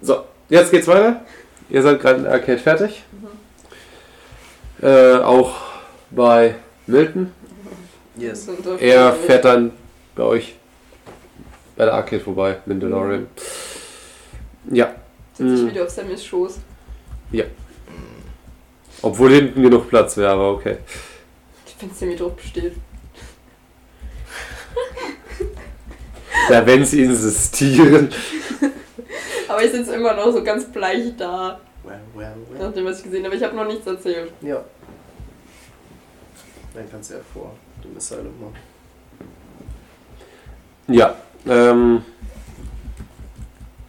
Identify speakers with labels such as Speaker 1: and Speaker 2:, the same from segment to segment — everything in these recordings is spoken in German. Speaker 1: So, jetzt geht's weiter. Ihr seid gerade in der Arcade fertig. Äh, auch bei Milton.
Speaker 2: Yes.
Speaker 1: Er fährt dann bei euch bei der Arcade vorbei, mit dem DeLorean. Ja,
Speaker 3: Sitze ich
Speaker 1: Mhm.
Speaker 3: wieder auf Sammys Schoß.
Speaker 1: obwohl hinten genug Platz wäre, aber okay.
Speaker 3: Wenn es mir drauf besteht.
Speaker 1: Ja, wenn sie insistieren.
Speaker 3: Aber ich sitze immer noch so ganz bleich da,
Speaker 2: Well, well, well.
Speaker 3: nachdem was ich gesehen habe. Ich habe noch nichts erzählt.
Speaker 2: Ja. Dann kannst du ja vor dem Asylum machen.
Speaker 1: Ja, ähm,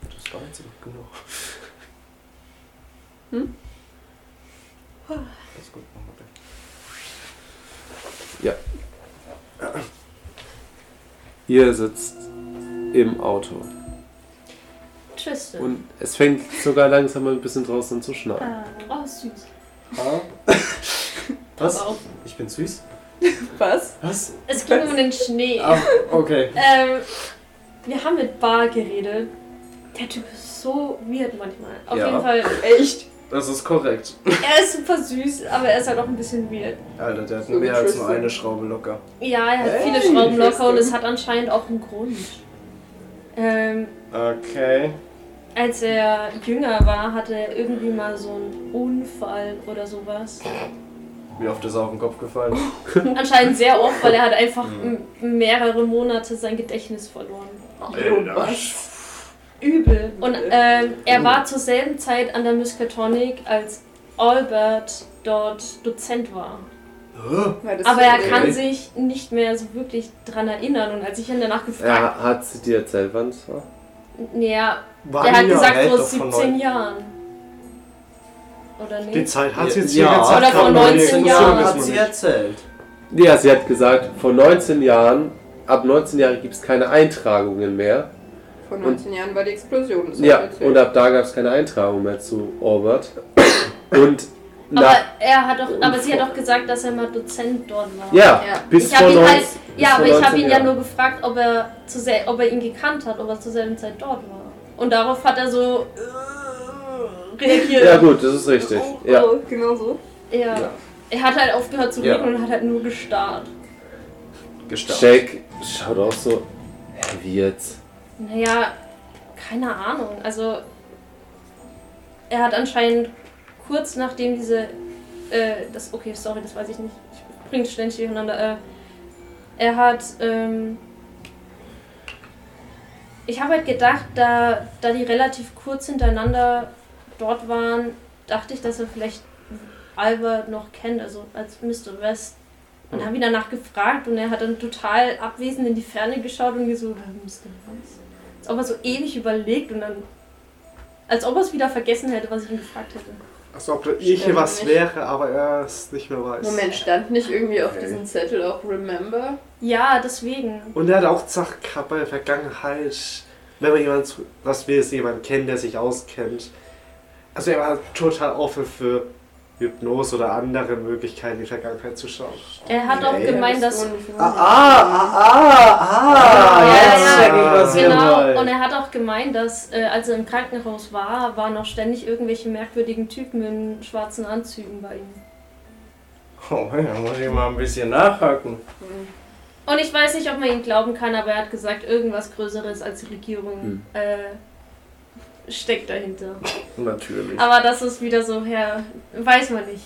Speaker 2: Das war jetzt noch genug.
Speaker 3: Hm?
Speaker 2: Alles gut, machen wir gleich.
Speaker 1: ihr sitzt im Auto.
Speaker 4: Tschüss.
Speaker 1: Und es fängt sogar langsam ein bisschen draußen an zu schneien.
Speaker 4: Ah.
Speaker 5: Oh, süß.
Speaker 2: Ah. Was?
Speaker 3: Aber auch-
Speaker 2: Ich bin süß?
Speaker 3: Was?
Speaker 2: Was?
Speaker 4: Es ging um den Schnee.
Speaker 2: Ah, okay.
Speaker 4: Ähm, wir haben mit Bar geredet. Der Typ ist so weird manchmal. Auf
Speaker 2: Ja.
Speaker 4: jeden Fall.
Speaker 3: Echt?
Speaker 2: Das ist korrekt.
Speaker 4: Er ist super süß, aber er ist halt auch ein bisschen weird.
Speaker 2: Alter, der hat
Speaker 3: So wie
Speaker 2: mehr als
Speaker 3: Tristan.
Speaker 2: nur eine Schraube locker.
Speaker 4: Ja, er hat
Speaker 2: Hey,
Speaker 4: viele Schrauben locker und
Speaker 3: Tristan.
Speaker 4: es hat anscheinend auch einen Grund. Ähm,
Speaker 2: Okay.
Speaker 4: als er jünger war, hatte er irgendwie mal so einen Unfall oder sowas.
Speaker 2: Wie oft ist er auf den Kopf gefallen?
Speaker 4: Anscheinend sehr oft, weil er hat einfach
Speaker 2: Mhm.
Speaker 4: m- mehrere Monate sein Gedächtnis verloren.
Speaker 3: Alter. Was?
Speaker 4: Übel. Und ähm, er war zur selben Zeit an der Miskatonic, als Albert dort Dozent war.
Speaker 2: Hä?
Speaker 3: Ja, das
Speaker 4: Aber er
Speaker 3: ist-
Speaker 4: kann
Speaker 2: Okay.
Speaker 4: sich nicht mehr so wirklich dran erinnern. Und als ich ihn danach gefragt
Speaker 1: Er hat sie dir erzählt, wann es war?
Speaker 4: habe, ja,
Speaker 6: Wann?
Speaker 4: er hat
Speaker 2: ja,
Speaker 4: gesagt
Speaker 2: hält
Speaker 4: vor
Speaker 2: doch von
Speaker 4: 17
Speaker 2: neun-
Speaker 4: Jahren. Oder
Speaker 6: Die
Speaker 4: nicht?
Speaker 6: Zeit hat sie jetzt
Speaker 2: Ja.
Speaker 6: hier gezeigt.
Speaker 4: Oder vor
Speaker 6: aber
Speaker 4: 19
Speaker 6: die
Speaker 4: Jahren.
Speaker 6: Funktion
Speaker 2: Hat
Speaker 6: ist
Speaker 2: sie
Speaker 6: noch nicht.
Speaker 2: erzählt.
Speaker 1: Ja, sie hat gesagt, vor 19 Jahren, ab 19 Jahren gibt es keine Eintragungen mehr.
Speaker 3: Vor 19 Jahren war die Explosion. das
Speaker 1: Ja,
Speaker 3: hab ich erzählt.
Speaker 1: und ab da gab es keine Eintragung mehr zu Orbert. Und
Speaker 4: Aber
Speaker 1: nach.
Speaker 4: er hat doch, aber sie hat doch gesagt, dass er mal Dozent dort war.
Speaker 1: Ja,
Speaker 3: Ja.
Speaker 1: bis
Speaker 4: ich
Speaker 1: vor
Speaker 4: habe ihn
Speaker 1: 19
Speaker 4: halt,
Speaker 1: bis
Speaker 4: ja,
Speaker 1: vor
Speaker 4: aber ich habe
Speaker 1: 19
Speaker 4: ihn ja
Speaker 1: Jahren.
Speaker 4: nur gefragt, ob er, zu sel- ob er ihn gekannt hat, ob er zur selben Zeit dort war. Und darauf hat er so äh, reagiert.
Speaker 1: Ja, gut, das ist richtig.
Speaker 3: Oh, oh,
Speaker 1: Ja.
Speaker 3: genau so.
Speaker 4: Ja.
Speaker 1: Ja.
Speaker 4: Er hat halt aufgehört zu
Speaker 2: Ja.
Speaker 4: reden und hat halt nur gestarrt. oh.
Speaker 2: Gestartet.
Speaker 1: Jake schaut auch so. Hä, wie jetzt?
Speaker 4: Naja, keine Ahnung. Also, er hat anscheinend kurz nachdem diese. Äh, das, okay, sorry, das weiß ich nicht. Ich bringe ständig durcheinander. Äh, er hat. Ähm, ich habe halt gedacht, da, da die relativ kurz hintereinander dort waren, dachte ich, dass er vielleicht Albert noch kennt, also als Mr. West. Und habe ihn danach gefragt und er hat dann total abwesend in die Ferne geschaut und so, "Hä, Mr. West? Als ob er so ewig überlegt und dann. Als ob er es wieder vergessen hätte, was ich ihn gefragt hätte.
Speaker 6: Als ob da irgendwie
Speaker 3: Stimmt
Speaker 6: was
Speaker 3: nicht.
Speaker 6: wäre, aber er es nicht mehr weiß.
Speaker 3: Moment, stand nicht irgendwie auf
Speaker 6: Okay.
Speaker 3: diesem Zettel auch Remember?
Speaker 4: Ja, deswegen.
Speaker 6: Und er hat auch gesagt, gehabt bei der Vergangenheit, wenn man jemanden, zu- dass wir es jemanden kennen, der sich auskennt. Also er war total offen für Hypnose oder andere Möglichkeiten, in die Vergangenheit zu schauen.
Speaker 4: Er hat auch
Speaker 2: Okay.
Speaker 4: gemeint,
Speaker 3: Ja, das
Speaker 4: dass.
Speaker 3: war nicht-
Speaker 6: Ah,
Speaker 2: ah,
Speaker 4: Ja, ja,
Speaker 6: was ihr
Speaker 4: Genau, und er hat auch gemeint, dass äh, als er im Krankenhaus war, waren auch ständig irgendwelche merkwürdigen Typen in schwarzen Anzügen bei ihm.
Speaker 2: Oh, da muss ich mal ein bisschen nachhaken.
Speaker 4: Und ich weiß nicht, ob man ihm glauben kann, aber er hat gesagt, irgendwas Größeres als die Regierung
Speaker 1: Hm.
Speaker 4: äh, steckt dahinter.
Speaker 2: Natürlich.
Speaker 4: Aber das ist wieder so, ja, weiß man nicht.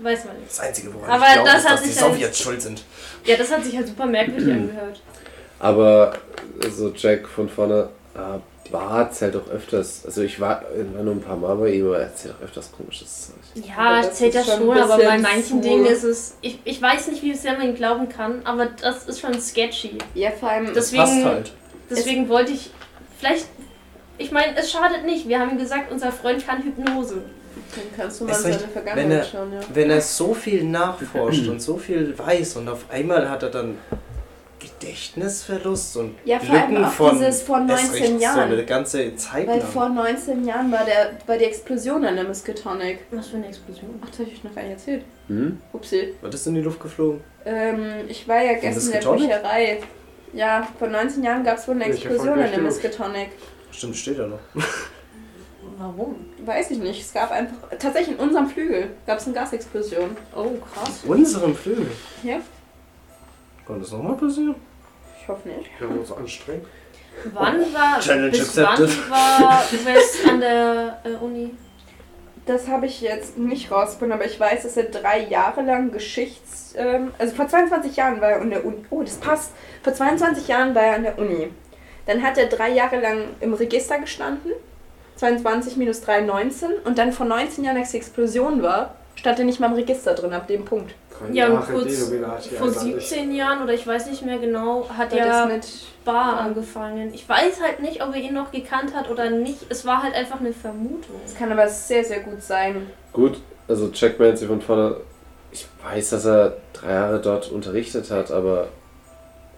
Speaker 4: Weiß man nicht.
Speaker 2: Das Einzige, woran
Speaker 4: Aber
Speaker 2: ich glaube,
Speaker 4: das
Speaker 2: ist,
Speaker 4: hat
Speaker 2: dass die
Speaker 4: sich halt-
Speaker 2: Sowjets schuld sind.
Speaker 4: Ja, das hat sich halt super merkwürdig angehört.
Speaker 1: Aber so Jack von vorne, äh, Bar erzählt doch öfters. Also ich war, war nur ein paar Mal bei ihm, aber er erzählt auch öfters komisches Zeug.
Speaker 3: Aber
Speaker 4: Ja,
Speaker 3: das
Speaker 4: das zählt ja
Speaker 3: ist schon
Speaker 4: schon,
Speaker 3: ein
Speaker 4: aber bei
Speaker 3: bisschen
Speaker 4: manchen
Speaker 3: zu-
Speaker 4: Dingen ist es. Ich, ich weiß nicht, wie sehr man ihm glauben kann, aber das ist schon sketchy.
Speaker 3: Ja, vor allem.
Speaker 4: Das- Deswegen-
Speaker 2: Passt halt.
Speaker 4: Deswegen wollte ich. Vielleicht. Ich meine, es schadet nicht. Wir haben gesagt, unser Freund kann Hypnose.
Speaker 3: dann kannst du mal in
Speaker 2: Ist
Speaker 3: seine
Speaker 2: recht,
Speaker 3: Vergangenheit
Speaker 2: wenn er-
Speaker 3: schauen, ja.
Speaker 2: Wenn er so viel nachforscht und so viel weiß und auf einmal hat er dann Gedächtnisverlust und
Speaker 3: Ja, vor allem
Speaker 2: Lücken
Speaker 3: auch
Speaker 2: von
Speaker 3: dieses vor
Speaker 2: erst
Speaker 3: 19
Speaker 2: recht So eine
Speaker 3: Jahren.
Speaker 2: ganze Zeit
Speaker 3: Weil
Speaker 2: lang.
Speaker 3: vor 19 Jahren war, der, war die Explosion an der Miskatonic.
Speaker 4: Was für eine Explosion.
Speaker 3: Ach, das habe ich noch gar nicht erzählt.
Speaker 1: Hm?
Speaker 3: Upsi.
Speaker 2: Was ist in die Luft geflogen?
Speaker 3: Ähm, ich war ja gestern in der
Speaker 2: Miskatonic?
Speaker 3: Bücherei. Ja, vor 19 Jahren gab es wohl eine
Speaker 6: Ich hab
Speaker 3: Explosion an der
Speaker 6: voll
Speaker 3: Miskatonic.
Speaker 2: Stimmt, steht da noch.
Speaker 4: Warum?
Speaker 3: Weiß ich nicht. Es gab einfach. Tatsächlich in unserem Flügel gab es eine Gasexplosion.
Speaker 4: Oh, krass.
Speaker 2: Unserem Flügel.
Speaker 3: Ja?
Speaker 2: Kann das nochmal passieren?
Speaker 3: Ich hoffe nicht.
Speaker 6: Können wir uns anstrengen?
Speaker 4: Wann war,
Speaker 2: Challenge
Speaker 4: bis
Speaker 2: accepted.
Speaker 4: wann war West an der äh, Uni?
Speaker 3: Das habe ich jetzt nicht rausgefunden, aber ich weiß, dass er drei Jahre lang Geschichts. Ähm, also vor 22 Jahren war er an der Uni. Oh, das passt. Vor 22 Jahren war er an der Uni. Dann hat er drei Jahre lang im Register gestanden. 22 minus 3, 19. Und dann vor 19 Jahren, als die Explosion war, stand er nicht mal im Register drin ab dem Punkt.
Speaker 6: Drei
Speaker 4: Ja, und
Speaker 6: Jahre
Speaker 4: kurz
Speaker 6: Illuminati,
Speaker 4: vor
Speaker 6: Alter, ich-
Speaker 4: 17 Jahren oder ich weiß nicht mehr genau, hat
Speaker 3: Weil
Speaker 4: ja
Speaker 3: das nicht-
Speaker 4: Bar angefangen. Ich weiß halt nicht, ob er ihn noch gekannt hat oder nicht. Es war halt einfach eine Vermutung.
Speaker 3: Das kann aber sehr, sehr gut sein.
Speaker 1: Gut, also Jack Mancy von vorne. Ich weiß, dass er drei Jahre dort unterrichtet hat, aber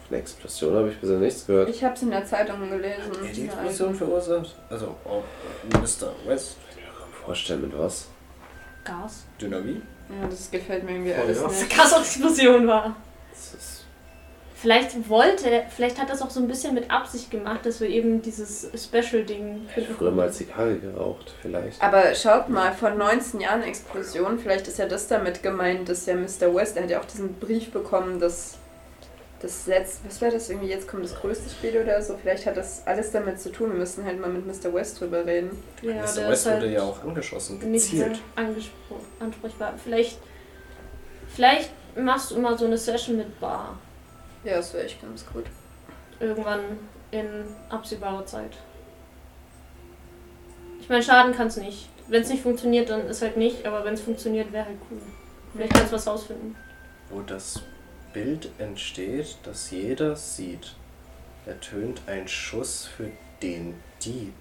Speaker 1: von Explosion habe ich bisher nichts gehört.
Speaker 3: Ich habe es in der Zeitung gelesen.
Speaker 2: Wer die
Speaker 3: Nein.
Speaker 2: Explosion verursacht? Also, auch Mr. West.
Speaker 1: Ich kann mir vorstellen, mit was.
Speaker 4: Gas.
Speaker 2: Dynamit?
Speaker 3: Ja, das gefällt mir irgendwie
Speaker 6: Voll,
Speaker 3: alles
Speaker 6: ja.
Speaker 4: Das
Speaker 3: nicht.
Speaker 4: eine krasse Explosion war.
Speaker 1: Das ist
Speaker 4: Vielleicht wollte er, vielleicht hat das auch so ein bisschen mit Absicht gemacht, dass wir eben dieses Special-Ding
Speaker 1: ich hätte früher mal Zigarre geraucht, vielleicht.
Speaker 3: Aber schaut mal, vor 19 Jahren Explosion, vielleicht ist ja das damit gemeint, dass ja Mr. West, er hat ja auch diesen Brief bekommen, dass das letzte, was war das irgendwie, jetzt kommt das größte Spiel oder so, vielleicht hat das alles damit zu tun, wir müssen halt mal mit Mr. West drüber reden.
Speaker 4: Ja,
Speaker 2: Mr.
Speaker 4: der
Speaker 2: West
Speaker 4: ist halt
Speaker 2: wurde ja auch angeschossen,
Speaker 4: nicht mehr
Speaker 2: gezielt.
Speaker 4: angespro- ansprechbar. Vielleicht, vielleicht machst du mal so eine Session mit Bar.
Speaker 3: Ja, das wäre echt ganz gut.
Speaker 4: Irgendwann in absehbarer Zeit. Ich meine, schaden kann's nicht. Wenn es nicht funktioniert, dann ist halt nicht, aber wenn es funktioniert, wäre halt cool. Vielleicht kannst du was rausfinden.
Speaker 2: Wo das Bild entsteht, das jeder sieht, ertönt ein Schuss für den Dieb.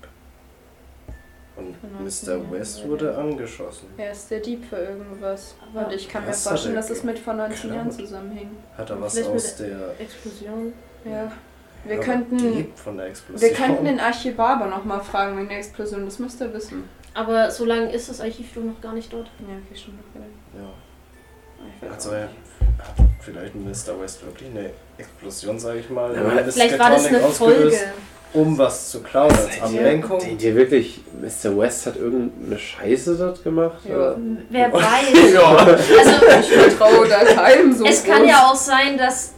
Speaker 2: Und
Speaker 3: Von
Speaker 2: Mr.
Speaker 3: 19
Speaker 2: West
Speaker 3: Jahren.
Speaker 2: wurde angeschossen.
Speaker 3: Er ist der Dieb für irgendwas.
Speaker 4: Aber
Speaker 3: Und ich kann mir
Speaker 2: was hat
Speaker 3: vorstellen,
Speaker 2: er
Speaker 3: dass es mit vor 19 Jahren
Speaker 2: geklaut?
Speaker 3: zusammenhing.
Speaker 2: Hat er was
Speaker 4: Vielleicht mit-
Speaker 2: aus der
Speaker 4: Explosion.
Speaker 3: Ja. Wir
Speaker 2: aber
Speaker 3: könnten.
Speaker 2: Dieb von der Explosion?
Speaker 3: Wir könnten den Archivar aber nochmal fragen wegen der Explosion, das müsst ihr wissen.
Speaker 4: Aber so lange ist das Archiv doch noch gar nicht dort.
Speaker 3: Ja, okay, schon noch wieder.
Speaker 2: ja.
Speaker 3: Ich weiß
Speaker 2: Also
Speaker 3: auch
Speaker 2: ja,
Speaker 3: nicht.
Speaker 2: hat vielleicht Mr. West wirklich eine Explosion, sage ich mal,
Speaker 1: Ja,
Speaker 2: in
Speaker 1: aber
Speaker 2: Miss
Speaker 4: Vielleicht war das
Speaker 2: Skatonic
Speaker 4: eine
Speaker 2: ausgelöst,
Speaker 4: Folge.
Speaker 2: um was zu klauen als
Speaker 1: Seid ihr-
Speaker 2: Ablenkung.
Speaker 1: Denkt ihr wirklich, Mr. West hat irgendeine Scheiße dort gemacht?
Speaker 3: Ja.
Speaker 1: oder?
Speaker 4: Wer weiß. Also,
Speaker 3: Ich vertraue da keinem so.
Speaker 4: es
Speaker 3: groß.
Speaker 4: kann ja auch sein, dass,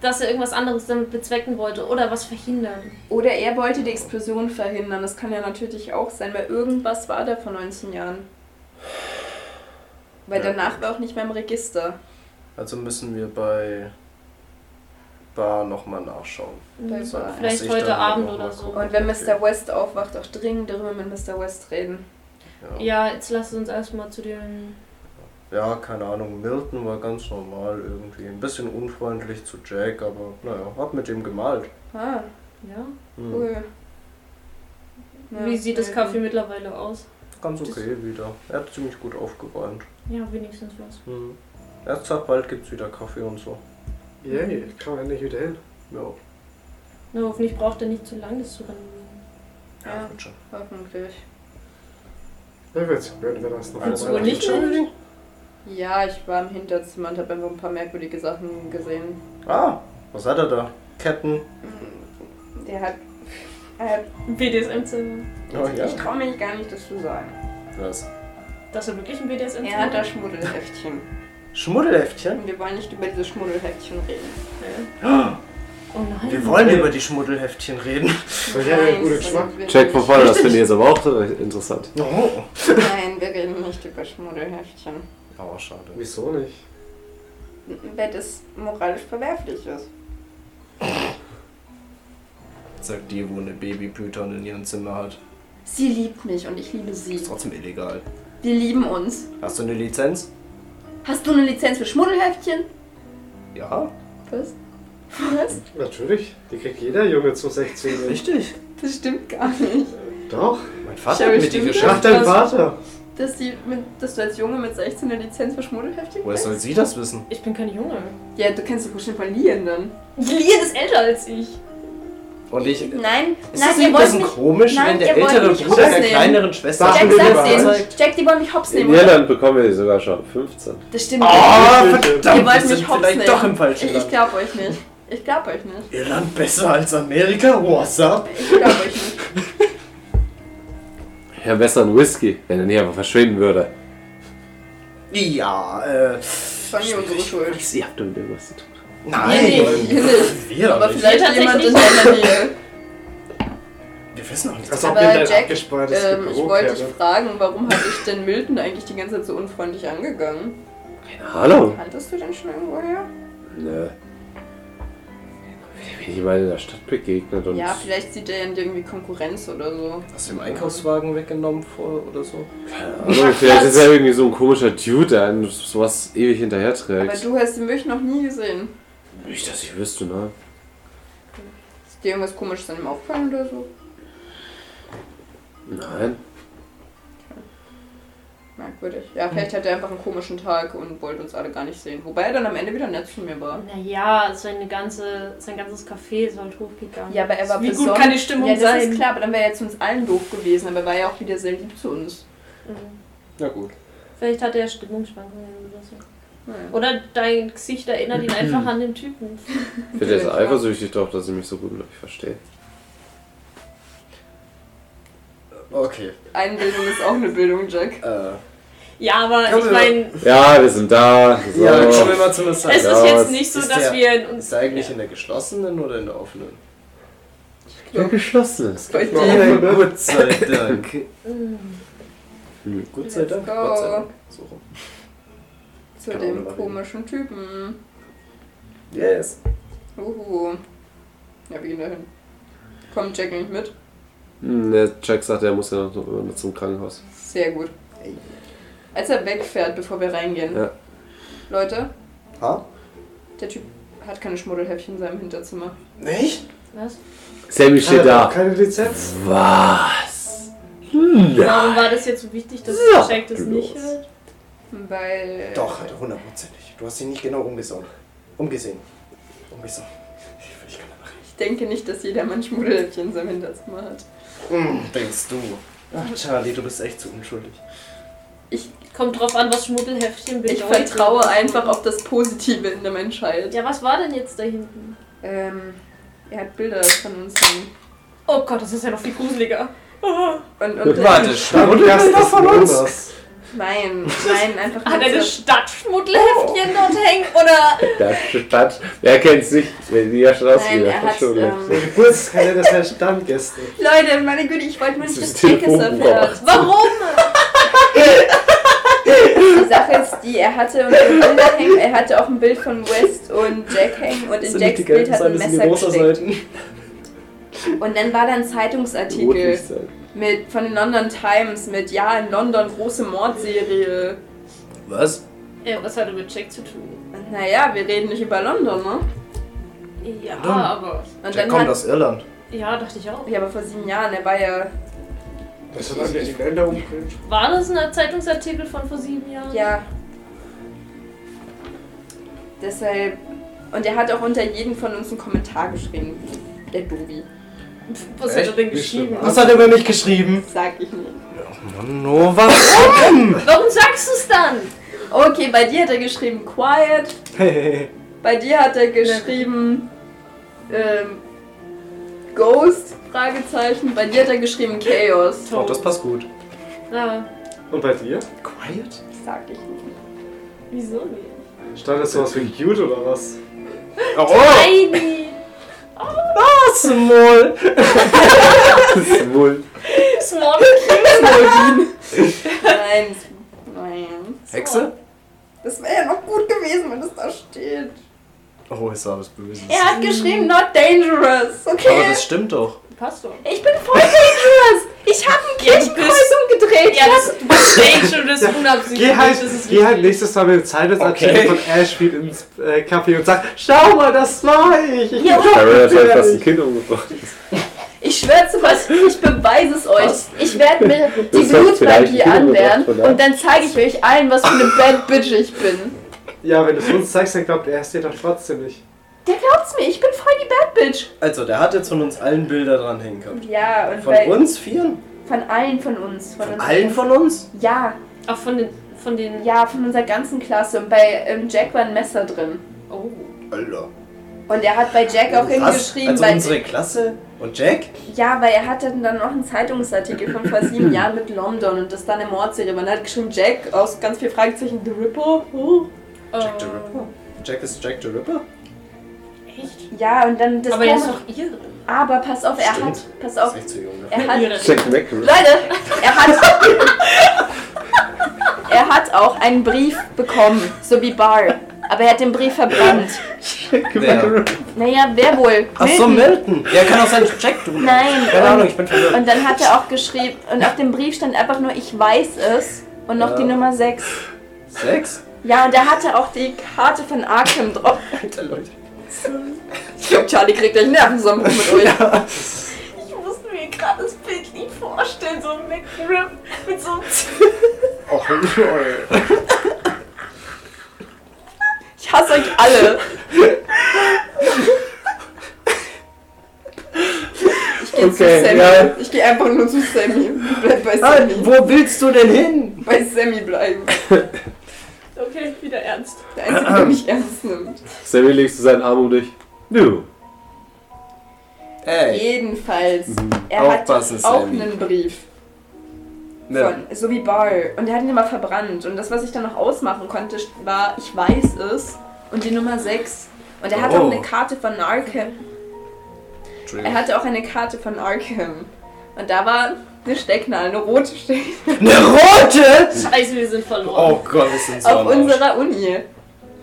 Speaker 4: dass er irgendwas anderes damit bezwecken wollte oder was verhindern.
Speaker 3: Oder er wollte die Explosion verhindern. Das kann ja natürlich auch sein, weil irgendwas war da vor 19 Jahren. Weil
Speaker 2: Ja.
Speaker 3: danach war auch nicht mehr im Register.
Speaker 2: Also müssen wir bei Bar nochmal nachschauen.
Speaker 4: Mhm.
Speaker 3: Bei
Speaker 2: So,
Speaker 3: Bar.
Speaker 4: Vielleicht
Speaker 2: muss ich
Speaker 4: heute
Speaker 2: dann halt
Speaker 4: Abend
Speaker 2: noch
Speaker 4: oder
Speaker 2: mal
Speaker 4: so.
Speaker 2: gucken.
Speaker 3: Und wenn
Speaker 2: Okay.
Speaker 3: Mr. West aufwacht, auch dringend darüber mit Mr. West reden.
Speaker 2: Ja.
Speaker 4: Ja, jetzt lass uns erstmal zu den.
Speaker 2: ja, keine Ahnung. Milton war ganz normal irgendwie. Ein bisschen unfreundlich zu Jack, aber naja, hab mit dem gemalt.
Speaker 3: Ah,
Speaker 4: Ja.
Speaker 2: Hm.
Speaker 3: cool. Ja,
Speaker 4: Wie sieht das
Speaker 3: maybe.
Speaker 4: Kaffee mittlerweile aus?
Speaker 2: Ganz okay wieder. Er hat ziemlich gut aufgeräumt.
Speaker 4: Ja, wenigstens was.
Speaker 2: Hm. Er sagt, bald gibt's wieder Kaffee und so.
Speaker 6: Yay, kann man endlich wieder hin.
Speaker 2: Ja,
Speaker 4: Na, hoffentlich braucht er nicht zu lange, das zu renovieren.
Speaker 3: Ja.
Speaker 2: wird schon.
Speaker 3: Hoffentlich.
Speaker 6: Na gut, werden wir das noch
Speaker 2: Also
Speaker 6: vorbereiten.
Speaker 4: nicht unbedingt.
Speaker 3: Ja, ich war im Hinterzimmer und habe einfach ein paar merkwürdige Sachen gesehen.
Speaker 2: Ah, was hat er da? Ketten.
Speaker 4: Mhm.
Speaker 3: Der hat. Er hat
Speaker 4: BDSM-Zimmer.
Speaker 2: Oh ja.
Speaker 3: Ich traue mich gar nicht, das zu sagen.
Speaker 2: Was?
Speaker 4: Dass er wirklich ein BDSM-Zimmer
Speaker 3: Er hat da Schmuddelheftchen.
Speaker 2: Schmuddelheftchen?
Speaker 3: Und wir wollen nicht über diese Schmuddelheftchen reden.
Speaker 4: Oh nein.
Speaker 2: Wir wollen über die Schmuddelheftchen reden.
Speaker 6: Weil der hat einen guten Geschmack.
Speaker 3: Nein,
Speaker 1: Jack von vorne, das finde ich jetzt aber auch interessant.
Speaker 2: Oh.
Speaker 3: Nein, wir reden nicht über Schmuddelheftchen.
Speaker 2: Aber schade.
Speaker 6: Wieso nicht?
Speaker 3: Weil das moralisch verwerflich ist.
Speaker 2: Sagt die, wo eine Babypython in ihrem Zimmer hat.
Speaker 3: Sie liebt mich und ich liebe sie.
Speaker 2: Ist trotzdem illegal.
Speaker 3: Wir lieben uns.
Speaker 2: Hast du eine Lizenz?
Speaker 3: Hast du eine Lizenz für Schmuddelheftchen?
Speaker 2: Ja.
Speaker 3: Was? Was?
Speaker 6: Natürlich, die kriegt jeder Junge zu 16.
Speaker 2: Richtig.
Speaker 3: Das stimmt gar nicht.
Speaker 6: Doch,
Speaker 2: Mein
Speaker 3: Ich
Speaker 2: Vater
Speaker 3: habe
Speaker 2: hat mir die
Speaker 3: bestimmt-
Speaker 6: Schlag
Speaker 2: geschafft.
Speaker 6: dein Vater.
Speaker 3: Dass, die mit, dass du als Junge mit 16 eine Lizenz für Schmuddelheftchen
Speaker 2: Woher
Speaker 3: kriegst?
Speaker 2: soll sie das wissen?
Speaker 4: Ich bin kein Junge.
Speaker 3: Ja, du kannst dich bestimmt verlieren dann.
Speaker 4: Lilian ist älter als ich.
Speaker 2: Und ich. Ist
Speaker 3: Nein,
Speaker 2: das nicht ein bisschen komisch,
Speaker 3: nein,
Speaker 2: wenn der
Speaker 3: ihr wollt
Speaker 2: ältere
Speaker 3: mich
Speaker 2: Bruder der
Speaker 3: rausnehmen.
Speaker 2: kleineren Schwester
Speaker 6: Jack,
Speaker 2: die
Speaker 6: sag's
Speaker 2: Wahrheit
Speaker 6: denen.
Speaker 2: zeigt?
Speaker 3: Jack, die wollen mich hops
Speaker 1: In Irland bekommen wir die sogar schon. 15.
Speaker 3: Das stimmt
Speaker 2: Oh,
Speaker 6: Ihr
Speaker 2: verdammt, wir
Speaker 3: wollt
Speaker 2: sind
Speaker 3: mich hops
Speaker 2: vielleicht
Speaker 3: nehmen.
Speaker 2: doch im falschen
Speaker 3: Ich, ich
Speaker 2: Land.
Speaker 3: glaub euch nicht. Ich glaub euch nicht.
Speaker 2: Irland besser als Amerika? What's up?
Speaker 3: Ich glaub euch nicht.
Speaker 1: Ja, besser ein Whisky, wenn er nicht einfach verschwinden würde.
Speaker 2: Ja, äh.
Speaker 3: Das war nie unsere Schuld.
Speaker 1: Weiß, ihr habt damit irgendwas zu tun.
Speaker 2: Nein!
Speaker 3: Wir nicht, wir nicht.
Speaker 2: Wir doch
Speaker 3: Aber
Speaker 2: nicht.
Speaker 3: vielleicht jemand in der Nähe.
Speaker 2: Wir wissen doch nichts.
Speaker 6: Das ist auch
Speaker 3: Aber
Speaker 6: generell
Speaker 3: Jack,
Speaker 6: abgespeist.
Speaker 3: Ähm, ich wollte dich fragen, warum habe ich denn Milton eigentlich die ganze Zeit so unfreundlich angegangen?
Speaker 1: Keine Ahnung.
Speaker 3: Kanntest du den schon irgendwoher?
Speaker 1: Nö. Ich bin ich mal in der Stadt begegnet und.
Speaker 3: Ja, vielleicht sieht er ja irgendwie Konkurrenz oder so.
Speaker 2: Hast du den Einkaufswagen weggenommen vor oder so?
Speaker 1: keine Ahnung, vielleicht ist er irgendwie so ein komischer Dude, der einem sowas ewig hinterherträgt.
Speaker 3: Aber du hast den wirklich noch nie gesehen.
Speaker 1: Nicht, dass ich wüsste, ne?
Speaker 3: Ist dir irgendwas komisches an ihm aufgefallen oder so?
Speaker 1: Nein.
Speaker 3: Merkwürdig. Ja,
Speaker 2: Hm.
Speaker 3: vielleicht hat er einfach einen komischen Tag und wollte uns alle gar nicht sehen. Wobei er dann am Ende wieder nett zu mir war.
Speaker 4: Naja, seine ganze, sein ganzes Café ist halt hochgegangen.
Speaker 3: Ja, aber er war
Speaker 4: Wie gut
Speaker 3: besonnen.
Speaker 4: kann die Stimmung
Speaker 3: Ja, das
Speaker 4: sein?
Speaker 3: ist klar, aber dann wäre er zu uns allen doof gewesen. Aber er war ja auch wieder sehr lieb zu uns.
Speaker 4: Mhm.
Speaker 2: Na gut.
Speaker 4: Vielleicht hatte er Stimmungsschwankungen oder so.
Speaker 3: Naja.
Speaker 4: Oder dein Gesicht erinnert ihn einfach an den Typen.
Speaker 1: Ich bin jetzt eifersüchtig drauf, dass ich mich so gut mit euch verstehe.
Speaker 2: Okay.
Speaker 3: Einbildung ist auch eine Bildung, Jack.
Speaker 2: Äh.
Speaker 4: Ja, aber
Speaker 2: Kann
Speaker 4: ich
Speaker 2: man-
Speaker 4: meine,
Speaker 1: Ja, wir sind da. So.
Speaker 2: Ja, dann schon immer zu einer Zeit.
Speaker 4: es
Speaker 1: Ja,
Speaker 4: ist
Speaker 1: aber
Speaker 4: jetzt
Speaker 1: es
Speaker 4: nicht so,
Speaker 2: ist
Speaker 4: dass
Speaker 2: der-
Speaker 4: wir in uns.
Speaker 2: Ist er eigentlich in der geschlossenen oder in der offenen?
Speaker 1: Ja, geschlossen ist.
Speaker 3: Bei
Speaker 2: Ja,
Speaker 3: dir.
Speaker 2: Gott sei Dank.
Speaker 4: Mhm.
Speaker 2: Gott sei
Speaker 3: Let's
Speaker 2: Dank.
Speaker 3: go.
Speaker 2: Gott sei Dank. So rum.
Speaker 3: Zu
Speaker 2: Kann man
Speaker 3: dem
Speaker 2: drüber reden.
Speaker 3: komischen Typen.
Speaker 2: Yes.
Speaker 3: Uhu. Ja, wir gehen da hin. Kommt Jack nicht mit?
Speaker 1: Hm, Der Jack sagt, er muss ja noch noch zum Krankenhaus.
Speaker 3: Sehr gut. Als er wegfährt, bevor wir reingehen.
Speaker 1: Ja.
Speaker 3: Leute,
Speaker 2: Ha?
Speaker 3: der Typ hat keine Schmuddelhäppchen in seinem Hinterzimmer.
Speaker 2: Nicht?
Speaker 4: Was?
Speaker 1: Sammy steht
Speaker 2: Ah,
Speaker 1: da.
Speaker 6: Keine Lizenz?
Speaker 1: Was?
Speaker 4: Warum war das jetzt so wichtig, dass
Speaker 1: Ja,
Speaker 4: Jack das
Speaker 1: du
Speaker 4: nicht
Speaker 1: los.
Speaker 4: hört?
Speaker 3: Weil.
Speaker 2: Doch, hat er hundertprozentig. Du hast ihn nicht genau umgesehen. Umgesehen. Umgesehen. Ich, ich kann einfach
Speaker 3: Ich denke nicht, dass jeder Mann Schmuddelhäppchen in seinem Hinterzimmer hat. Mm.
Speaker 2: nicht. Hm, Denkst du? Ach, Charlie, du bist echt zu unschuldig.
Speaker 4: Kommt drauf an, was Schmuddelheftchen bedeutet.
Speaker 3: Ich vertraue einfach auf das Positive in der Menschheit.
Speaker 4: Ja, was war denn jetzt da hinten?
Speaker 3: Ähm, er hat Bilder von uns hängen.
Speaker 4: Oh Gott, das ist ja noch viel gruseliger.
Speaker 3: Und, und
Speaker 6: Stammgast des
Speaker 2: von uns.
Speaker 6: Monats.
Speaker 3: Nein, nein, einfach
Speaker 4: Hat er
Speaker 3: nur
Speaker 4: das
Speaker 3: zur-
Speaker 4: Stadtschmuddelheftchen
Speaker 1: Oh.
Speaker 4: dort hängen oder?
Speaker 1: Das Stadt. Wer kennt's nicht? Wenn die ja schon
Speaker 3: Nein, er hat.
Speaker 1: ausgehen.
Speaker 3: Ähm,
Speaker 6: Geburtskalender des Herrn Stammgäste.
Speaker 3: Leute, meine Güte, ich wollte nur nicht,
Speaker 1: Das
Speaker 3: dass
Speaker 1: ist
Speaker 3: Jack es
Speaker 1: Telefonbuch,
Speaker 3: erfährt.
Speaker 4: Warum?
Speaker 3: Die Sache ist die, er hatte unter dem Bilder hängen, er hatte auch ein Bild von West und Jack hängen und in Jacks Bild hat ein Messer gesteckt. Und dann war da ein Zeitungsartikel mit, von den London Times mit, ja, in London große Mordserie.
Speaker 1: Was?
Speaker 4: Ja, was hat er mit Jack zu tun?
Speaker 3: Und Naja, wir reden nicht über London, ne?
Speaker 4: Ja,
Speaker 2: Dumm.
Speaker 4: aber.
Speaker 3: Und
Speaker 2: Der
Speaker 3: dann
Speaker 2: kommt
Speaker 3: hat,
Speaker 2: aus Irland.
Speaker 4: Ja, dachte ich auch.
Speaker 3: ja, aber vor sieben Jahren, er war ja,
Speaker 6: Das hat dann die um- Wände umgekriegt.
Speaker 4: War das ein Zeitungsartikel von vor sieben Jahren?
Speaker 3: ja. Deshalb, und er hat auch unter jeden von uns einen Kommentar geschrieben. Der Dobi.
Speaker 4: Pff, Was hat er denn
Speaker 6: Echt? Nicht
Speaker 4: geschrieben?
Speaker 6: schlimm.
Speaker 2: Was hat er über mich geschrieben?
Speaker 3: Sag ich nicht.
Speaker 2: No, was?
Speaker 4: Warum sagst du es dann?
Speaker 3: Okay, bei dir hat er geschrieben Quiet. Bei dir hat er geschrieben ähm, Ghost? Fragezeichen. Bei dir hat er geschrieben Chaos.
Speaker 2: Oh, das passt gut.
Speaker 4: Ja,
Speaker 6: Und bei dir?
Speaker 2: Quiet?
Speaker 3: Sag ich nicht.
Speaker 4: wieso nicht?
Speaker 6: Stand das sowas wie cute oder was?
Speaker 2: Oh!
Speaker 4: Heidi!
Speaker 2: Small!
Speaker 1: Das ist wohl.
Speaker 4: Small.
Speaker 3: Nein. Nein.
Speaker 2: Hexe?
Speaker 3: Das wäre ja noch gut gewesen, wenn es da steht.
Speaker 2: Oh, ist alles böse.
Speaker 3: Er hat geschrieben Not Dangerous.
Speaker 2: Hm. Aber
Speaker 3: Okay.
Speaker 2: das stimmt doch.
Speaker 4: Passt doch.
Speaker 3: Ich bin voll dangerous. Ich habe ein
Speaker 4: Ja, du bist-
Speaker 3: Kirchenkreuz umgedreht.
Speaker 4: Ja, das, du bist strange und das ist unabsichtlich.
Speaker 6: Geh halt,
Speaker 4: das ist
Speaker 6: geh halt nächstes Mal mit dem Zeitungsartikel
Speaker 2: Okay.
Speaker 6: von Ashfield ins äh, Café und sag, schau mal, das war ich. ich
Speaker 3: Ja.
Speaker 1: Carol hat halt fast ein
Speaker 6: ich.
Speaker 1: Kind umgebracht.
Speaker 3: Ich schwöre zu was, ich beweise es euch. Ich werde mir die
Speaker 1: Das hat
Speaker 3: Blutmagie
Speaker 1: vielleicht
Speaker 3: anwehren
Speaker 1: umgebracht, oder?
Speaker 3: und dann zeige ich euch allen, was für eine Bad Bitch ich bin.
Speaker 6: ja, wenn du es uns zeigst, dann glaubt er es dir doch trotzdem nicht.
Speaker 3: Der glaubt's mir, ich bin voll die Bad Bitch.
Speaker 2: Also, der hat jetzt von uns allen Bilder dran hängen gehabt.
Speaker 3: Ja, und
Speaker 2: Von
Speaker 3: bei,
Speaker 2: uns vieren?
Speaker 3: von allen von uns. Von,
Speaker 2: Von
Speaker 3: uns.
Speaker 2: allen von uns?
Speaker 3: Ja,
Speaker 2: halt.
Speaker 4: Auch von den. Von den
Speaker 3: ja, von unserer ganzen Klasse. Und bei ähm, Jack war ein Messer drin.
Speaker 4: Oh.
Speaker 2: Alter.
Speaker 3: Und er hat bei Jack auch hingeschrieben,
Speaker 5: Also
Speaker 3: weil
Speaker 5: unsere Klasse und Jack?
Speaker 3: ja, weil er hatte dann noch einen Zeitungsartikel von vor sieben Jahren mit London und das dann im Mordserie. Man hat geschrieben, Jack aus ganz viel Fragezeichen, The Ripper. Oh.
Speaker 5: Jack the Ripper? Jack ist Jack the Ripper?
Speaker 4: Äh, Echt?
Speaker 3: Ja, und dann das
Speaker 4: Aber der ist
Speaker 3: komische-
Speaker 4: doch ihr drin.
Speaker 3: Aber pass auf, er
Speaker 5: Stimmt.
Speaker 3: hat. Pass
Speaker 5: Ist
Speaker 3: auf,
Speaker 5: echt zu jung. ne?
Speaker 3: er hat.
Speaker 4: Ihre.
Speaker 1: Jack Mac.
Speaker 3: Leute, er hat. er hat auch einen Brief bekommen, so wie Barr. Aber er hat den Brief verbrannt.
Speaker 5: Der-
Speaker 3: Naja, wer wohl?
Speaker 2: Achso, Milton!
Speaker 5: Ja, kann auch sein Jack du.
Speaker 3: Nein.
Speaker 5: Keine Ahnung,
Speaker 3: Und,
Speaker 5: ich bin verwirrt.
Speaker 3: und dann hat er auch geschrieben, und auf dem Brief stand einfach nur, ich weiß es. Und noch
Speaker 5: Ja.
Speaker 3: die Nummer 6.
Speaker 5: Sechs?
Speaker 3: Ja, und er hatte auch die Karte von Arkham drauf.
Speaker 5: Alter Leute.
Speaker 3: Ich glaube, Charlie kriegt gleich einen Nervenzusammenbruch mit euch. Ich musste mir gerade das Bild nicht vorstellen, so ein McRib mit so einem
Speaker 6: Och, lol.
Speaker 3: Ich hasse euch alle. Ich gehe
Speaker 1: Okay,
Speaker 3: zu Sammy.
Speaker 1: ja. Ah,
Speaker 3: Ich gehe einfach nur zu Sammy. Bleib bei
Speaker 5: Nein,
Speaker 3: Sammy.
Speaker 5: wo willst du denn hin?
Speaker 3: bei Sammy bleiben.
Speaker 4: Okay, wieder ernst.
Speaker 3: Der Einzige, der mich ernst nimmt.
Speaker 1: Sammy legst du seinen Arm um dich. Du.
Speaker 5: Ey.
Speaker 3: Jedenfalls. Er hat
Speaker 5: Aufpassen,
Speaker 3: auch
Speaker 5: Sammy.
Speaker 3: einen Brief.
Speaker 5: Ne.
Speaker 3: Von, so wie Barr. Und er hat ihn immer verbrannt. Und das, was ich dann noch ausmachen konnte, war, ich weiß es. Und die Nummer 6. Und er hat
Speaker 5: Oh.
Speaker 3: auch eine Karte von Arkham. Er
Speaker 5: Entschuldigung.
Speaker 3: hatte auch eine Karte von Arkham. Und da war eine Stecknadel, eine rote Stecknadel.
Speaker 5: Eine rote?
Speaker 4: Scheiße, wir sind verloren.
Speaker 5: Oh Gott, wir sind so
Speaker 3: auf
Speaker 5: am Arsch.
Speaker 3: unserer Uni.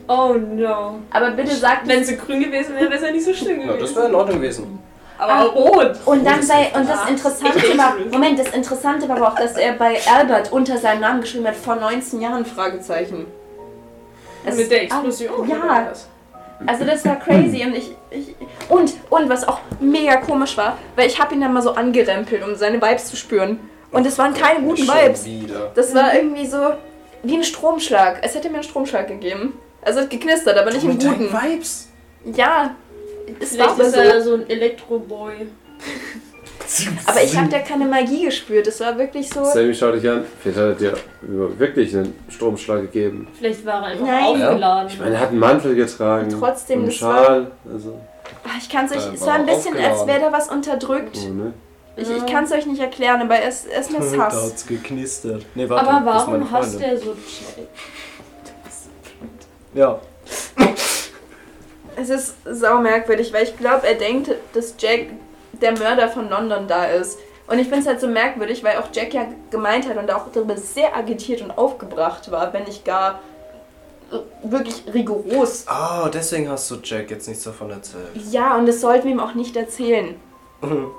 Speaker 4: Oh, no.
Speaker 3: Aber bitte sagt
Speaker 4: Wenn sie grün gewesen wäre, wäre es ja nicht so schlimm
Speaker 2: Ja, das
Speaker 4: gewesen.
Speaker 2: wäre in Ordnung gewesen.
Speaker 4: Aber
Speaker 3: Ah.
Speaker 4: rot.
Speaker 3: und dann bei und das Interessante
Speaker 4: Ich-
Speaker 3: war Moment, das Interessante war aber auch, dass er bei Albert unter seinem Namen geschrieben hat vor 19 Jahren Fragezeichen. Das-
Speaker 4: Mit der
Speaker 3: ah,
Speaker 4: Explosion.
Speaker 3: ja.
Speaker 4: oder was?
Speaker 3: Also das war crazy und ich, ich und und was auch mega komisch war, weil ich habe ihn dann mal so angerempelt, um seine Vibes zu spüren und es waren keine guten
Speaker 5: Schon
Speaker 3: Vibes.
Speaker 5: wieder.
Speaker 3: Das war irgendwie so wie ein Stromschlag. Es hätte mir einen Stromschlag gegeben. Also es hat geknistert, aber nicht im
Speaker 5: Mit deinen
Speaker 3: guten.
Speaker 5: Vibes.
Speaker 3: Ja, es war
Speaker 4: Vielleicht
Speaker 3: aber
Speaker 4: ist
Speaker 3: so.
Speaker 4: er so ein Elektroboy.
Speaker 3: Aber ich habe da keine Magie gespürt. Es war wirklich so.
Speaker 1: Sammy schaut dich an. Vielleicht hat er dir wirklich einen Stromschlag gegeben.
Speaker 4: Vielleicht war er einfach
Speaker 3: Nein.
Speaker 4: aufgeladen.
Speaker 1: Ich meine, er hat einen Mantel getragen.
Speaker 3: Und trotzdem,
Speaker 1: und einen
Speaker 3: das war-
Speaker 1: Schal. Also,
Speaker 3: Ah, Ich kann's euch.
Speaker 5: Dann
Speaker 3: Es
Speaker 5: war
Speaker 3: war ein
Speaker 5: er
Speaker 3: bisschen, als
Speaker 5: aufgeladen.
Speaker 3: wäre da was unterdrückt.
Speaker 1: so, ne?
Speaker 3: Ich, ich kann es euch nicht erklären, aber es, es ist Hass.
Speaker 5: hat's geknistert. Nee, warte,
Speaker 4: aber
Speaker 5: das ist meine
Speaker 4: warum hasst
Speaker 5: Freundin.
Speaker 4: er so Jack?
Speaker 5: Ja.
Speaker 3: Es ist sau merkwürdig, weil ich glaube, er denkt, dass Jack der Mörder von London da ist. Und ich finde es halt so merkwürdig, weil auch Jack ja gemeint hat und auch darüber sehr agitiert und aufgebracht war, wenn nicht gar äh, wirklich rigoros.
Speaker 5: Ah, deswegen hast du Jack jetzt nichts davon erzählt.
Speaker 3: Ja, und das sollten wir ihm auch nicht erzählen.
Speaker 5: Mhm.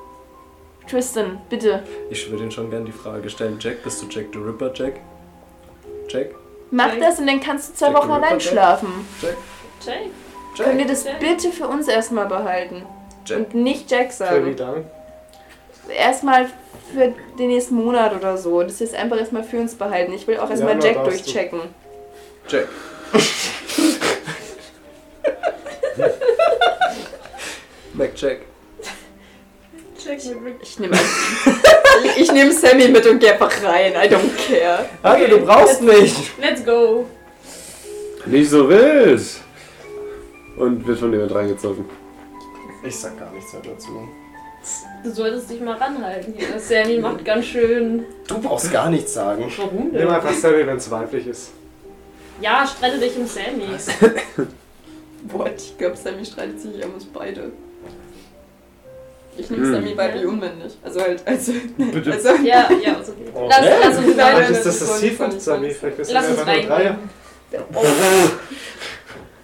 Speaker 3: Tristan, bitte.
Speaker 5: Ich würde ihn schon gern die Frage stellen, Jack, bist du Jack the Ripper, Jack? Jack?
Speaker 3: Mach
Speaker 4: Jack.
Speaker 3: das und dann kannst du zwei
Speaker 5: Jack
Speaker 3: Wochen
Speaker 5: the Ripper,
Speaker 3: allein
Speaker 5: Jack.
Speaker 3: schlafen.
Speaker 4: Jack?
Speaker 3: Können wir
Speaker 5: Jack?
Speaker 3: das
Speaker 4: Jack.
Speaker 3: bitte für uns erstmal behalten?
Speaker 5: Jack?
Speaker 3: Und nicht Jack
Speaker 6: Für wie
Speaker 3: sagen.
Speaker 6: lang?
Speaker 3: Erstmal für den nächsten Monat oder so. Das ist einfach erstmal für uns behalten. Ich will auch erstmal
Speaker 6: na,
Speaker 3: Jack
Speaker 6: darfst du.
Speaker 3: durchchecken.
Speaker 5: Jack. Mac Jack.
Speaker 4: Jack mit Rick.
Speaker 3: Ich nehme ich, ich nehm Sammy mit und geh einfach rein. I don't care.
Speaker 5: Alter, du brauchst mich!
Speaker 4: Let's go.
Speaker 1: Nicht so wild! Und wird von jemand reingezogen.
Speaker 5: Ich sag gar nichts mehr dazu.
Speaker 4: Du solltest dich mal ranhalten hier. Das Sammy macht ganz schön.
Speaker 5: Du brauchst gar nichts sagen.
Speaker 4: Warum
Speaker 6: Nimm
Speaker 4: denn?
Speaker 6: einfach Sammy, wenn es weiblich ist.
Speaker 4: Ja, streite dich um Sammy.
Speaker 3: What? Ich glaube, Sammy streitet sich an uns beide. Ich nehme
Speaker 1: Hm.
Speaker 3: Sammy weiblich unmännlich. Also halt, also.
Speaker 5: Bitte.
Speaker 3: also
Speaker 4: Ja, ja, ist okay.
Speaker 6: Oh.
Speaker 4: Lass,
Speaker 5: Hä?
Speaker 4: lass uns
Speaker 3: Nein,
Speaker 4: rein.
Speaker 3: nein,
Speaker 6: ist
Speaker 3: das
Speaker 6: das
Speaker 3: soll
Speaker 6: das
Speaker 3: nicht
Speaker 6: Ziel von
Speaker 3: sein.
Speaker 6: Sammy? Vielleicht ist
Speaker 4: Lass
Speaker 6: das
Speaker 4: uns
Speaker 6: einfach nur Dreier.
Speaker 4: rein.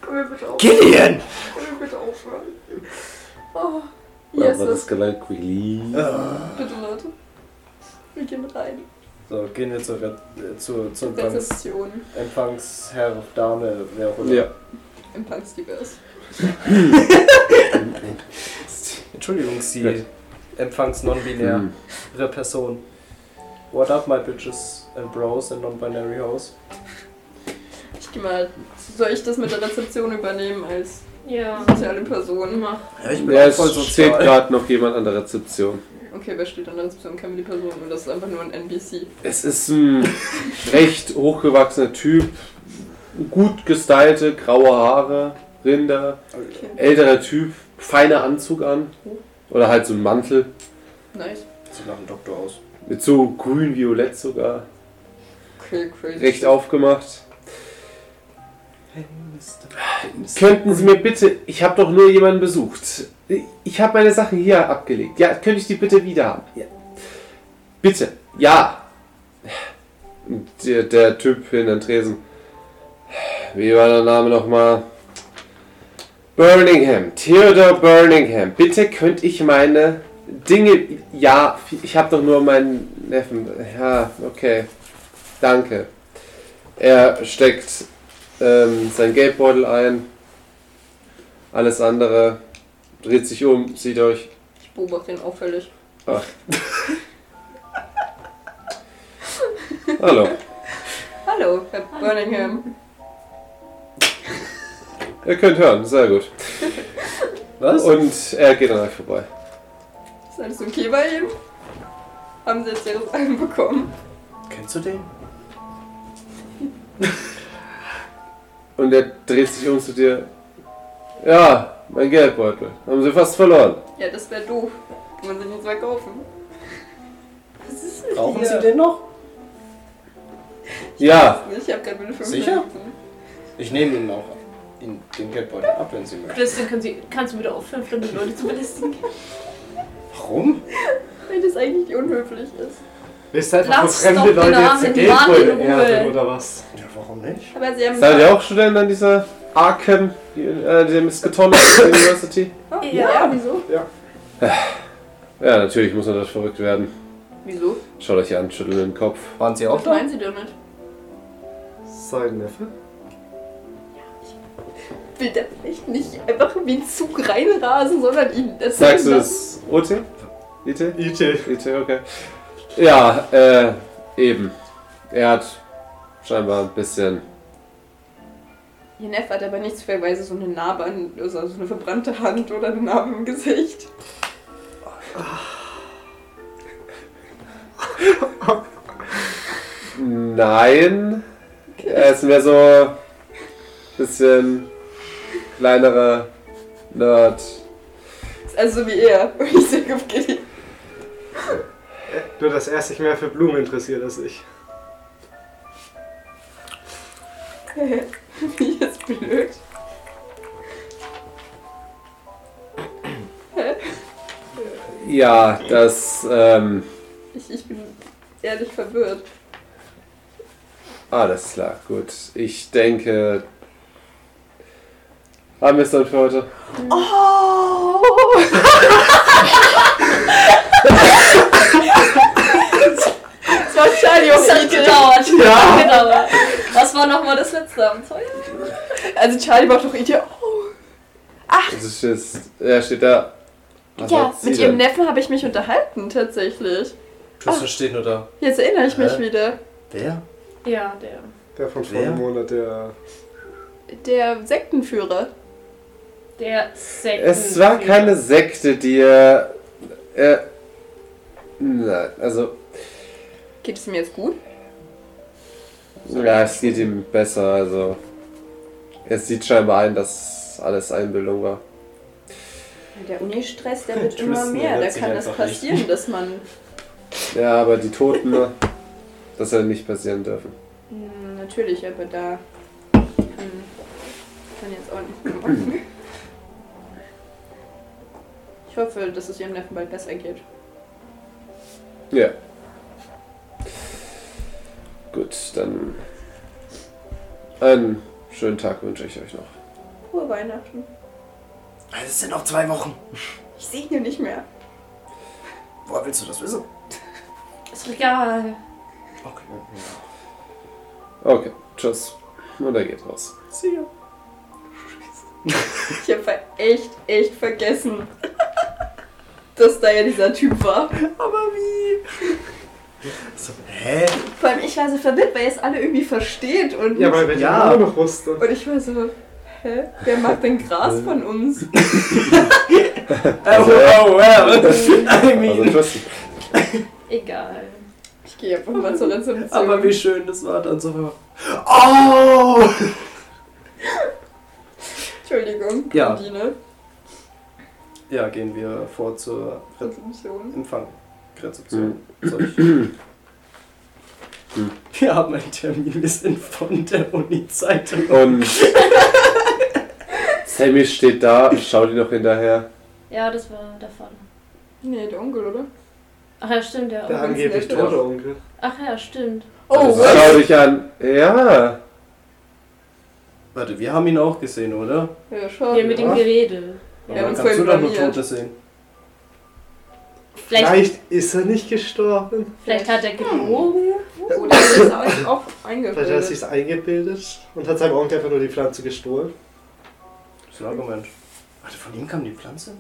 Speaker 3: Können wir bitte aufhören?
Speaker 5: Gillian!
Speaker 3: Können wir bitte aufhören? Oh,
Speaker 1: Oder
Speaker 3: yes,
Speaker 1: war das gelangt? Quickly.
Speaker 3: bitte Leute. Wir gehen rein.
Speaker 2: So, gehen wir zur, Re äh, zur, zur Empfangs
Speaker 3: Rezeption.
Speaker 2: Empfangsherr, Dame, wer auch immer.
Speaker 1: Ja.
Speaker 3: Empfangsdivers.
Speaker 2: Entschuldigung,
Speaker 1: Gut.
Speaker 2: Sie. Empfangs-non-binäre
Speaker 1: Hm.
Speaker 2: Person. What up, my bitches and bros and non-binary hoes?
Speaker 3: Ich geh mal. Soll ich das mit der Rezeption übernehmen als
Speaker 4: Ja.
Speaker 3: soziale Person?
Speaker 5: Ja, ich bin
Speaker 1: Ja,
Speaker 5: auch voll
Speaker 1: es steht
Speaker 5: sozial.
Speaker 1: gerade noch jemand an der Rezeption.
Speaker 3: Okay, wer steht an der Rezeption? Kennen wir die Person? Und das ist einfach nur ein NBC.
Speaker 1: Es ist ein recht hochgewachsener Typ, gut gestylte, graue Haare, Rinder,
Speaker 3: Okay.
Speaker 1: älterer Typ, feiner Anzug an. Oder halt so ein Mantel.
Speaker 3: Nice.
Speaker 2: Sieht nach dem Doktor aus.
Speaker 1: Mit so grün-violett sogar.
Speaker 3: Okay, crazy.
Speaker 1: Recht aufgemacht. Könnten Sie mir bitte, ich habe doch nur jemanden besucht. Ich habe meine Sachen hier abgelegt. Ja, könnte ich die bitte wieder haben? Ja. Bitte. Ja. Und Der, der Typ hinter dem Tresen. Wie war der Name nochmal? Birmingham. Theodore Birmingham. Bitte könnte ich meine Dinge... Ja, ich habe doch nur meinen Neffen. Ja, okay. Danke. Er steckt ähm, sein Geldbeutel ein. Alles andere dreht sich um, sieht euch.
Speaker 3: Ich beobachte ihn auffällig.
Speaker 1: Ach. Hallo.
Speaker 3: Hallo, Herr Birmingham.
Speaker 1: Ihr könnt hören, sehr gut.
Speaker 5: Was?
Speaker 1: Und er geht an euch vorbei.
Speaker 3: Ist alles okay bei ihm? Haben Sie jetzt Ihre Sachen bekommen?
Speaker 5: Kennst du den?
Speaker 1: Und er dreht sich um zu dir. Ja, mein Geldbeutel. Haben sie fast verloren.
Speaker 3: Ja, das wäre doof. Kann man sich nichts mehr kaufen.
Speaker 4: Was ist denn
Speaker 5: Brauchen
Speaker 4: hier?
Speaker 5: Sie den noch?
Speaker 1: Ja,
Speaker 3: Ich habe gerade meine 5
Speaker 2: Sicher?
Speaker 3: Minuten.
Speaker 2: Ich nehme ihn auch in den Geldbeutel ab, wenn Sie möchten.
Speaker 4: Christian, können Sie, kannst du wieder aufhören, fremde Leute zu belästigen?
Speaker 2: Warum?
Speaker 3: Weil das eigentlich unhöflich ist.
Speaker 6: Willst du einfach für
Speaker 4: Lass
Speaker 6: fremde
Speaker 4: doch den
Speaker 6: Leute
Speaker 4: armen
Speaker 6: jetzt
Speaker 4: Mann
Speaker 6: Geldbeutel
Speaker 4: in Ruhe.
Speaker 6: erden oder was?
Speaker 2: Ja, warum nicht?
Speaker 3: Aber Sie haben.
Speaker 1: seid ihr auch Student an dieser Arkham, äh, der Miskatonic University?
Speaker 3: Oh, ja.
Speaker 4: Ja.
Speaker 3: wieso?
Speaker 1: Ja, natürlich muss man das verrückt werden.
Speaker 3: Wieso?
Speaker 1: Schaut euch an, schüttelt den Kopf.
Speaker 5: Waren Sie auch
Speaker 3: Was
Speaker 5: da?
Speaker 3: meinen Sie damit?
Speaker 6: Sein Neffe?
Speaker 3: Will da vielleicht nicht einfach wie ein Zug reinrasen, sondern ihn. das-
Speaker 1: Sagst du es OT? IT?
Speaker 6: IT.
Speaker 1: IT, okay. Ja, äh, eben. Er hat scheinbar ein bisschen.
Speaker 3: Ihr Neffe hat aber nichts verweise so eine Narbe an, also so eine verbrannte Hand oder eine Narbe im Gesicht.
Speaker 1: Nein. Er ist mehr so ein bisschen kleinerer Nerd.
Speaker 3: Ist Also so wie er. Und ich sage auf Kitty.
Speaker 6: Nur, dass er sich mehr für Blumen interessiert als ich.
Speaker 3: Wie ist blöd.
Speaker 1: Ja, das. Ähm,
Speaker 3: Ich, ich bin ehrlich verwirrt.
Speaker 1: alles klar, gut. Ich denke. Haben wir es dann für heute?
Speaker 3: Oh! das war wahrscheinlich
Speaker 4: Das
Speaker 3: auch
Speaker 4: hat
Speaker 3: Idee.
Speaker 4: gedauert. Ja. gedauert. Was war nochmal das letzte Abenteuer?
Speaker 3: Also Charlie macht doch Idee. Oh.
Speaker 1: Das Also, ist jetzt, er steht da. Also, Was
Speaker 3: Ja,
Speaker 1: hat sie
Speaker 3: mit ihrem
Speaker 1: denn?
Speaker 3: Neffen habe ich mich unterhalten, tatsächlich.
Speaker 5: Christian steht nur da.
Speaker 3: Jetzt erinnere ich mich
Speaker 5: Hä?
Speaker 3: wieder.
Speaker 5: Wer?
Speaker 4: Ja, der.
Speaker 6: Der von
Speaker 5: Wer?
Speaker 6: vor einem Monat, der.
Speaker 3: Der Sektenführer.
Speaker 4: Der Sekten.
Speaker 1: Es war keine Sekte, die er. Äh, nein, also.
Speaker 3: Geht es mir jetzt gut?
Speaker 1: Ja, es geht ihm besser, also. Er sieht scheinbar ein, dass alles Einbildung war.
Speaker 3: Der Uni-Stress, der wird
Speaker 2: Tristan
Speaker 3: immer mehr. Da
Speaker 2: erinnert sich
Speaker 3: kann das
Speaker 2: einfach nicht.
Speaker 3: passieren, dass man.
Speaker 1: Ja, aber die Toten, ne, das hätte nicht passieren dürfen.
Speaker 3: Hm, Natürlich, aber da. Kann, kann jetzt auch nicht mehr machen. Ich hoffe, dass es ihrem Neffen bald besser geht.
Speaker 1: Ja. Gut, dann. Einen schönen Tag wünsche ich euch noch.
Speaker 3: Frohe Weihnachten.
Speaker 5: Es sind noch zwei Wochen.
Speaker 3: Ich segne nicht mehr.
Speaker 5: Woher willst du das wissen?
Speaker 4: Ist egal.
Speaker 5: Okay.
Speaker 1: Okay, tschüss. Und er geht raus.
Speaker 3: Ich habe echt, echt vergessen, dass da ja dieser Typ war.
Speaker 5: So, hä?
Speaker 3: Vor allem, ich war so verwirrt, weil ihr es alle irgendwie versteht und.
Speaker 6: Ja, weil wir
Speaker 5: Ja.
Speaker 6: den Namen noch wussten.
Speaker 3: und ich war so, hä? Wer macht denn Gras von uns?
Speaker 1: Also,
Speaker 5: oh, I
Speaker 1: Also
Speaker 5: mean.
Speaker 1: tschüss.
Speaker 4: Egal.
Speaker 3: Ich gehe einfach mal zur Rezeption.
Speaker 5: Aber wie schön das war dann so. Oh!
Speaker 3: Entschuldigung.
Speaker 5: Ja,
Speaker 3: Blondine.
Speaker 2: Ja, gehen wir vor zur Re
Speaker 3: Rezeption.
Speaker 2: Empfang.
Speaker 5: Hm.
Speaker 2: Rezeption. Solch.
Speaker 5: wir haben einen Termin, wir sind von der Uni-Zeitung.
Speaker 1: Und Sammy steht da, schaut ihn noch hinterher.
Speaker 4: Ja, das war der Vater.
Speaker 3: Nee, der Onkel, oder?
Speaker 4: Ach ja, stimmt, der
Speaker 6: Der
Speaker 4: Onkel.
Speaker 6: angeblich
Speaker 3: Ja.
Speaker 6: tote Onkel.
Speaker 4: Ach ja, stimmt.
Speaker 3: Oh,
Speaker 1: Also, schau dich an. Ja.
Speaker 2: Warte, wir haben ihn auch gesehen, oder?
Speaker 3: Ja,
Speaker 4: Wir
Speaker 3: schon.
Speaker 4: mit dem Gerede.
Speaker 3: Ja,
Speaker 2: Ja, dann
Speaker 3: uns
Speaker 2: kannst du
Speaker 3: vorhin
Speaker 2: doch nur
Speaker 3: blamiert.
Speaker 2: Tote sehen.
Speaker 4: Vielleicht, Hm.
Speaker 6: Vielleicht ist er nicht gestorben.
Speaker 4: vielleicht hat er gelogen.
Speaker 3: Oder der ist eigentlich auch
Speaker 6: Vielleicht hat er
Speaker 3: eingebildet.
Speaker 6: sich's eingebildet und hat seinem Onkel einfach nur die Pflanze gestohlen.
Speaker 2: Das ist ein Argument. Warte, von ihm kam die Pflanze?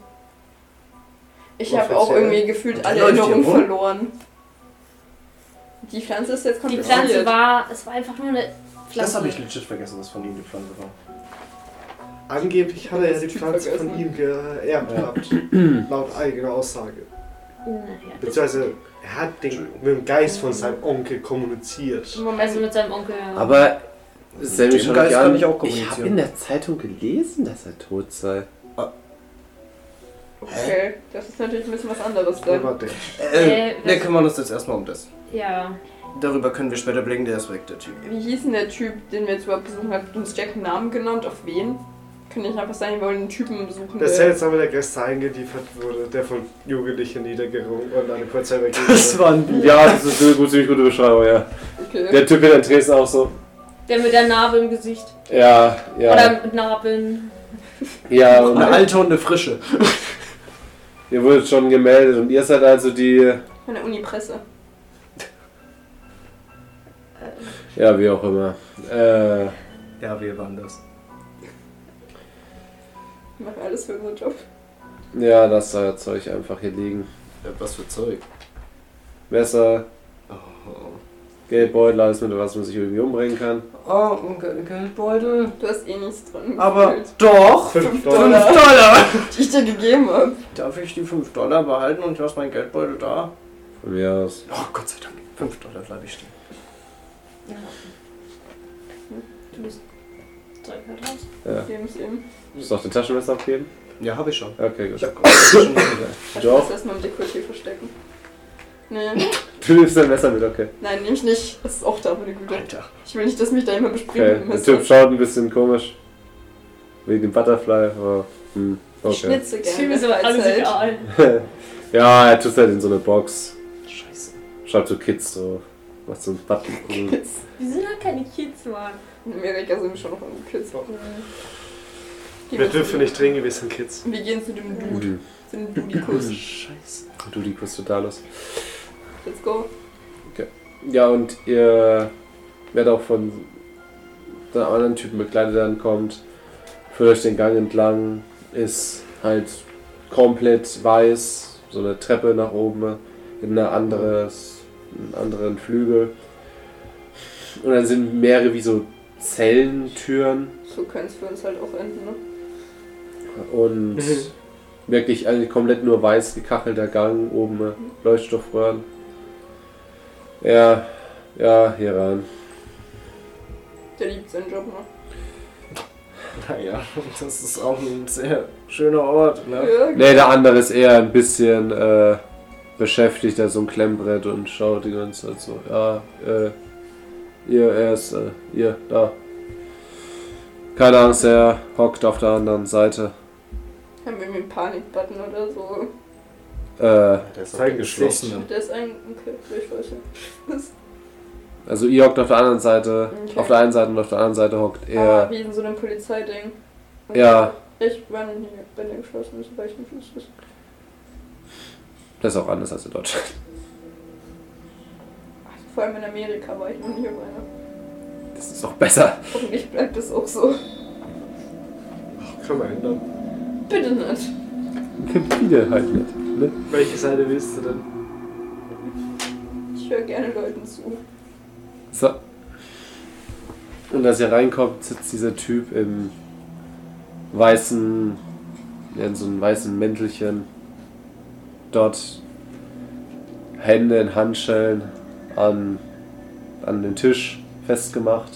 Speaker 3: Ich habe auch irgendwie gefühlt alle
Speaker 2: Läuft hier
Speaker 3: Erinnerungen
Speaker 2: rum?
Speaker 3: verloren. Die Pflanze ist jetzt
Speaker 4: Die
Speaker 3: konfisziert.
Speaker 4: Pflanze war, es war einfach nur eine Pflanze.
Speaker 2: Das habe ich legit vergessen, dass von ihm die Pflanze war.
Speaker 6: Angeblich hat er ja die
Speaker 3: Typ
Speaker 6: Pflanze von
Speaker 3: vergessen.
Speaker 6: ihm geerbt
Speaker 2: Ja.
Speaker 6: gehabt. Laut eigener Aussage.
Speaker 4: Naja, das-
Speaker 6: Beziehungsweise er hat den, mit dem Geist von seinem Onkel kommuniziert.
Speaker 4: also
Speaker 3: Moment,
Speaker 4: mit seinem Onkel. ja.
Speaker 1: Aber Sammy
Speaker 2: dem
Speaker 1: schaut
Speaker 2: Geist
Speaker 1: dich an.
Speaker 2: kann ich auch
Speaker 1: ich habe
Speaker 2: kommunizieren.
Speaker 1: in der Zeitung gelesen, dass er tot sei.
Speaker 3: okay. Das ist natürlich ein bisschen was anderes
Speaker 6: Wer
Speaker 3: dann.
Speaker 6: war der?
Speaker 4: Äh,
Speaker 2: Ähm,
Speaker 4: was-
Speaker 2: wir kümmern uns jetzt erstmal um das.
Speaker 4: ja.
Speaker 2: Darüber können wir später blicken, der ist weg, der Typ.
Speaker 3: Wie hieß denn der Typ, den wir jetzt überhaupt besuchen? Hat uns Jack einen Namen genannt? Auf wen? Könnte ich einfach sagen, wir wollen einen Typen besuchen.
Speaker 6: Der
Speaker 3: der-
Speaker 6: seltsame, der gestern eingeliefert wurde, der von Jugendlichen niedergerungen und an die Polizei weggegeben
Speaker 5: Das
Speaker 6: wurde.
Speaker 5: war ein
Speaker 1: Ja, das ist eine gut, ziemlich gute Beschreibung, ja.
Speaker 3: Okay.
Speaker 1: Der Typ in Dresden auch so.
Speaker 4: Der mit der Narbe im Gesicht.
Speaker 1: Ja, ja.
Speaker 4: Oder mit Narben.
Speaker 1: ja, und
Speaker 5: Eine alte und eine frische.
Speaker 1: ihr wurdet schon gemeldet und ihr seid also die.
Speaker 3: Von der Uni-Presse.
Speaker 1: Ja, wie auch immer. Äh,
Speaker 5: Ja, wir waren das.
Speaker 3: Ich mache alles für unseren Job.
Speaker 1: ja, das soll euer Zeug einfach hier liegen.
Speaker 2: Äh, Was für Zeug.
Speaker 1: Messer,
Speaker 2: Oh,
Speaker 1: Geldbeutel, alles mit was man sich irgendwie umbringen kann.
Speaker 2: oh ein Ge- Geldbeutel.
Speaker 3: Du hast eh nichts drin.
Speaker 2: Aber
Speaker 3: gefühlt,
Speaker 2: doch!
Speaker 6: 5
Speaker 3: Dollar.
Speaker 2: 5
Speaker 6: Dollar.
Speaker 2: Dollar!
Speaker 3: Die ich dir gegeben habe.
Speaker 2: Darf ich die 5 Dollar behalten und lass mein Geldbeutel da?
Speaker 1: Von mir aus.
Speaker 2: Oh, Gott sei Dank. 5 Dollar bleibe ich stehen.
Speaker 4: Du bist Zeug halt raus.
Speaker 3: Geben es ihm.
Speaker 1: Musst du noch den Taschenmesser abgeben?
Speaker 2: Ja, habe ich schon.
Speaker 1: Okay,
Speaker 2: Ich
Speaker 1: gut.
Speaker 2: habe schon wieder.
Speaker 3: Ich
Speaker 1: Doch.
Speaker 3: muss erstmal im Dekolleté verstecken. Nee.
Speaker 1: Du nimmst dein Messer mit, okay.
Speaker 3: Nein, nehme ich nicht. Das ist auch da, meine Güte.
Speaker 2: Alter.
Speaker 3: Ich will nicht, dass mich da jemand
Speaker 1: Okay,
Speaker 3: bespringt.
Speaker 1: der Typ schaut ein bisschen komisch. Wegen dem Butterfly, aber. Hm,
Speaker 3: Ich
Speaker 1: okay.
Speaker 3: schnitze
Speaker 4: Das
Speaker 3: gerne.
Speaker 4: ist mir so alles
Speaker 3: Freizeit.
Speaker 4: egal.
Speaker 1: Ja, er tut halt in so eine Box.
Speaker 2: Scheiße.
Speaker 1: Schreibt so Kids drauf. Macht so einen Button.
Speaker 3: Kids.
Speaker 4: Wir sind halt keine Kids, Mann.
Speaker 3: In Amerika sind wir schon noch am Kids.
Speaker 4: Hm.
Speaker 3: Gehen
Speaker 6: Wir
Speaker 3: zu
Speaker 6: dürfen
Speaker 3: dem-
Speaker 6: nicht trinken, wir sind Kids.
Speaker 3: Wir gehen zu dem Dude.
Speaker 1: Mhm.
Speaker 3: Zu dem Dudikus.
Speaker 2: Scheiße.
Speaker 1: Du, die Quest Totalus.
Speaker 3: Let's go.
Speaker 1: Ja, und ihr werdet auch von den anderen Typen begleitet, der dann kommt. Führt euch den Gang entlang, ist halt komplett weiß, so eine Treppe nach oben in eine anderes, einen anderen Flügel. Und dann sind mehrere wie so Zellentüren
Speaker 3: So können es für uns halt auch enden, ne?
Speaker 1: und
Speaker 6: Mhm.
Speaker 1: wirklich eigentlich komplett nur weiß gekachelter Gang oben äh, Leuchtstoffröhren. Ja, ja, hier rein.
Speaker 3: Der liebt seinen Job, ne?
Speaker 2: Naja, das ist auch ein sehr schöner Ort, ne?
Speaker 3: Ja,
Speaker 1: Nee, der andere ist eher ein bisschen äh, beschäftigt, der so ein Klemmbrett und schaut die ganze Zeit so, ja, äh, ihr, er ist, äh, ihr, da. Keine Angst, er hockt auf der anderen Seite.
Speaker 3: Haben wir irgendwie einen Panikbutton oder so?
Speaker 1: Äh,
Speaker 2: Der ist
Speaker 6: auf dem geschlossenen.
Speaker 3: Der ist ein. Okay, ich weiß nicht.
Speaker 1: also ihr hockt auf der anderen Seite,
Speaker 3: Okay.
Speaker 1: auf der einen Seite und auf der anderen Seite hockt
Speaker 3: Ah,
Speaker 1: er.
Speaker 3: wie in so einem Polizeiding. Okay.
Speaker 1: Ja,
Speaker 3: Ich war noch nie bei der geschlossen, ist, weil ich nicht wusste.
Speaker 1: das ist auch anders als in Deutschland.
Speaker 3: Vor allem in Amerika war ich noch nie auf einer.
Speaker 1: Das ist noch besser.
Speaker 3: Hoffentlich bleibt das auch so.
Speaker 6: Kann man ändern.
Speaker 3: Bitte nicht.
Speaker 1: Viele halt nicht. Ne?
Speaker 6: Welche Seite willst du denn?
Speaker 3: Ich höre gerne Leuten zu.
Speaker 1: So. Und als ihr reinkommt, sitzt dieser Typ im weißen, ja, in so einem weißen Mäntelchen. Dort Hände in Handschellen an, an den Tisch festgemacht.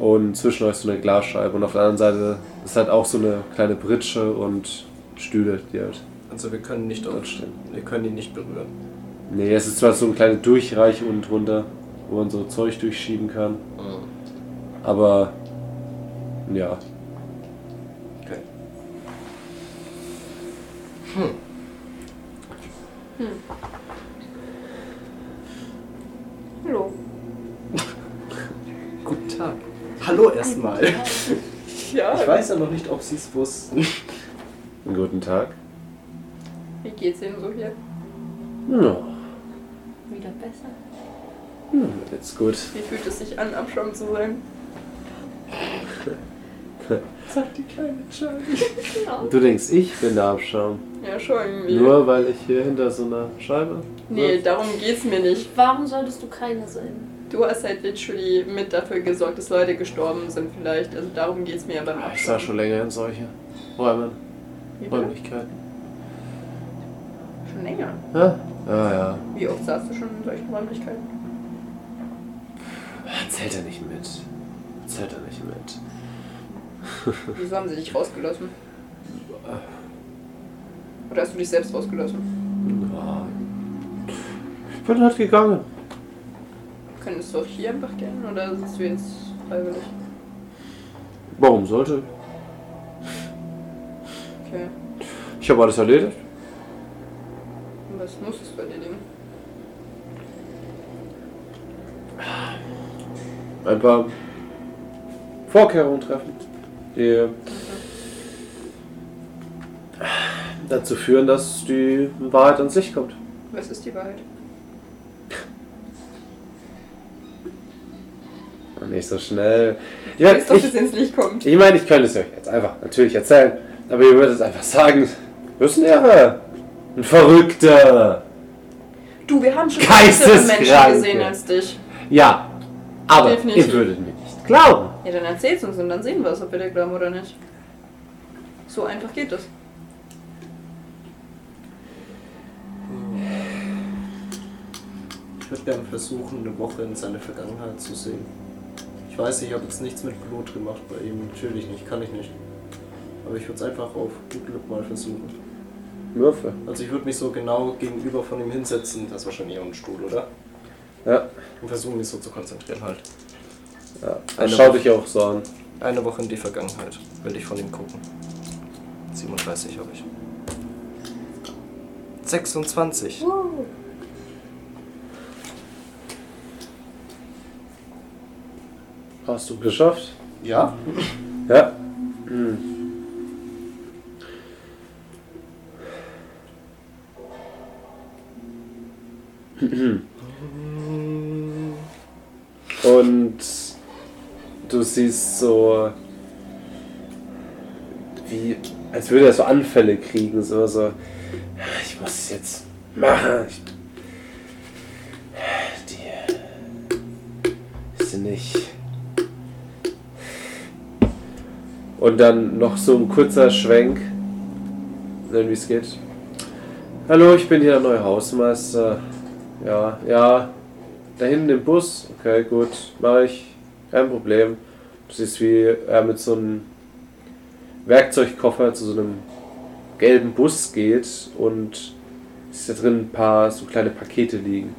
Speaker 1: Und zwischen euch so eine Glasscheibe. Und auf der anderen Seite ist halt auch so eine kleine Pritsche und Stühle, die halt
Speaker 2: Also wir können nicht
Speaker 1: dort
Speaker 2: auf,
Speaker 1: stehen.
Speaker 2: wir können ihn nicht berühren.
Speaker 1: Nee, es ist zwar so eine kleine Durchreiche unten drunter, wo man so Zeug durchschieben kann. Aber ja.
Speaker 3: Hallo.
Speaker 2: Guten Tag. Hallo erstmal.
Speaker 3: Ja.
Speaker 2: Ich weiß ja noch nicht, ob Sie es wussten.
Speaker 1: Einen guten Tag.
Speaker 3: Wie geht's Ihnen so hier?
Speaker 1: Ja,
Speaker 4: Wieder besser.
Speaker 1: jetzt gut.
Speaker 3: Wie fühlt es sich an, abschirmt zu sein?
Speaker 2: Sagt die kleine Charlie.
Speaker 4: Genau.
Speaker 1: Du denkst, ich bin der Abschaum.
Speaker 3: Ja, schon irgendwie.
Speaker 1: Nur weil ich hier hinter so einer Scheibe.
Speaker 3: Nee, darum geht's mir nicht.
Speaker 4: Warum solltest du keine sein?
Speaker 3: Du hast halt literally mit dafür gesorgt, dass Leute gestorben sind vielleicht. Also darum geht's mir ja beim
Speaker 1: Ah, Ich war schon länger in solche Räumen,
Speaker 3: Wie bitte?
Speaker 1: Räumlichkeiten.
Speaker 3: Schon länger.
Speaker 1: Ja? Ja, ja.
Speaker 3: Wie oft saßt du schon in solchen Räumlichkeiten?
Speaker 1: Zählt er nicht mit. Zählt er nicht mit.
Speaker 3: Wieso haben sie dich rausgelassen?
Speaker 1: Ah.
Speaker 3: Oder hast du dich selbst rausgelassen?
Speaker 1: Ja. Ich bin halt gegangen.
Speaker 3: Könntest du auch hier einfach gehen oder sitzt du jetzt freiwillig?
Speaker 1: Warum sollte?
Speaker 3: Okay.
Speaker 1: Ich habe alles erledigt.
Speaker 3: Und was musstest du erledigen?
Speaker 1: Ein paar Vorkehrungen treffen, die dazu führen, dass die Wahrheit ans Licht kommt.
Speaker 3: Was ist die Wahrheit?
Speaker 1: Nicht so schnell.
Speaker 3: Du
Speaker 1: Ja,
Speaker 3: willst doch,
Speaker 1: ich,
Speaker 3: dass ins Licht kommt.
Speaker 1: Ich meine, ich könnte es euch jetzt einfach natürlich erzählen, aber ihr würdet einfach sagen, das ist ein Irrer, ein Verrückter.
Speaker 3: Du, wir haben schon
Speaker 1: Geisteskranke.
Speaker 3: größere Menschen gesehen als dich.
Speaker 1: Ja, aber
Speaker 3: Definitiv.
Speaker 1: ihr würdet mir nicht glauben.
Speaker 3: Ja, dann erzähl's uns und dann sehen wir es, ob wir dir glauben oder nicht. So einfach geht das.
Speaker 2: Ich würde gerne versuchen, eine Woche in seine Vergangenheit zu sehen. Ich weiß, ich habe jetzt nichts mit Blut gemacht bei ihm. Natürlich nicht, kann ich nicht. Aber ich würde es einfach auf gut Glück mal versuchen.
Speaker 1: Würfe.
Speaker 2: Also ich würde mich so genau gegenüber von ihm hinsetzen. Das ist wahrscheinlich eher ein Stuhl, oder?
Speaker 1: Ja,
Speaker 2: Und versuchen, mich so zu konzentrieren halt.
Speaker 1: ja. Er schaut dich auch so an.
Speaker 2: Eine Woche in die Vergangenheit will ich von ihm gucken. 37 habe ich. 26.
Speaker 1: Hast du geschafft?
Speaker 2: Ja?
Speaker 1: Ja. Hm. Und du siehst so, wie, als würde er so Anfälle kriegen, so, so, ich muss es jetzt machen. Ich, die sind äh, nicht. Und dann noch so ein kurzer Schwenk. Nennen, wie es geht. Hallo, ich bin hier der neue Hausmeister. Ja, ja. Da hinten im Bus. Okay, gut. Mache ich. Kein Problem. Du siehst, wie er mit so einem Werkzeugkoffer zu so einem gelben Bus geht und ist da drin ein paar so kleine Pakete liegen.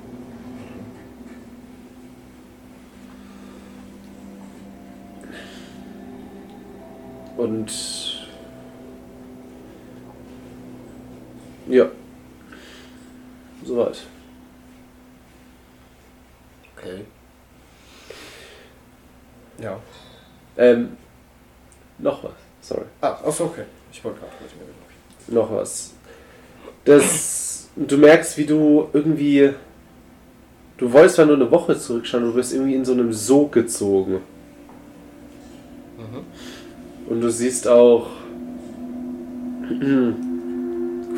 Speaker 1: Und ja, soweit.
Speaker 2: Okay. Ja.
Speaker 1: Ähm, noch was, sorry,
Speaker 2: Ah, achso, okay. Ich wollte gerade mit mir reden.
Speaker 1: noch was. Das, du merkst, wie du irgendwie, du wolltest zwar nur eine Woche zurückschauen, du wirst irgendwie in so einem Sog gezogen. Und du siehst auch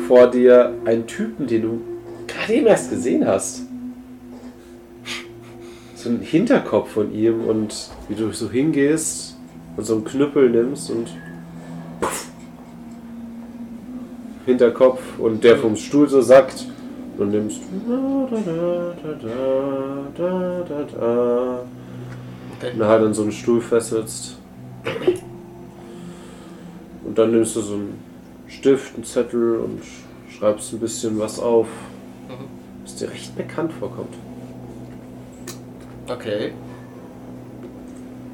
Speaker 1: vor dir einen Typen, den du gerade eben erst gesehen hast. So ein Hinterkopf von ihm und wie du so hingehst und so einen Knüppel nimmst und puff. Hinterkopf und der vom Stuhl so sackt und nimmst. Wenn du halt an so einem Stuhl fesselst. Und dann nimmst du so einen Stift, einen Zettel und schreibst ein bisschen was auf. Was dir recht bekannt vorkommt.
Speaker 2: Okay.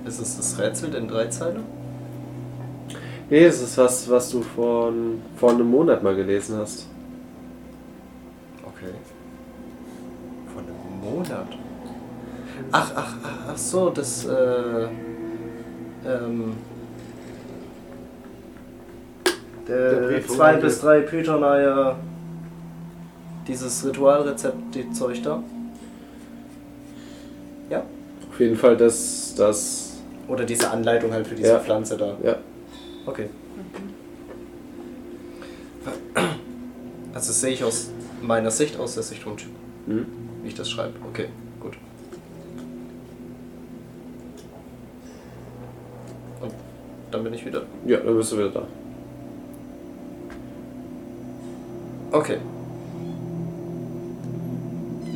Speaker 2: Ist es das Rätsel in drei Zeilen?
Speaker 1: Nee, das ist was, was du vor, vor einem Monat mal gelesen hast.
Speaker 2: Okay. Von einem Monat? Ach, ach, ach, ach so, das, äh, ähm,
Speaker 6: Der
Speaker 2: der
Speaker 6: Brief
Speaker 2: zwei
Speaker 6: wurde-
Speaker 2: bis drei Python-Eier, dieses Ritualrezept, die Zeug da.
Speaker 1: Auf jeden Fall das, das
Speaker 2: Oder diese Anleitung halt für diese
Speaker 1: Ja.
Speaker 2: Pflanze da.
Speaker 1: Ja.
Speaker 2: Okay. Also das sehe ich aus meiner Sicht aus der Sicht vom Typ,
Speaker 1: Mhm.
Speaker 2: wie ich das schreibe. Okay, gut. Und Oh, dann bin ich wieder.
Speaker 1: Ja, dann bist du wieder da.
Speaker 2: Okay.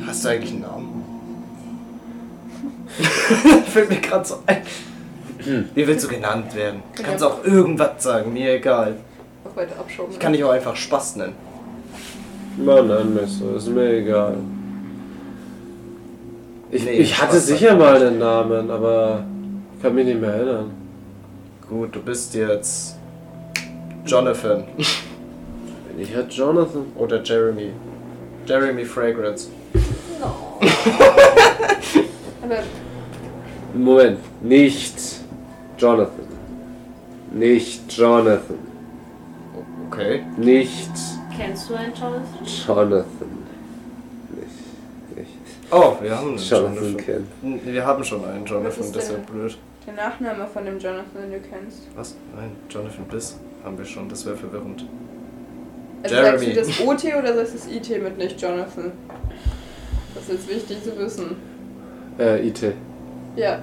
Speaker 2: Hast du eigentlich einen Namen? Fällt mir gerade so ein.
Speaker 1: Hm.
Speaker 2: Wie willst du genannt werden? Du kannst auch irgendwas sagen, mir egal.
Speaker 3: Auch weiter abschauen.
Speaker 2: Ich kann dich auch einfach Spaß nennen.
Speaker 1: Mann, nein, Messer, ist mir egal. Ich,
Speaker 2: Nee,
Speaker 1: ich hatte
Speaker 2: Spaß,
Speaker 1: sicher
Speaker 2: Mann.
Speaker 1: mal einen Namen, aber ich kann mich nicht mehr erinnern.
Speaker 2: Gut, du bist jetzt Jonathan
Speaker 1: Wenn ich halt Jonathan.
Speaker 2: oder Jeremy. Jeremy Fragrance.
Speaker 3: Aber
Speaker 1: Moment, nicht Jonathan. Nicht Jonathan.
Speaker 2: Okay.
Speaker 1: Nicht
Speaker 4: Kennst du einen Jonathan?
Speaker 1: Jonathan. Nicht, nicht
Speaker 2: Oh, wir haben einen
Speaker 1: Jonathan
Speaker 2: Jonathan.
Speaker 1: Kent.
Speaker 2: N- Wir haben schon einen
Speaker 3: Was
Speaker 2: Jonathan,
Speaker 3: ist
Speaker 2: das ist ja
Speaker 3: denn?
Speaker 2: blöd.
Speaker 3: der Nachname von dem Jonathan, den du kennst.
Speaker 2: Was? Nein, Jonathan Bliss haben wir schon, das wäre verwirrend.
Speaker 3: Also sagst du
Speaker 2: Jeremy.
Speaker 3: das OT oder sagst du das IT mit nicht Jonathan? Das ist jetzt wichtig zu wissen.
Speaker 1: Äh, IT.
Speaker 3: Ja.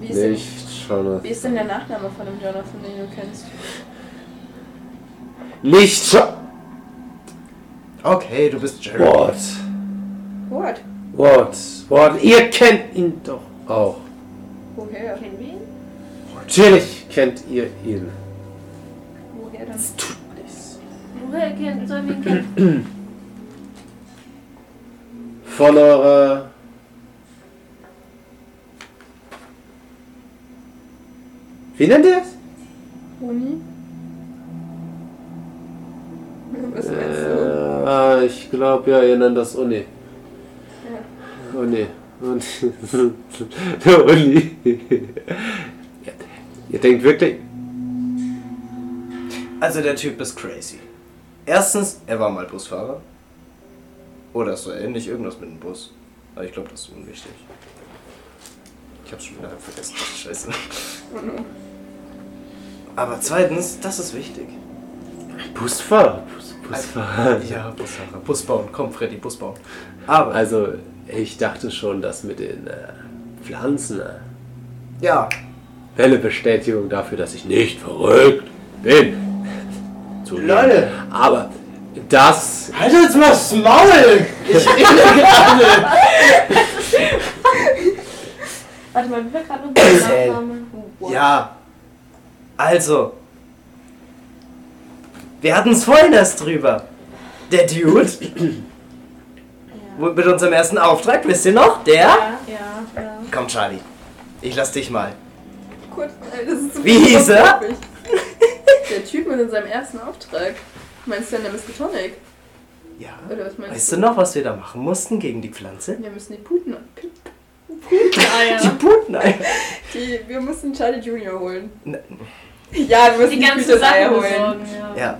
Speaker 3: Wie ist, denn,
Speaker 1: Nicht Jonathan.
Speaker 3: wie ist denn der Nachname von dem Jonathan, den du kennst?
Speaker 1: Nicht Jonathan.
Speaker 2: Okay, du bist Jeremy.
Speaker 1: What?
Speaker 3: What?
Speaker 1: What? What? Ihr kennt ihn doch auch.
Speaker 3: Woher?
Speaker 4: Kennen wir ihn?
Speaker 1: Natürlich kennt ihr ihn.
Speaker 3: Woher denn?
Speaker 4: Woher kennen, sollen wir ihn kennen?
Speaker 1: Von eurer. Wie nennt ihr es?
Speaker 3: Uni? Was meinst du?
Speaker 1: Äh, ah, ich glaube ja, ihr nennt das Uni.
Speaker 2: Äh,
Speaker 3: Ja.
Speaker 1: Uni. Uni. Der Uni. Ja, ihr denkt wirklich.
Speaker 2: Also der Typ ist crazy. Erstens, er war mal Busfahrer. Oder so ähnlich, irgendwas mit dem Bus. Aber ich glaube, das ist unwichtig. Ich hab's schon wieder halb vergessen. Scheiße. Aber zweitens, das ist wichtig.
Speaker 1: Busfahrer. Bus, Busfahrer.
Speaker 2: Ja, Busfahrer. Bus bauen. Komm, Freddy, Bus bauen. Aber.
Speaker 1: Also, ich dachte schon, dass mit den äh, Pflanzen. Äh,
Speaker 2: ja.
Speaker 1: Helle Bestätigung dafür, dass ich nicht verrückt bin. Zu
Speaker 6: Leute.
Speaker 1: Aber das.
Speaker 6: Halt jetzt mal das Maul!
Speaker 4: Warte mal, wie war gerade noch der Nachname? Wow.
Speaker 2: Ja. Also. Wir hatten es vorhin erst drüber. Der Dude
Speaker 4: Ja.
Speaker 2: mit unserem ersten Auftrag, wisst ihr noch? Der.
Speaker 4: Ja, ja, ja.
Speaker 2: Komm, Charlie. Ich lass dich mal.
Speaker 3: Kurz, äh, das ist
Speaker 2: Wie hieß er?
Speaker 3: unglaublich. Der Typ mit seinem ersten Auftrag. Meinst du, der Mr. Tonic?
Speaker 2: Ja.
Speaker 3: Oder was meinst
Speaker 2: Weißt du noch, was wir da machen mussten gegen die Pflanze?
Speaker 3: Wir müssen die Puten.
Speaker 2: Die
Speaker 4: Eier.
Speaker 2: Puten ein.
Speaker 3: Die, wir müssen Charlie Junior holen.
Speaker 2: Na-
Speaker 3: Ja, wir müssen
Speaker 4: Die
Speaker 3: die,
Speaker 4: ganze
Speaker 3: Puteneier
Speaker 4: Sache
Speaker 3: holen.
Speaker 4: besorgen, ja.
Speaker 2: Ja.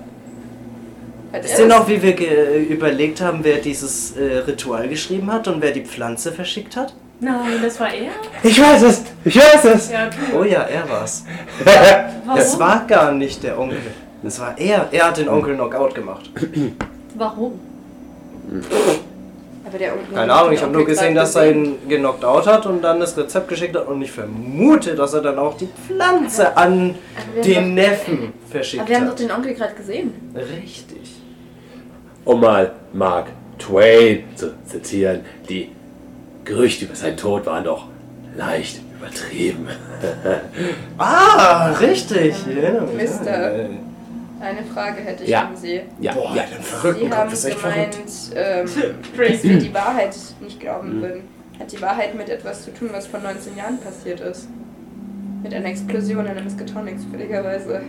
Speaker 3: Hat
Speaker 2: Wisst ihr
Speaker 3: er das?
Speaker 2: noch, wie wir ge- überlegt haben, wer dieses äh, Ritual geschrieben hat und wer die Pflanze verschickt hat?
Speaker 4: Nein, das war er?
Speaker 1: Ich weiß es! Ich weiß es!
Speaker 4: Ja, du.
Speaker 2: Oh ja, er war's.
Speaker 4: Warum?
Speaker 2: Das war gar nicht der Onkel. Das war er. Er hat den Onkel Knockout gemacht.
Speaker 4: Warum?
Speaker 3: Aber der Onkel-
Speaker 2: Keine Ahnung, ich habe nur
Speaker 3: Onkel
Speaker 2: gesehen,
Speaker 3: Frank
Speaker 2: dass er ihn genockt out hat und dann das Rezept geschickt hat und ich vermute, dass er dann auch die Pflanze an
Speaker 3: Aber wir haben
Speaker 2: den Neffen
Speaker 3: doch-
Speaker 2: verschickt
Speaker 3: Aber wir haben doch
Speaker 2: hat.
Speaker 3: den Onkel gerade gesehen.
Speaker 2: Richtig.
Speaker 1: Um mal Mark Twain zu zitieren, die Gerüchte über seinen Tod waren doch leicht
Speaker 2: Übertrieben. ah, richtig.
Speaker 3: Ja.
Speaker 2: ich erinnere mich.
Speaker 3: Mister.
Speaker 2: Ja, ja, ja.
Speaker 3: Eine Frage hätte ich
Speaker 1: Ja.
Speaker 3: an Sie.
Speaker 1: Ja,
Speaker 2: Boah,
Speaker 1: ja.
Speaker 2: den verrückten
Speaker 3: Sie haben
Speaker 2: Kopf ist echt verrückt.
Speaker 3: gemeint, ähm, dass wir die Wahrheit nicht glauben würden. Hat die Wahrheit mit etwas zu tun, was vor 19 Jahren passiert ist? Mit einer Explosion in der Miskatonic, zufälligerweise.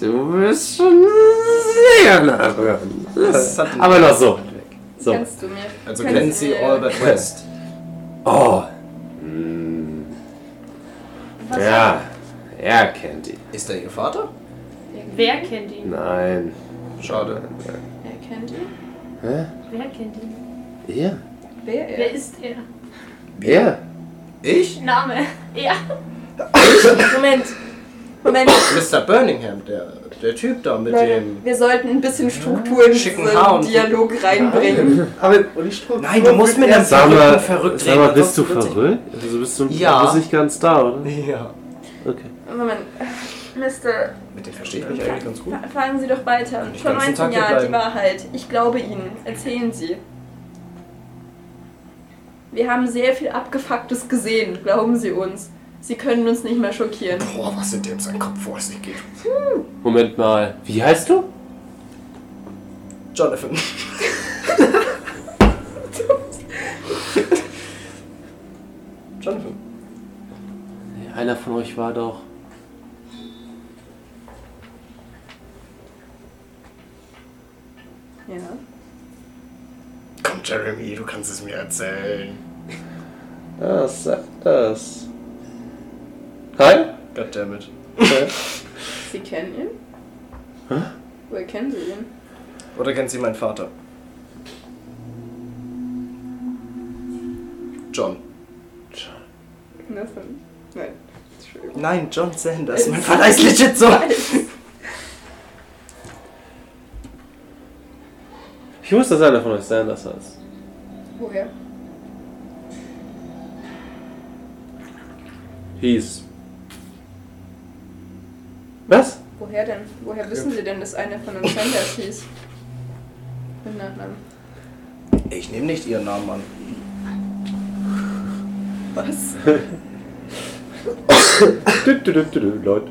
Speaker 1: Du bist schon sehr nah dran.
Speaker 2: Das hat-
Speaker 1: Aber noch so. So.
Speaker 3: Kannst du mir.
Speaker 2: Also
Speaker 3: kannst
Speaker 2: kennen
Speaker 3: du
Speaker 2: Sie
Speaker 3: mir-
Speaker 2: Albert West?
Speaker 1: Oh. Mm.
Speaker 4: Was
Speaker 1: Ja, er kennt ihn.
Speaker 2: Ist er Ihr Vater?
Speaker 4: Wer kennt ihn?
Speaker 1: Nein.
Speaker 2: Schade.
Speaker 3: Er kennt ihn.
Speaker 1: Hä?
Speaker 4: Wer kennt ihn?
Speaker 1: Er?
Speaker 3: Wer
Speaker 4: Wer
Speaker 3: er?
Speaker 4: ist er?
Speaker 1: Er?
Speaker 2: Ich?
Speaker 4: Name? Ja. Moment.
Speaker 3: Moment,
Speaker 2: Mr. Birmingham, der, der Typ da mit
Speaker 3: Leute,
Speaker 2: dem.
Speaker 3: wir sollten ein bisschen Struktur in
Speaker 2: Schicken
Speaker 3: diesen
Speaker 2: Haaren.
Speaker 3: Dialog reinbringen.
Speaker 6: Aber und ich trug
Speaker 2: Nein, du musst mit einem
Speaker 1: Sag mal,
Speaker 2: verrückten verrückt
Speaker 1: sag mal
Speaker 2: reden,
Speaker 1: bist du
Speaker 2: sonst wird's-
Speaker 1: verrückt? Also bist du
Speaker 2: Ja.
Speaker 1: bist nicht ganz da, oder?
Speaker 2: Ja.
Speaker 1: Okay.
Speaker 3: Moment. Mr.
Speaker 2: Mit dem verstehe ich mich eigentlich ganz gut.
Speaker 3: Fra- Fragen Sie doch weiter.
Speaker 2: Ich
Speaker 3: Vor
Speaker 2: kann den
Speaker 3: 19
Speaker 2: Tag hier
Speaker 3: Jahren die
Speaker 2: bleiben.
Speaker 3: Wahrheit. Ich glaube Ihnen. Erzählen Sie. Wir haben sehr viel Abgefucktes gesehen, glauben Sie uns. Sie können uns nicht mehr schockieren.
Speaker 2: Boah, was in dem sein Kopf vor sich geht.
Speaker 1: Moment mal. Wie heißt du?
Speaker 2: Jonathan. Jonathan.
Speaker 1: Einer von euch war doch.
Speaker 3: Ja.
Speaker 2: Komm, Jeremy, du kannst es mir erzählen.
Speaker 1: Das, das. Hi?
Speaker 2: Goddammit.
Speaker 3: Sie kennen ihn? Woher kennen Sie ihn?
Speaker 2: Oder kennt sie meinen Vater? John.
Speaker 3: Nathan? Nein. Entschuldigung.
Speaker 2: Nein, John Sanders. Mein Vater ist legit so.
Speaker 1: Ich wusste, dass einer von euch Sanders heißt.
Speaker 3: Woher?
Speaker 1: Hieß. Was?
Speaker 3: Woher denn? Woher wissen Sie denn, dass einer von uns Sanders hieß? Mit Nachnamen.
Speaker 2: Ich nehme nicht ihren Namen an.
Speaker 3: Was?
Speaker 1: Du, du, du, du, du, Leute.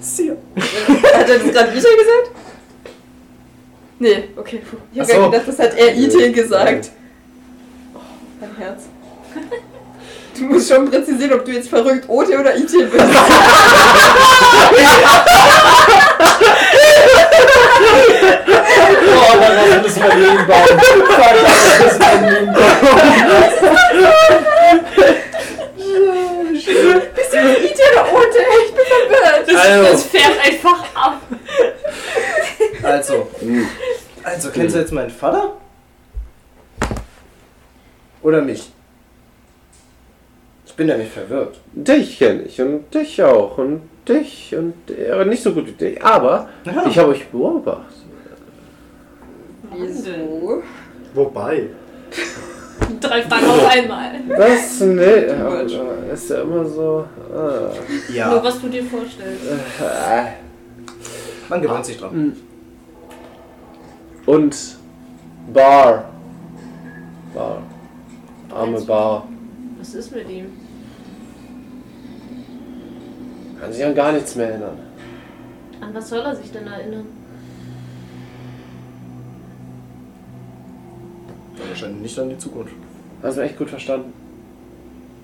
Speaker 2: Sie.
Speaker 3: Hat er das gerade IT gesagt? Nee, okay. Puh. Ich
Speaker 2: Ach
Speaker 3: hab
Speaker 2: so.
Speaker 3: grad gedacht, das hat er IT gesagt. Oh, mein Herz. Du musst schon präzisieren, ob du jetzt verrückt OT oder IT bist.
Speaker 1: Oh, dann ist mein Leben
Speaker 3: Bist du jetzt IT oder OT? Ich bin verwirrt.
Speaker 4: Das fährt einfach ab.
Speaker 2: Also. Also, kennst du jetzt meinen Vater? Oder mich? Ich bin nämlich verwirrt.
Speaker 1: Dich kenne ich und dich auch und dich und aber nicht so gut wie dich. Aber ich habe euch beobachtet.
Speaker 3: Wieso?
Speaker 6: Wobei.
Speaker 4: Drei Fragen auf einmal.
Speaker 1: Das ne, aber
Speaker 3: Mensch.
Speaker 1: ist ja immer so. Ah.
Speaker 4: Nur
Speaker 2: Ja.
Speaker 4: was du dir vorstellst.
Speaker 1: äh.
Speaker 2: Man gewöhnt sich dran.
Speaker 1: Und Bar. Bar. Arme Bar.
Speaker 4: Was ist mit ihm?
Speaker 1: Kann sich an gar nichts mehr erinnern.
Speaker 4: An was soll er sich denn erinnern?
Speaker 2: Wahrscheinlich nicht an die Zukunft.
Speaker 1: Haben sie mir echt gut verstanden.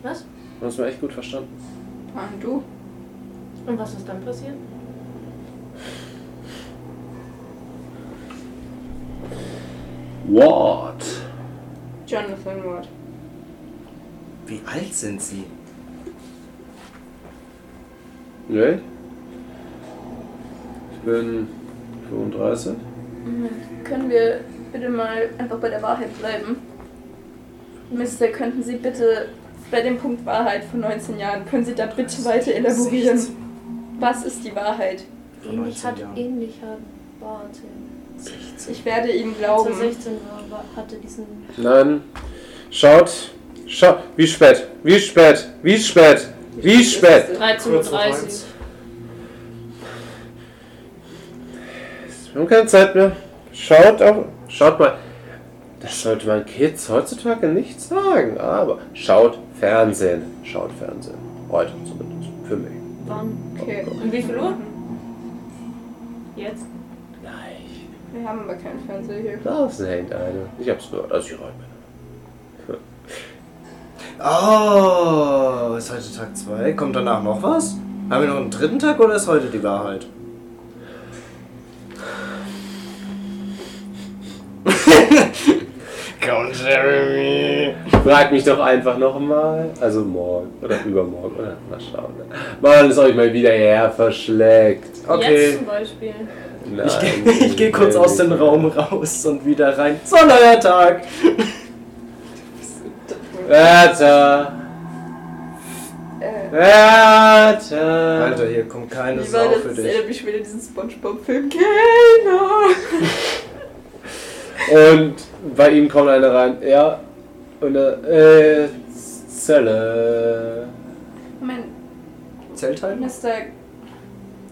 Speaker 4: Was?
Speaker 1: Haben sie mir echt gut verstanden.
Speaker 3: Und Ah, du?
Speaker 4: Und was ist dann passiert?
Speaker 1: What?
Speaker 3: Jonathan Ward.
Speaker 2: Wie alt sind sie?
Speaker 1: Ne? Ich bin 35.
Speaker 3: Können wir bitte mal einfach bei der Wahrheit bleiben? Mister, könnten Sie bitte bei dem Punkt Wahrheit von 19 Jahren, können Sie da bitte weiter elaborieren? Was ist die Wahrheit?
Speaker 2: Vor
Speaker 4: Ähnlich
Speaker 2: 19
Speaker 4: hat,
Speaker 3: eh-
Speaker 2: Jahren.
Speaker 4: ähnlich hat war 10.
Speaker 3: Ich werde Ihnen
Speaker 4: Als er
Speaker 3: glauben.
Speaker 4: 16 war, war, hatte diesen.
Speaker 1: Nein. Schaut. Schaut. Wie spät? Wie spät? Wie spät? Wie spät?
Speaker 4: 13.30
Speaker 1: Wir haben keine Zeit mehr. Schaut auf. Schaut mal. Das sollte man Kids heutzutage nicht sagen, aber schaut Fernsehen. Schaut Fernsehen. Heute zumindest. Für mich.
Speaker 4: Wann?
Speaker 3: Okay.
Speaker 4: Um wie viel Uhr? Jetzt?
Speaker 1: Nein.
Speaker 3: Wir haben aber keinen Fernseher hier.
Speaker 1: Draußen hängt eine. Ich hab's gehört, als ich rein bin.
Speaker 2: Oh, ist heute Tag 2. Kommt danach noch was? Haben wir noch einen dritten Tag oder ist heute die Wahrheit? Count Jeremy.
Speaker 1: Frag mich doch einfach nochmal. Also morgen oder übermorgen oder mal schauen. Mann, es euch mal wieder her verschlägt.
Speaker 4: Jetzt
Speaker 2: Okay.
Speaker 4: zum Beispiel.
Speaker 1: Nein,
Speaker 2: Ich gehe ich geh kurz aus dem
Speaker 1: nicht.
Speaker 2: Raum raus und wieder rein. So, neuer Tag.
Speaker 1: Wärter!
Speaker 3: Äh,
Speaker 1: Wärter!
Speaker 2: Äh, Alter, hier kommt keine
Speaker 3: wie war
Speaker 2: Sau
Speaker 3: das?
Speaker 2: für
Speaker 3: Das
Speaker 2: dich.
Speaker 3: erinnert mich wieder an diesen Spongebob-Film. Oh. Keiner!
Speaker 1: Und bei ihm kommt einer rein. Ja. Und er, äh, Zelle.
Speaker 3: Moment,
Speaker 2: Zeltteil?
Speaker 3: Mister,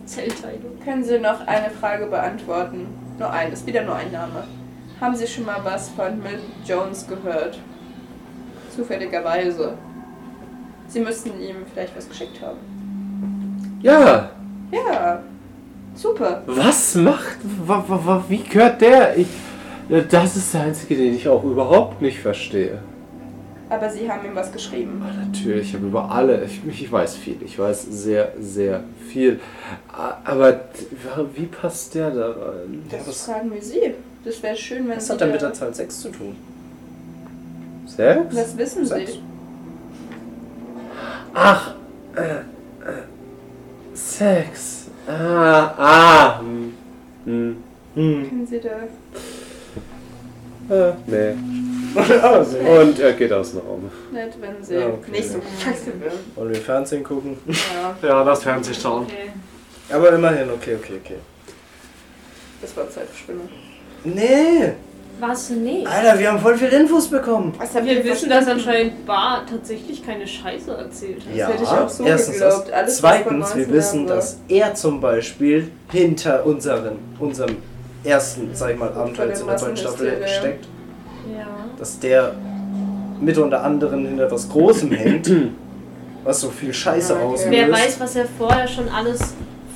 Speaker 4: Zellteilung.
Speaker 3: können Sie noch eine Frage beantworten? Nur ein, ist wieder nur ein Name. Haben Sie schon mal was von Milton Jones gehört? Zufälligerweise. Sie müssten ihm vielleicht was geschickt haben.
Speaker 1: Ja.
Speaker 3: Ja, super.
Speaker 1: Was macht. Wa, wa, wa, wie gehört der? Ich. Das ist der einzige, den ich auch überhaupt nicht verstehe.
Speaker 3: Aber Sie haben ihm was geschrieben.
Speaker 1: Aber natürlich, ich habe über alle. Ich, ich weiß viel. Ich weiß sehr, sehr viel. A- Aber t- wa- wie passt der da rein?
Speaker 2: Ja,
Speaker 3: Das
Speaker 2: was-
Speaker 3: fragen wir Sie. Das wäre schön, wenn
Speaker 2: Was
Speaker 3: Sie
Speaker 2: hat denn mit
Speaker 3: da-
Speaker 2: der Zahl 6 zu tun?
Speaker 1: Selbst?
Speaker 3: Das wissen
Speaker 2: Sex?
Speaker 3: Sie.
Speaker 1: Ach. Äh, äh, Sex. Ah, ah. Hm. Hm.
Speaker 3: Können Sie da...
Speaker 1: Äh, nee.
Speaker 2: Ah, sehr gut.
Speaker 1: Und er geht aus dem Raum.
Speaker 3: Nett, wenn Sie
Speaker 2: Ja, okay.
Speaker 3: nicht so scheiße werden.
Speaker 2: Wollen wir Fernsehen gucken?
Speaker 3: Ja,
Speaker 6: Ja, das Fernsehen schauen.
Speaker 4: Okay.
Speaker 2: Aber immerhin, okay, okay, okay.
Speaker 3: das war Zeitverschwendung.
Speaker 2: Nee!
Speaker 4: Was? Nee.
Speaker 2: Alter, wir haben voll viel Infos bekommen.
Speaker 3: Was
Speaker 4: Wir wissen, dass anscheinend Bar tatsächlich keine Scheiße erzählt hat.
Speaker 3: Ja. hätte ich auch so geglaubt. Alles,
Speaker 2: das.
Speaker 3: was von
Speaker 2: zweitens,
Speaker 3: 19
Speaker 2: wir wissen,
Speaker 3: Jahren war.
Speaker 2: dass er zum Beispiel hinter unseren, unserem ersten, sag ich mal, Abenteuer jetzt in der zweiten Staffel
Speaker 3: Massenhysterie.
Speaker 2: steckt.
Speaker 4: Ja.
Speaker 2: Dass der mit unter anderem hinter was Großem hängt, was so viel Scheiße
Speaker 3: Okay.
Speaker 2: auslöst.
Speaker 4: Wer weiß, was er vorher schon alles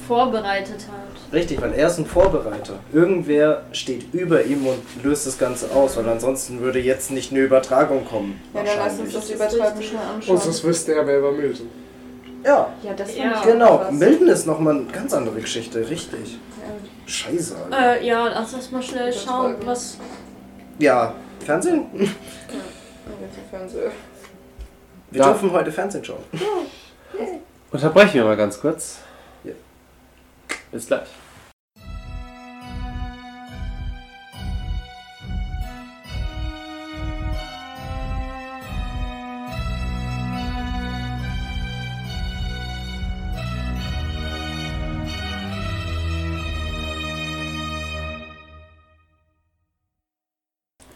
Speaker 4: vorbereitet hat.
Speaker 2: Richtig, weil er ist ein Vorbereiter. Irgendwer steht über ihm und löst das Ganze aus, weil ansonsten würde jetzt nicht eine Übertragung kommen.
Speaker 3: Ja, dann lass uns das
Speaker 2: wahrscheinlich.
Speaker 3: Übertreiben schnell anschauen.
Speaker 6: Und das wüsste er, wer über Milton.
Speaker 2: Ja,
Speaker 3: ja, das fand
Speaker 4: Ja.
Speaker 3: ich auch
Speaker 2: genau.
Speaker 3: krass.
Speaker 2: Milton ist nochmal eine ganz andere Geschichte, richtig.
Speaker 3: Ja.
Speaker 2: Scheiße, Alter.
Speaker 4: Äh, ja, lass uns mal schnell
Speaker 3: Das
Speaker 4: schauen,
Speaker 3: Folgen.
Speaker 4: was.
Speaker 2: Ja, Fernsehen?
Speaker 3: Insofern so.
Speaker 2: Wir
Speaker 1: Ja.
Speaker 2: dürfen heute Fernsehen schauen.
Speaker 1: Unterbrechen wir mal ganz kurz.
Speaker 2: Ja.
Speaker 1: Bis gleich.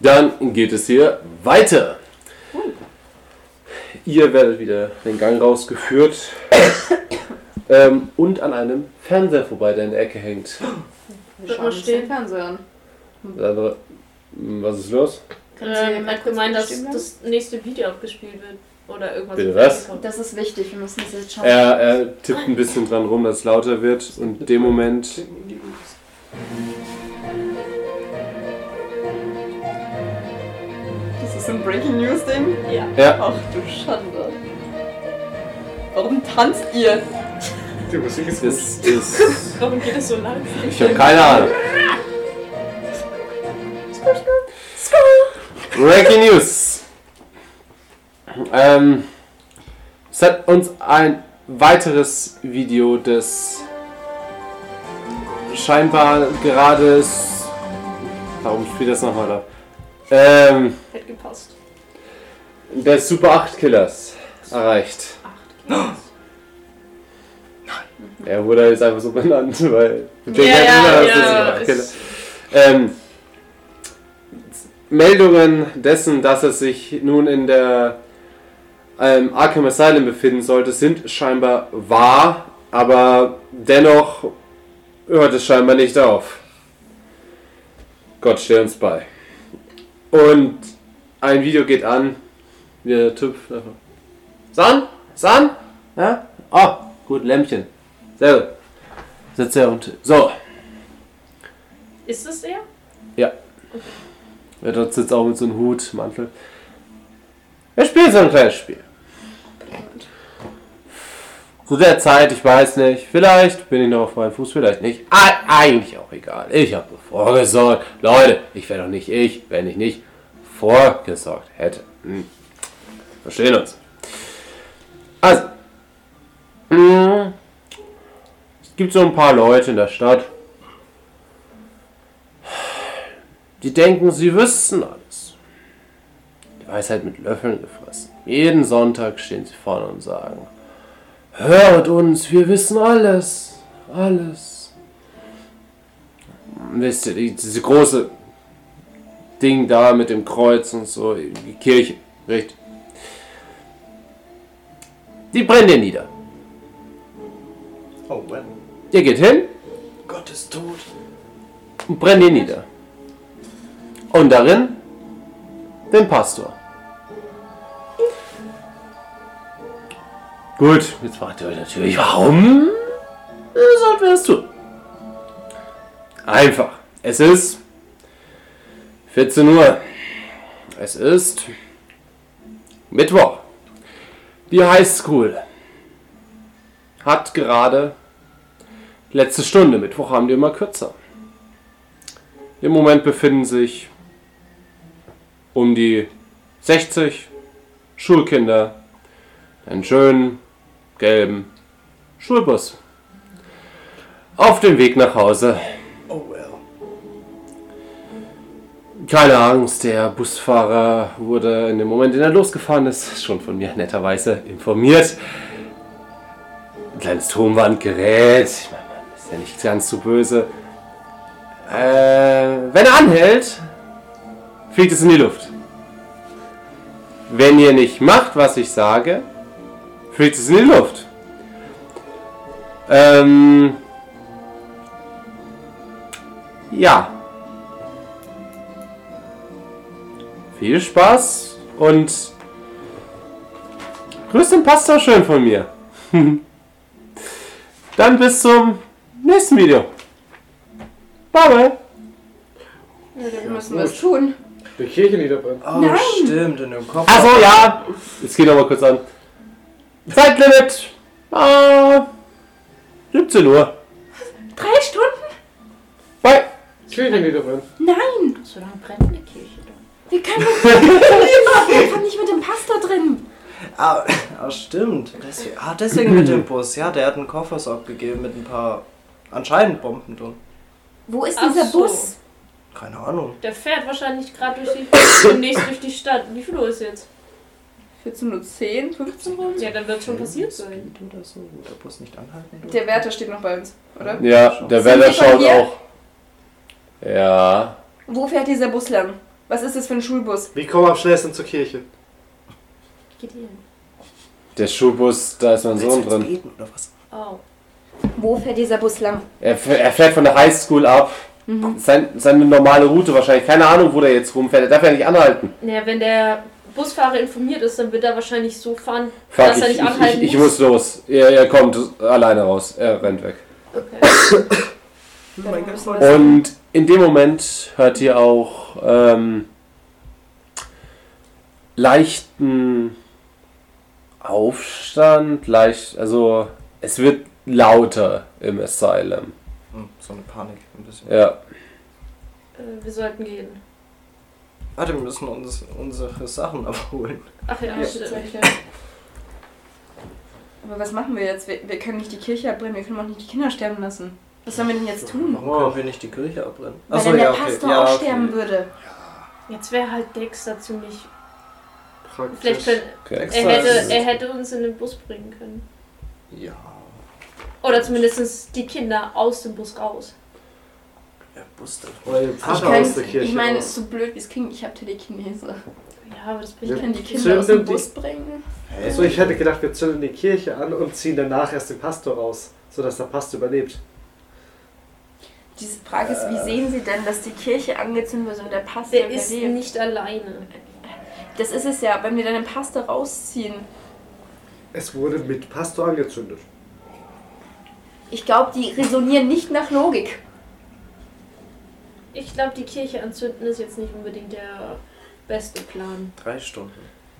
Speaker 1: Dann geht es hier weiter. Ihr werdet wieder den Gang rausgeführt ähm, und an einem Fernseher vorbei, der in der Ecke hängt.
Speaker 3: Wir
Speaker 4: Wird
Speaker 3: schauen
Speaker 4: mal
Speaker 3: uns
Speaker 4: stehen.
Speaker 3: den Fernseher an.
Speaker 1: Das andere, hm, was ist los?
Speaker 4: Ähm, hat gemeint, dass
Speaker 3: bestimmen?
Speaker 4: das nächste Video abgespielt wird. Oder irgendwas.
Speaker 1: Bitte was?
Speaker 3: Das ist wichtig, wir müssen es jetzt schauen.
Speaker 1: Er, er tippt ein bisschen dran rum, dass es lauter wird und in dem Moment
Speaker 3: Das ist ein Breaking News Ding.
Speaker 4: Ja.
Speaker 1: ja,
Speaker 3: Ach du Schande. Warum tanzt ihr?
Speaker 6: Die Musik ist gut.
Speaker 1: das ist.
Speaker 4: Warum geht das so lang?
Speaker 1: Ich habe keine Ahnung. Breaking News. Ähm, es hat uns ein weiteres Video des scheinbar gerade. s- Warum spielt das nochmal ab? Ähm,
Speaker 4: Hätte gepasst.
Speaker 1: des Super 8 Killers erreicht. Er wurde jetzt einfach so benannt, weil.
Speaker 4: Ja, ja, ja.
Speaker 1: das ist der Killer. Ähm, Meldungen dessen, dass er sich nun in der ähm, Arkham Asylum befinden sollte, sind scheinbar wahr, aber dennoch hört es scheinbar nicht auf. Gott stehe uns bei. Und ein Video geht an. Der Typ. einfach, San? San? Ja? Oh, gut, Lämpchen. Sehr gut. Sitzt er und. So.
Speaker 4: Ist es er?
Speaker 1: Ja, dort sitzt auch mit so einem Hut, Mantel. Wir spielen so ein kleines Spiel. Zu der Zeit, ich weiß nicht, vielleicht bin ich noch auf meinem Fuß, vielleicht nicht. Ah, eigentlich auch egal. Ich habe vorgesorgt. Leute, ich wäre doch nicht ich, wenn ich nicht vorgesorgt hätte. Hm. Verstehen uns. Also, hm, es gibt so ein paar Leute in der Stadt, Die denken, sie wüssten alles. Die Weisheit mit Löffeln gefressen. Jeden Sonntag stehen sie vorne und sagen, hört uns, wir wissen alles, alles. Wisst ihr, die- diese große Ding da mit dem Kreuz und so, die Kirche, richtig. Die brennen ihr nieder.
Speaker 5: Oh, well.
Speaker 1: Ihr geht hin,
Speaker 5: Gott ist tot.
Speaker 1: und brennt ihn nieder. Und darin den Pastor. Gut, jetzt fragt ihr euch natürlich, warum äh, sollten wir das tun? Einfach. Es ist 14 Uhr. Es ist Mittwoch. Die Highschool hat gerade letzte Stunde. Mittwoch haben die immer kürzer. Im Moment befinden sich um die 60 Schulkinder in einem schönen gelben Schulbus auf dem Weg nach Hause.
Speaker 5: Oh, well.
Speaker 1: Keine Angst, der Busfahrer wurde in dem Moment, in der er losgefahren ist, schon von mir netterweise informiert. Ein kleines Turmwandgerät. Ich meine, man ist ja nicht ganz so böse. Äh, wenn er anhält, fliegt es in die Luft. Wenn ihr nicht macht, was ich sage, fliegt es in die Luft. Ähm. Ja. Viel Spaß und grüß den Pastor schön von mir. Dann bis zum nächsten Video. Bye bye.
Speaker 3: Ja, dann müssen wir es tun.
Speaker 6: Die Kirche niederbrennen.
Speaker 2: Oh,
Speaker 3: Nein.
Speaker 2: stimmt, in dem Kopf.
Speaker 1: Achso, ja. Jetzt geht nochmal kurz an. Zeitlimit. Ah, 17 Uhr.
Speaker 3: Drei Stunden?
Speaker 1: Bye.
Speaker 6: Kirche niederbrennen.
Speaker 3: Nein!
Speaker 4: So lange brennt eine Kirche doch.
Speaker 3: Wir können nicht Wir haben nicht mit dem Pastor drin.
Speaker 2: Ah, ah stimmt. Deswegen, ah, deswegen mit dem Bus. Ja, der hat einen Koffersack gegeben mit ein paar anscheinend Bomben drin.
Speaker 3: Wo ist
Speaker 4: Ach
Speaker 3: dieser
Speaker 4: so.
Speaker 3: Bus?
Speaker 2: Keine Ahnung.
Speaker 4: Der fährt wahrscheinlich gerade durch die demnächst durch die Stadt. Wie viel Uhr ist jetzt?
Speaker 3: 14 Uhr 10, 15 Uhr?
Speaker 4: Ja, dann wird schon passiert sein.
Speaker 2: Oder so, wo der Bus nicht anhalten durfte.
Speaker 3: Der Wärter steht noch bei uns, oder?
Speaker 1: Ja, der
Speaker 3: Sind
Speaker 1: Weller
Speaker 3: wir schon
Speaker 1: schaut
Speaker 3: hier?
Speaker 1: auch. Ja.
Speaker 3: Wo fährt dieser Bus lang? Was ist das für ein Schulbus?
Speaker 6: Wir kommen am schnellsten zur Kirche.
Speaker 4: Geht ihr hin?
Speaker 1: Der Schulbus, da ist mein
Speaker 2: Willst du
Speaker 1: Sohn
Speaker 2: jetzt
Speaker 3: eh-
Speaker 1: drin.
Speaker 2: beten oder was?
Speaker 4: Oh.
Speaker 3: Wo fährt dieser Bus lang?
Speaker 1: Er, f- er fährt von der Highschool ab.
Speaker 3: Mhm.
Speaker 1: Sein, seine normale Route wahrscheinlich. Keine Ahnung, wo der jetzt rumfährt. Er darf ja nicht anhalten.
Speaker 4: Naja, wenn der Busfahrer informiert ist, dann wird er wahrscheinlich so fahren,
Speaker 1: Fuck,
Speaker 4: dass er
Speaker 1: ich, ich,
Speaker 4: nicht
Speaker 1: ich,
Speaker 4: anhalten
Speaker 1: ich muss los. Er, er kommt alleine raus. Er rennt weg.
Speaker 4: Okay.
Speaker 3: Dann müssen wir das-
Speaker 1: Und in dem Moment hört ihr auch ähm, leichten Aufstand, leicht, also es wird lauter im Asylum.
Speaker 2: Hm, so eine Panik ein bisschen.
Speaker 1: Ja,
Speaker 4: Äh, wir sollten gehen.
Speaker 2: Warte, wir müssen uns unsere Sachen abholen.
Speaker 4: Ach ja,
Speaker 3: Ja,
Speaker 4: stimmt.
Speaker 3: sicher. Aber was machen wir jetzt? Wir, wir können nicht die Kirche abbrennen, wir können auch nicht die Kinder sterben lassen. Was sollen wir denn jetzt tun?
Speaker 2: Warum können wir nicht die Kirche abbrennen?
Speaker 3: Weil
Speaker 2: Achso,
Speaker 3: dann der
Speaker 2: ja, okay.
Speaker 3: Pastor
Speaker 2: ja,
Speaker 3: auch
Speaker 2: okay.
Speaker 3: sterben würde.
Speaker 4: Jetzt wäre halt Dexter ziemlich.
Speaker 6: Praktisch.
Speaker 4: Vielleicht können,
Speaker 1: okay.
Speaker 4: er, hätte, er hätte uns in den Bus bringen können.
Speaker 2: Ja,
Speaker 4: Oder zumindest die Kinder aus dem Bus raus.
Speaker 2: der Bus darf
Speaker 6: Oder den
Speaker 3: Ich,
Speaker 6: Pfarrer
Speaker 3: kann,
Speaker 6: aus der Kirche.
Speaker 3: ich meine,
Speaker 6: raus.
Speaker 3: so blöd wie es klingt, ich habe Telekinese.
Speaker 4: Ja, aber das
Speaker 3: Ich
Speaker 4: bringt
Speaker 3: kann die Kinder
Speaker 6: Zünden
Speaker 3: aus dem
Speaker 6: die-
Speaker 3: Bus bringen.
Speaker 6: Achso, Also ich hätte gedacht, wir zünden die Kirche an und ziehen danach erst den Pastor raus, sodass der Pastor überlebt.
Speaker 3: Diese Frage ist, wie sehen Sie denn, dass die Kirche angezündet wird und der Pastor
Speaker 4: Der ist
Speaker 3: überlebt?
Speaker 4: nicht alleine.
Speaker 3: Das ist es ja, wenn wir dann den Pastor rausziehen.
Speaker 6: Es wurde mit Pastor angezündet.
Speaker 3: Ich glaube, die resonieren nicht nach Logik.
Speaker 4: Ich glaube, die Kirche anzünden ist jetzt nicht unbedingt der beste Plan.
Speaker 2: Drei Stunden.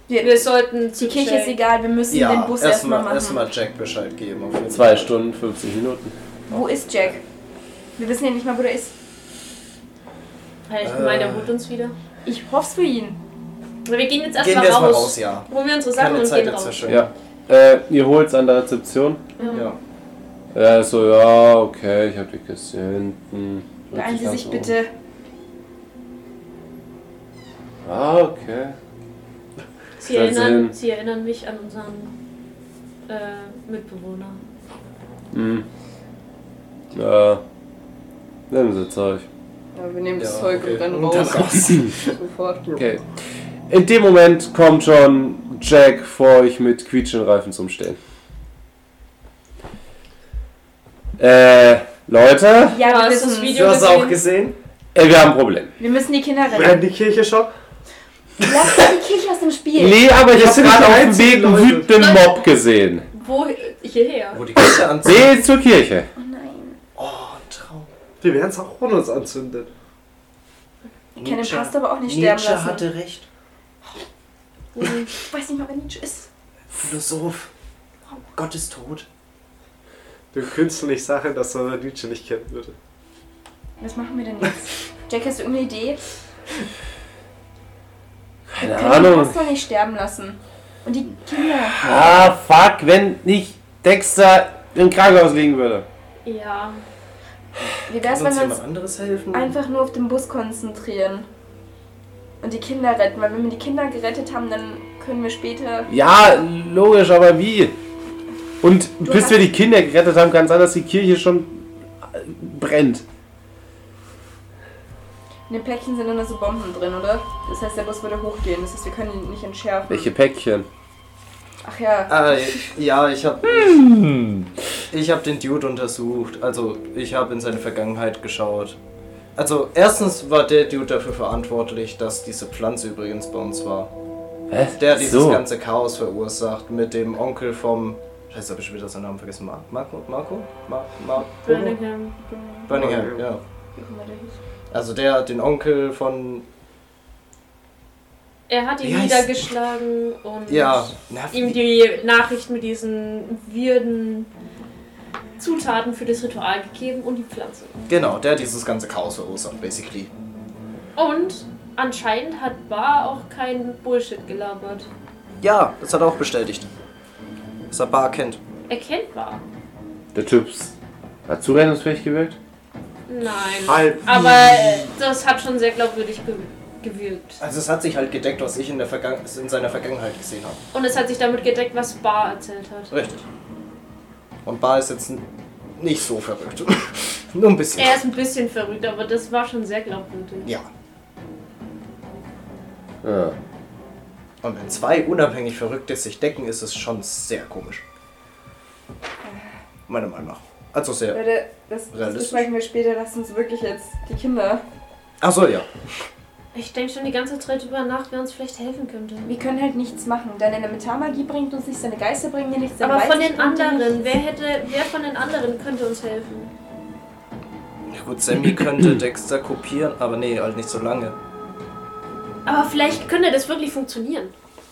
Speaker 3: Wir,
Speaker 4: Wir sollten zu
Speaker 3: die Kirche ist
Speaker 4: Jay-
Speaker 3: egal, wir müssen den
Speaker 2: Ja,
Speaker 3: Bus erstmal
Speaker 2: erstmal
Speaker 3: machen.
Speaker 2: erstmal Jack Bescheid geben. Auf jeden
Speaker 1: Zwei
Speaker 2: Fall.
Speaker 1: Stunden, 50 Minuten.
Speaker 3: Wo ist Jack? Wir wissen ja nicht mal, wo der ist.
Speaker 4: Vielleicht
Speaker 2: Äh.
Speaker 4: meint er holt uns wieder.
Speaker 3: Ich hoffe für ihn.
Speaker 4: Aber wir gehen jetzt
Speaker 2: Gehen
Speaker 4: erstmal
Speaker 2: wir erstmal
Speaker 4: raus.
Speaker 2: raus, ja.
Speaker 4: Holen wir unsere Sachen
Speaker 2: Keine
Speaker 4: und
Speaker 2: Zeit
Speaker 4: gehen
Speaker 2: jetzt
Speaker 4: raus.
Speaker 2: verschwenden.
Speaker 1: Ja. Äh, ihr holt's an der Rezeption?
Speaker 2: Ja.
Speaker 1: Er ist so, ja, okay, ich hab dich gesehen. Hm, hört
Speaker 3: Beeilen Sie
Speaker 1: ganz
Speaker 3: sich
Speaker 1: um.
Speaker 3: bitte.
Speaker 1: Ah, okay.
Speaker 4: Sie
Speaker 1: Dann sehen.
Speaker 4: erinnern, sie erinnern mich an unseren äh, Mitbewohner.
Speaker 1: Hm. Ja. Nehmen Sie Zeug.
Speaker 3: Ja, wir nehmen das
Speaker 2: Ja,
Speaker 3: Zeug
Speaker 2: okay.
Speaker 3: und rennen
Speaker 2: Und dann
Speaker 3: raus. Sofort.
Speaker 1: Okay. In dem Moment kommt schon Jack vor euch mit quietschenden Reifen zum Stehen. Äh, Leute,
Speaker 3: Ja,
Speaker 4: Hast
Speaker 3: wir
Speaker 4: du
Speaker 3: müssen,
Speaker 4: das Video
Speaker 2: Du hast auch
Speaker 4: gesehen?
Speaker 2: gesehen?
Speaker 1: äh, wir haben ein Problem.
Speaker 3: wir müssen die Kinder retten.
Speaker 6: Brennt die Kirche schon?
Speaker 3: Lass doch die Kirche aus dem Spiel.
Speaker 1: Nee, aber ich
Speaker 6: Das
Speaker 1: hab
Speaker 6: sind die
Speaker 1: gerade auf dem Weg
Speaker 6: einzigen
Speaker 1: einen
Speaker 6: Leute.
Speaker 1: wütenden Mob gesehen.
Speaker 4: Wo? Hierher.
Speaker 2: Wo die Kirche anzieht.
Speaker 1: Nee, zur Kirche.
Speaker 3: Oh nein.
Speaker 2: Oh, ein Traum.
Speaker 6: Wir werden es auch ohne uns anzünden.
Speaker 3: Ich kann den
Speaker 2: Nietzsche-
Speaker 3: Pastor aber auch nicht sterben
Speaker 2: Nietzsche
Speaker 3: lassen.
Speaker 2: hatte recht.
Speaker 3: Ich weiß nicht mal, wer Nietzsche ist.
Speaker 2: Philosoph. Oh, Gott ist tot.
Speaker 6: Wir künsten nicht Sachen, dass er Nietzsche nicht kennen würde.
Speaker 3: Was machen wir denn jetzt? Jack, hast du irgendeine Idee?
Speaker 1: Keine
Speaker 3: Wir können den
Speaker 1: Ahnung.
Speaker 3: Pastor nicht sterben lassen. Und die Kinder.
Speaker 1: Ah, fuck, wenn nicht Dexter im Krankenhaus liegen würde.
Speaker 4: Ja.
Speaker 3: Wie
Speaker 2: Kann
Speaker 3: wär's, wenn
Speaker 2: uns
Speaker 3: wir uns
Speaker 2: jemand anderes
Speaker 4: Mhm.
Speaker 2: helfen?
Speaker 3: einfach nur auf den Bus konzentrieren? Und die Kinder retten, weil wenn wir die Kinder gerettet haben, dann können wir später.
Speaker 1: Ja, logisch, aber wie? Und
Speaker 3: Du
Speaker 1: bis
Speaker 3: hast-
Speaker 1: wir die Kinder gerettet haben, kann es sein, dass die Kirche schon äh, brennt.
Speaker 3: In den Päckchen sind dann so Bomben drin, oder? Das heißt, der Bus würde hochgehen. Das heißt, wir können ihn nicht entschärfen.
Speaker 1: Welche Päckchen?
Speaker 3: Ach ja.
Speaker 2: Äh, ja, ich habe
Speaker 1: Hm.
Speaker 2: ich hab den Dude untersucht. Also, ich habe in seine Vergangenheit geschaut. Also, erstens war der Dude dafür verantwortlich, dass diese Pflanze übrigens bei uns war.
Speaker 1: Was?
Speaker 2: Der hat dieses
Speaker 1: so.
Speaker 2: ganze Chaos verursacht mit dem Onkel vom. Scheiße, habe ich schon wieder seinen Namen vergessen. Mar Marco? Marco? Mar Mar Bruno?
Speaker 4: Birmingham.
Speaker 2: Birmingham, ja.
Speaker 3: Wie auch immer der hieß.
Speaker 2: Also, der hat den Onkel von.
Speaker 4: Er hat ihn
Speaker 2: Wie heißt-
Speaker 4: niedergeschlagen und
Speaker 2: Ja, na,
Speaker 4: ihm die Nachricht mit diesen wirden Zutaten für das Ritual gegeben und die Pflanze.
Speaker 2: genau, der hat dieses ganze Chaos verursacht, basically.
Speaker 4: Und anscheinend hat Bar auch keinen Bullshit gelabert.
Speaker 2: Ja, das hat er auch bestätigt. Dass er Bar kennt.
Speaker 4: Er kennt Bar.
Speaker 1: Der Typs. Hat zurechnungsfähig gewirkt?
Speaker 4: Nein.
Speaker 2: Halt.
Speaker 6: Halb.
Speaker 4: Aber äh, das hat schon sehr glaubwürdig ge gewirkt.
Speaker 2: Also es hat sich halt gedeckt, was ich in, der Vergangen in seiner Vergangenheit gesehen habe.
Speaker 4: Und es hat sich damit gedeckt, was Bar erzählt hat.
Speaker 2: Richtig. Und Bar ist jetzt n- nicht so verrückt. Nur ein bisschen.
Speaker 4: Er ist ein bisschen verrückt, aber das war schon sehr glaubwürdig.
Speaker 2: ja.
Speaker 1: Ja.
Speaker 2: Und wenn zwei unabhängig Verrückte sich decken, ist es schon sehr komisch. Meiner Meinung nach. Also sehr.
Speaker 3: Leute, das, das
Speaker 2: Realistisch.
Speaker 3: besprechen wir später. Lasst uns wirklich jetzt die Kinder.
Speaker 2: Achso, ja.
Speaker 4: Ich denke schon die ganze Zeit drüber nach, wer uns vielleicht helfen könnte.
Speaker 3: Wir können halt nichts machen. Deine Elementarmagie bringt uns nichts, deine Geister bringen dir nichts. deine
Speaker 4: Aber von
Speaker 3: Weisheit
Speaker 4: den
Speaker 3: bringt dir
Speaker 4: anderen,
Speaker 3: nichts.
Speaker 4: wer hätte, wer von den anderen könnte uns helfen?
Speaker 2: Ja gut, Sammy könnte Dexter kopieren, aber nee, halt nicht so lange.
Speaker 4: Aber vielleicht könnte das wirklich funktionieren.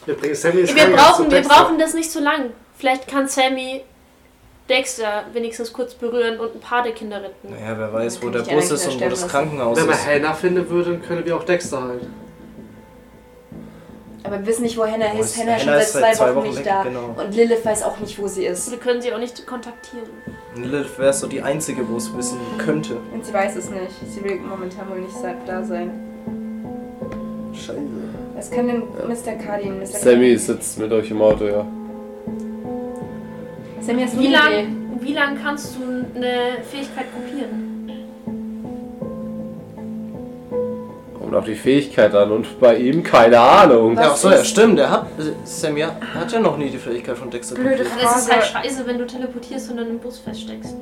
Speaker 6: Wir bringen Sammy ins
Speaker 4: Wir
Speaker 6: Krankenhaus
Speaker 4: brauchen,
Speaker 6: zu
Speaker 4: wir
Speaker 6: Dexter.
Speaker 4: brauchen das nicht so lang. Vielleicht kann Sammy Dexter wenigstens kurz berühren und ein paar der Kinder retten.
Speaker 2: Naja, wer weiß, wo
Speaker 3: Kann
Speaker 2: der
Speaker 3: ich die
Speaker 2: Bus ist
Speaker 3: Elektriker
Speaker 2: und wo das
Speaker 3: sterben
Speaker 2: Krankenhaus
Speaker 6: Wenn wir
Speaker 2: ist.
Speaker 6: Hannah finden würden, können wir auch Dexter halten.
Speaker 3: Aber wir wissen nicht, wo Hannah
Speaker 2: Wo
Speaker 3: ist.
Speaker 2: ist-
Speaker 3: Hannah ist schon
Speaker 2: Hannah
Speaker 3: seit
Speaker 2: ist
Speaker 3: zwei, Wochen, nicht
Speaker 2: weg,
Speaker 3: da.
Speaker 2: genau.
Speaker 3: Und Lilith weiß auch nicht, wo sie ist.
Speaker 4: Wir können sie auch nicht kontaktieren.
Speaker 2: Lilith wäre so die Einzige, wo es wissen könnte.
Speaker 3: Und sie weiß es nicht. Sie will momentan wohl nicht se- da sein.
Speaker 2: Scheiße.
Speaker 3: Was kann denn Mr. Cardin? Mr.
Speaker 1: Sammy sitzt mit euch im Auto, ja.
Speaker 3: Sammy hast du
Speaker 4: Wie
Speaker 3: eine Idee?
Speaker 4: lang, wie lang kannst du eine Fähigkeit kopieren?
Speaker 1: Kommt auf die Fähigkeit an und bei ihm keine Ahnung.
Speaker 2: Ja,
Speaker 3: Was
Speaker 2: ach so,
Speaker 3: ist-
Speaker 2: ja, stimmt. Der hat, Sam ja, hat ja noch nie die Fähigkeit von Dexter.
Speaker 3: Blöde
Speaker 2: kopiert.
Speaker 4: Es ist
Speaker 3: Frage.
Speaker 4: halt scheiße, wenn du teleportierst und dann im Bus feststeckst.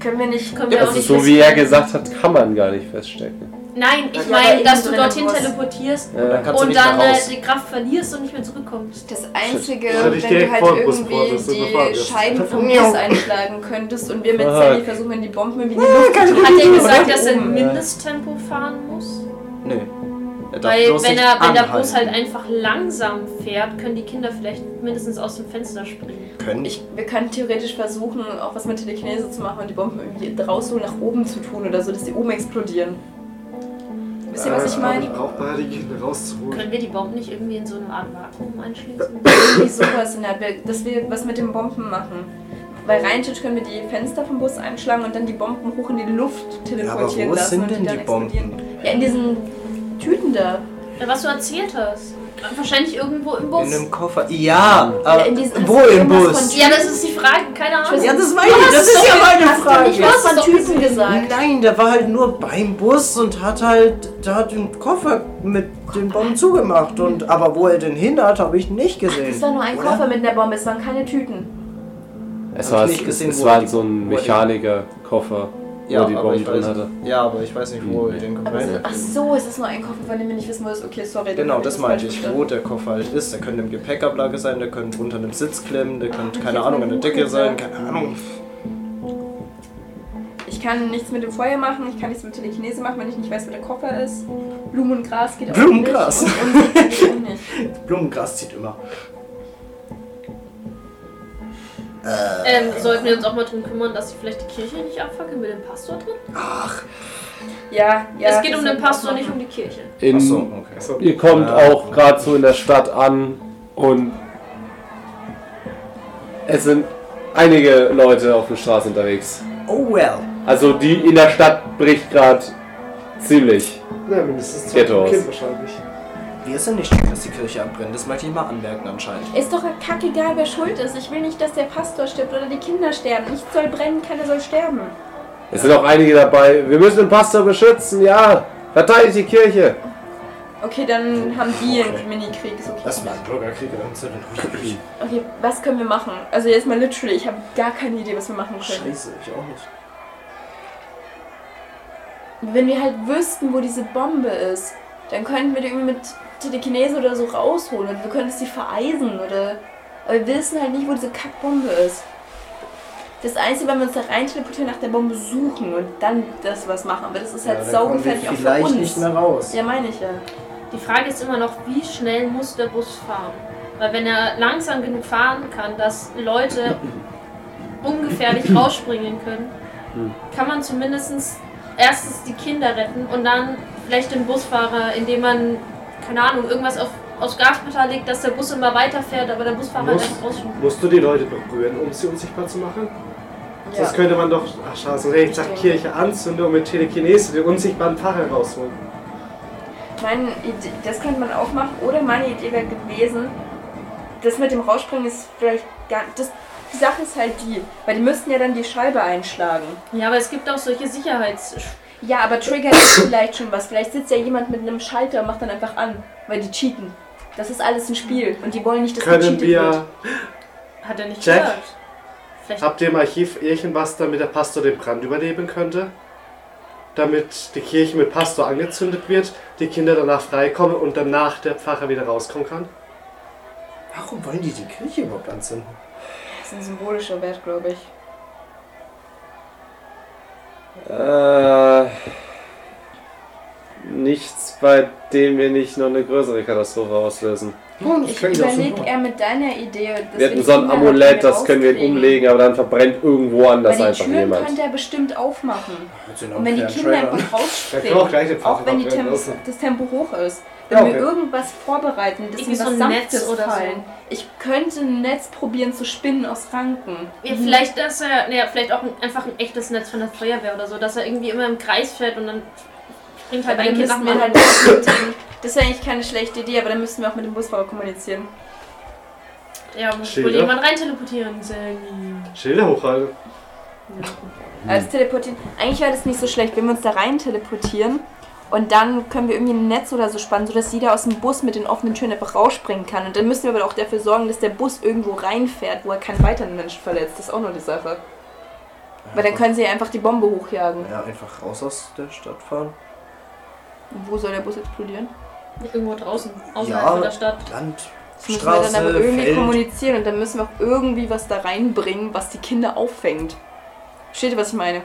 Speaker 4: Können wir nicht. Können wir auch
Speaker 1: Also
Speaker 4: nicht
Speaker 1: so wie er
Speaker 4: riskieren.
Speaker 1: gesagt hat, kann man gar nicht feststecken.
Speaker 4: Nein,
Speaker 3: Ja,
Speaker 4: ich
Speaker 3: aber
Speaker 4: meine,
Speaker 3: eben
Speaker 4: dass du
Speaker 3: drin
Speaker 4: dorthin
Speaker 3: raus.
Speaker 4: teleportierst
Speaker 1: Ja.
Speaker 5: kannst du
Speaker 4: und
Speaker 5: nicht
Speaker 4: dann
Speaker 5: mehr
Speaker 4: äh,
Speaker 5: raus.
Speaker 4: die Kraft verlierst und nicht mehr zurückkommst.
Speaker 3: Das Einzige,
Speaker 6: Das hätte
Speaker 3: wenn
Speaker 6: ich
Speaker 3: du
Speaker 6: direkt
Speaker 3: halt
Speaker 6: vor dem Bus vor,
Speaker 3: irgendwie
Speaker 6: dass du bevor
Speaker 3: die
Speaker 6: bist.
Speaker 3: Scheiben vom Bus einschlagen könntest und wir mit Sally versuchen, die Bomben wie die Luft
Speaker 5: Also
Speaker 3: zu
Speaker 4: Hat er
Speaker 3: kriegen.
Speaker 4: gesagt, dass er
Speaker 3: Oben.
Speaker 4: Mindesttempo fahren muss?
Speaker 5: Nö. Er darf
Speaker 4: Weil
Speaker 5: bloß
Speaker 4: wenn
Speaker 5: nicht
Speaker 4: er, wenn der
Speaker 5: anhalten.
Speaker 4: Bus halt einfach langsam fährt, können die Kinder vielleicht mindestens aus dem Fenster springen.
Speaker 5: Können.
Speaker 3: Ich, wir können theoretisch versuchen, auch was mit Telekinese zu machen und die Bomben irgendwie draußen nach oben zu tun oder so, dass die oben explodieren. Wisst ihr, was ich
Speaker 6: Ich
Speaker 3: meine?
Speaker 6: brauche mal Äh, die Kinder rauszuholen.
Speaker 4: Können wir die Bomben nicht irgendwie in so eine Art Vakuum einschließen?
Speaker 3: Irgendwie sowas in der Art, dass wir was mit den Bomben machen. Weil rein theoretisch können wir die Fenster vom Bus einschlagen und dann die Bomben hoch in die Luft
Speaker 5: Ja, aber
Speaker 3: teleportieren
Speaker 5: wo
Speaker 3: lassen.
Speaker 5: sind
Speaker 3: und
Speaker 5: denn
Speaker 3: dann
Speaker 5: die Bomben?
Speaker 3: explodieren. Ja, in diesen Tüten da.
Speaker 4: Ja, Was du erzählt hast. Wahrscheinlich irgendwo im
Speaker 5: In
Speaker 4: Bus.
Speaker 5: einem Koffer. Ja,
Speaker 3: Ja,
Speaker 5: aber
Speaker 2: äh,
Speaker 3: in diesen-
Speaker 5: wo
Speaker 3: hast du
Speaker 5: im
Speaker 3: irgendwas
Speaker 5: Bus?
Speaker 3: von-
Speaker 4: Ja, das ist die Frage, keine Ahnung.
Speaker 3: Ja, das
Speaker 5: meine
Speaker 4: das ist ja
Speaker 5: meine
Speaker 3: Ich
Speaker 4: Ja,
Speaker 3: was
Speaker 4: ist
Speaker 3: von
Speaker 4: doch
Speaker 3: Tüten gesagt.
Speaker 5: Nein, der war halt nur beim Bus und hat halt da den Koffer mit den Bomben zugemacht. Und, aber wo er den hin hat, habe ich nicht
Speaker 3: Es
Speaker 5: gesehen.
Speaker 3: war nur ein
Speaker 5: Oder?
Speaker 3: Koffer mit einer Bombe, es waren keine Tüten.
Speaker 1: Es
Speaker 5: Hab
Speaker 1: war,
Speaker 5: ich nicht gesehen,
Speaker 1: es
Speaker 5: wo
Speaker 1: war
Speaker 5: die-
Speaker 1: so ein
Speaker 5: wo die-
Speaker 1: Mechaniker-Koffer, wo die Bomben drin hatte.
Speaker 5: ja, aber ich weiß nicht, wo er den Koffer
Speaker 3: Aber
Speaker 5: hin
Speaker 3: so, ach so, es ist nur ein Koffer, von dem wir nicht wissen, wo es ist. Okay, sorry. dann
Speaker 5: Genau,
Speaker 3: hab
Speaker 5: das meinte
Speaker 3: falsch
Speaker 5: ich, wo
Speaker 3: verstanden.
Speaker 5: der Koffer halt ist. Der könnte im Gepäckablage sein, der könnte unter einem Sitz klemmen, der könnte,
Speaker 3: ich
Speaker 5: keine
Speaker 3: hab
Speaker 5: Ahnung, an
Speaker 3: mein
Speaker 5: der
Speaker 3: Buch
Speaker 5: Decke sein,
Speaker 3: gesagt.
Speaker 5: keine Ahnung.
Speaker 3: Ich kann nichts mit dem Feuer machen, ich kann nichts mit Telekinese machen, wenn ich nicht weiß, wo der Koffer ist. Blumengras geht auch
Speaker 5: Blumengras.
Speaker 3: nicht. Und Unsichtbar geht auch nicht.
Speaker 5: Blumengras zieht immer.
Speaker 4: Ähm, sollten wir uns auch mal drum kümmern, dass sie vielleicht die Kirche nicht abfackeln mit dem Pastor drin?
Speaker 3: Ja, ja.
Speaker 4: es geht
Speaker 3: das
Speaker 4: um den
Speaker 3: sollten wir
Speaker 4: Pastor,
Speaker 3: auch
Speaker 4: nicht um
Speaker 3: machen.
Speaker 4: die Kirche.
Speaker 1: In,
Speaker 5: Achso, okay.
Speaker 6: Achso.
Speaker 1: Ihr kommt
Speaker 5: Ja.
Speaker 1: auch gerade so in der Stadt an und es sind einige Leute auf den Straßen unterwegs.
Speaker 5: Oh well.
Speaker 1: Also die in der Stadt bricht gerade ziemlich.
Speaker 6: Na, mindestens zwei
Speaker 1: Ghetto aus.
Speaker 6: Kind wahrscheinlich.
Speaker 5: Wir sind nicht schuld, dass die Kirche abbrennt. Das möchte ich mal anmerken anscheinend.
Speaker 3: Ist doch kackegal, wer schuld ist. Ich will nicht, dass der Pastor stirbt oder die Kinder sterben. Nichts soll brennen, keiner soll sterben.
Speaker 1: Es sind auch einige dabei. Wir müssen den Pastor beschützen, ja. Verteidigt die Kirche.
Speaker 3: Okay, dann haben die einen Minikrieg. Ist okay.
Speaker 5: war ein Bürgerkrieg, wir haben zu den Russen.
Speaker 3: Okay, was können wir machen? Also jetzt mal literally, ich habe gar keine Idee, was wir machen können.
Speaker 5: Scheiße, ich auch nicht.
Speaker 3: Wenn wir halt wüssten, wo diese Bombe ist, dann könnten wir die irgendwie mit Telekinese oder so rausholen und wir könnten sie vereisen oder... Aber wir wissen halt nicht, wo diese Kackbombe ist. Das Einzige, wenn wir uns da rein teleportieren, nach der Bombe suchen und dann das was machen. Aber das ist halt
Speaker 5: dann kommen wir
Speaker 3: saugefährlich auch für
Speaker 5: Vielleicht
Speaker 3: uns.
Speaker 5: nicht mehr raus.
Speaker 3: Ja, meine ich ja.
Speaker 4: Die Frage ist immer noch, wie schnell muss der Bus fahren? Weil wenn er langsam genug fahren kann, dass Leute ungefährlich rausspringen können,
Speaker 3: Hm.
Speaker 4: kann man zumindest erstens die Kinder retten und dann vielleicht den Busfahrer, indem man, keine Ahnung, irgendwas auf, aufs Gaspedal legt, dass der Bus immer weiterfährt, aber der Busfahrer
Speaker 6: Muss.
Speaker 4: einfach rausspringt.
Speaker 6: Musst du die Leute berühren, um sie unsichtbar zu machen?
Speaker 3: ja.
Speaker 6: Sonst könnte man doch, ach schade, sonst hätte ich gesagt, Kirche anzünden und mit Telekinese den unsichtbaren Pfarrer rausholen.
Speaker 3: Meine Idee, das könnte man auch machen. Oder meine Idee wäre gewesen, das mit dem Rausspringen ist vielleicht gar das Die Sache ist halt die, weil die müssten ja dann die Scheibe einschlagen.
Speaker 4: Ja, aber es gibt auch solche Sicherheits...
Speaker 3: Ja, aber Trigger ist vielleicht schon was. Vielleicht sitzt ja jemand mit einem Schalter und macht dann einfach an, weil die cheaten. Das ist alles ein Spiel und die wollen nicht, dass
Speaker 6: Können
Speaker 3: gecheatet
Speaker 6: wir,
Speaker 4: Hat er nicht
Speaker 6: Jack?
Speaker 4: gehört. Vielleicht
Speaker 6: habt ihr im Archiv irgendwas, damit der Pastor den Brand überleben könnte? Damit die Kirche mit Pastor angezündet wird, die Kinder danach freikommen und danach der Pfarrer wieder rauskommen kann?
Speaker 5: Warum wollen die die Kirche überhaupt anzünden?
Speaker 3: Das ist ein symbolischer Wert, glaube ich.
Speaker 1: Äh, nichts, bei dem wir nicht noch eine größere Katastrophe auslösen.
Speaker 5: Ja,
Speaker 3: Ich überlege eher mit deiner Idee. dass
Speaker 1: Wir hätten
Speaker 3: die
Speaker 1: so ein
Speaker 3: Kinder
Speaker 1: Amulett,
Speaker 3: da
Speaker 1: das können wir
Speaker 3: rauskriegen.
Speaker 1: umlegen, aber dann verbrennt irgendwo anders
Speaker 3: Weil die
Speaker 1: einfach
Speaker 3: Türen
Speaker 1: jemand.
Speaker 3: könnte er bestimmt aufmachen. Und wenn die Kinder einfach
Speaker 6: Da kann auch
Speaker 3: rausspringen,
Speaker 6: gleich den Pfarrer
Speaker 3: auch wenn die
Speaker 6: verbrennen
Speaker 3: Tempo,
Speaker 6: lassen.
Speaker 3: das Tempo hoch ist, wenn
Speaker 6: Ja, okay.
Speaker 3: wir irgendwas vorbereiten, dass
Speaker 4: Irgendwie
Speaker 3: wir
Speaker 4: so
Speaker 3: was
Speaker 4: ein
Speaker 3: Sanftes
Speaker 4: Netz oder so.
Speaker 3: fallen. Ich könnte ein Netz probieren zu spinnen aus Ranken.
Speaker 4: Ja, vielleicht, dass er, naja, vielleicht auch ein, einfach ein echtes Netz von der Feuerwehr oder so, dass er irgendwie immer im Kreis fährt und dann springt halt
Speaker 3: Aber
Speaker 4: ein
Speaker 3: dann
Speaker 4: Kind nach
Speaker 3: müssen
Speaker 4: dem
Speaker 3: wir
Speaker 4: anderen.
Speaker 3: halt auch mit dem, das wäre eigentlich keine schlechte Idee, aber dann müssten wir auch mit dem Busfahrer kommunizieren.
Speaker 4: Ja, muss wohl
Speaker 6: Schilder.
Speaker 4: jemand rein teleportieren. Sally.
Speaker 6: Schilder hochhalten. Hm.
Speaker 3: Also teleportieren. Eigentlich wäre das nicht so schlecht, wenn wir uns da rein teleportieren und dann können wir irgendwie ein Netz oder so spannen, sodass jeder aus dem Bus mit den offenen Türen einfach rausspringen kann. Und dann müssen wir aber auch dafür sorgen, dass der Bus irgendwo reinfährt, wo er keinen weiteren Menschen verletzt. Das ist auch noch die Sache. Weil dann können sie einfach die Bombe hochjagen.
Speaker 2: Ja, einfach raus aus der Stadt fahren.
Speaker 3: Und wo soll der Bus explodieren?
Speaker 4: Irgendwo draußen, außerhalb
Speaker 2: Ja.
Speaker 4: von der Stadt.
Speaker 2: Land,
Speaker 3: Das müssen wir
Speaker 2: Straße,
Speaker 3: dann aber irgendwie
Speaker 2: Feld.
Speaker 3: kommunizieren und dann müssen wir auch irgendwie was da reinbringen, was die Kinder auffängt. Versteht ihr, was ich meine?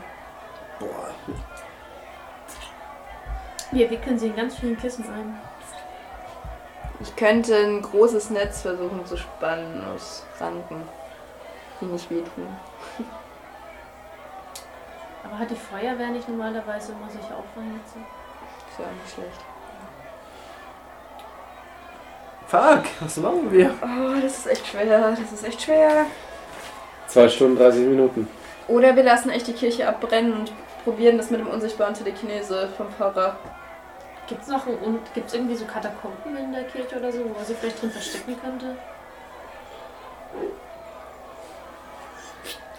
Speaker 2: Boah,
Speaker 4: Wir wickeln sie in ganz vielen Kissen ein.
Speaker 3: Ich könnte ein großes Netz versuchen zu spannen aus Ranken, die nicht wehtun.
Speaker 4: Aber hat die Feuerwehr nicht normalerweise immer solche Auffangnetze?
Speaker 3: Ist ja auch nicht schlecht.
Speaker 2: fuck, was machen wir?
Speaker 3: Oh, das ist echt schwer, das ist echt schwer.
Speaker 1: Zwei Stunden, 30 Minuten.
Speaker 3: Oder wir lassen echt die Kirche abbrennen und probieren das mit dem unsichtbaren Telekinese vom Pfarrer.
Speaker 4: Gibt's noch ein, und gibt's irgendwie so Katakomben in der Kirche oder so, wo man sich vielleicht drin verstecken könnte?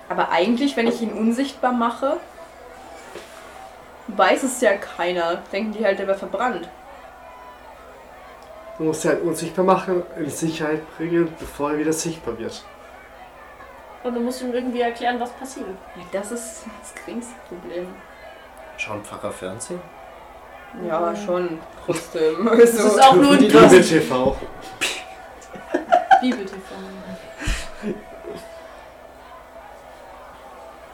Speaker 3: Aber eigentlich, wenn ich ihn unsichtbar mache, weiß es ja keiner. Denken die halt, der wäre verbrannt.
Speaker 6: Du musst sie halt unsichtbar machen, in Sicherheit bringen, bevor er wieder sichtbar wird.
Speaker 4: Und du musst ihm irgendwie erklären, was passiert.
Speaker 3: Das ist das geringste Problem.
Speaker 2: Schauen Pfarrer Fernsehen?
Speaker 3: Ja, schon. Trotzdem. Mhm. Es
Speaker 4: Das ist auch nur ein
Speaker 6: Bibel TV.
Speaker 4: Bibeltv.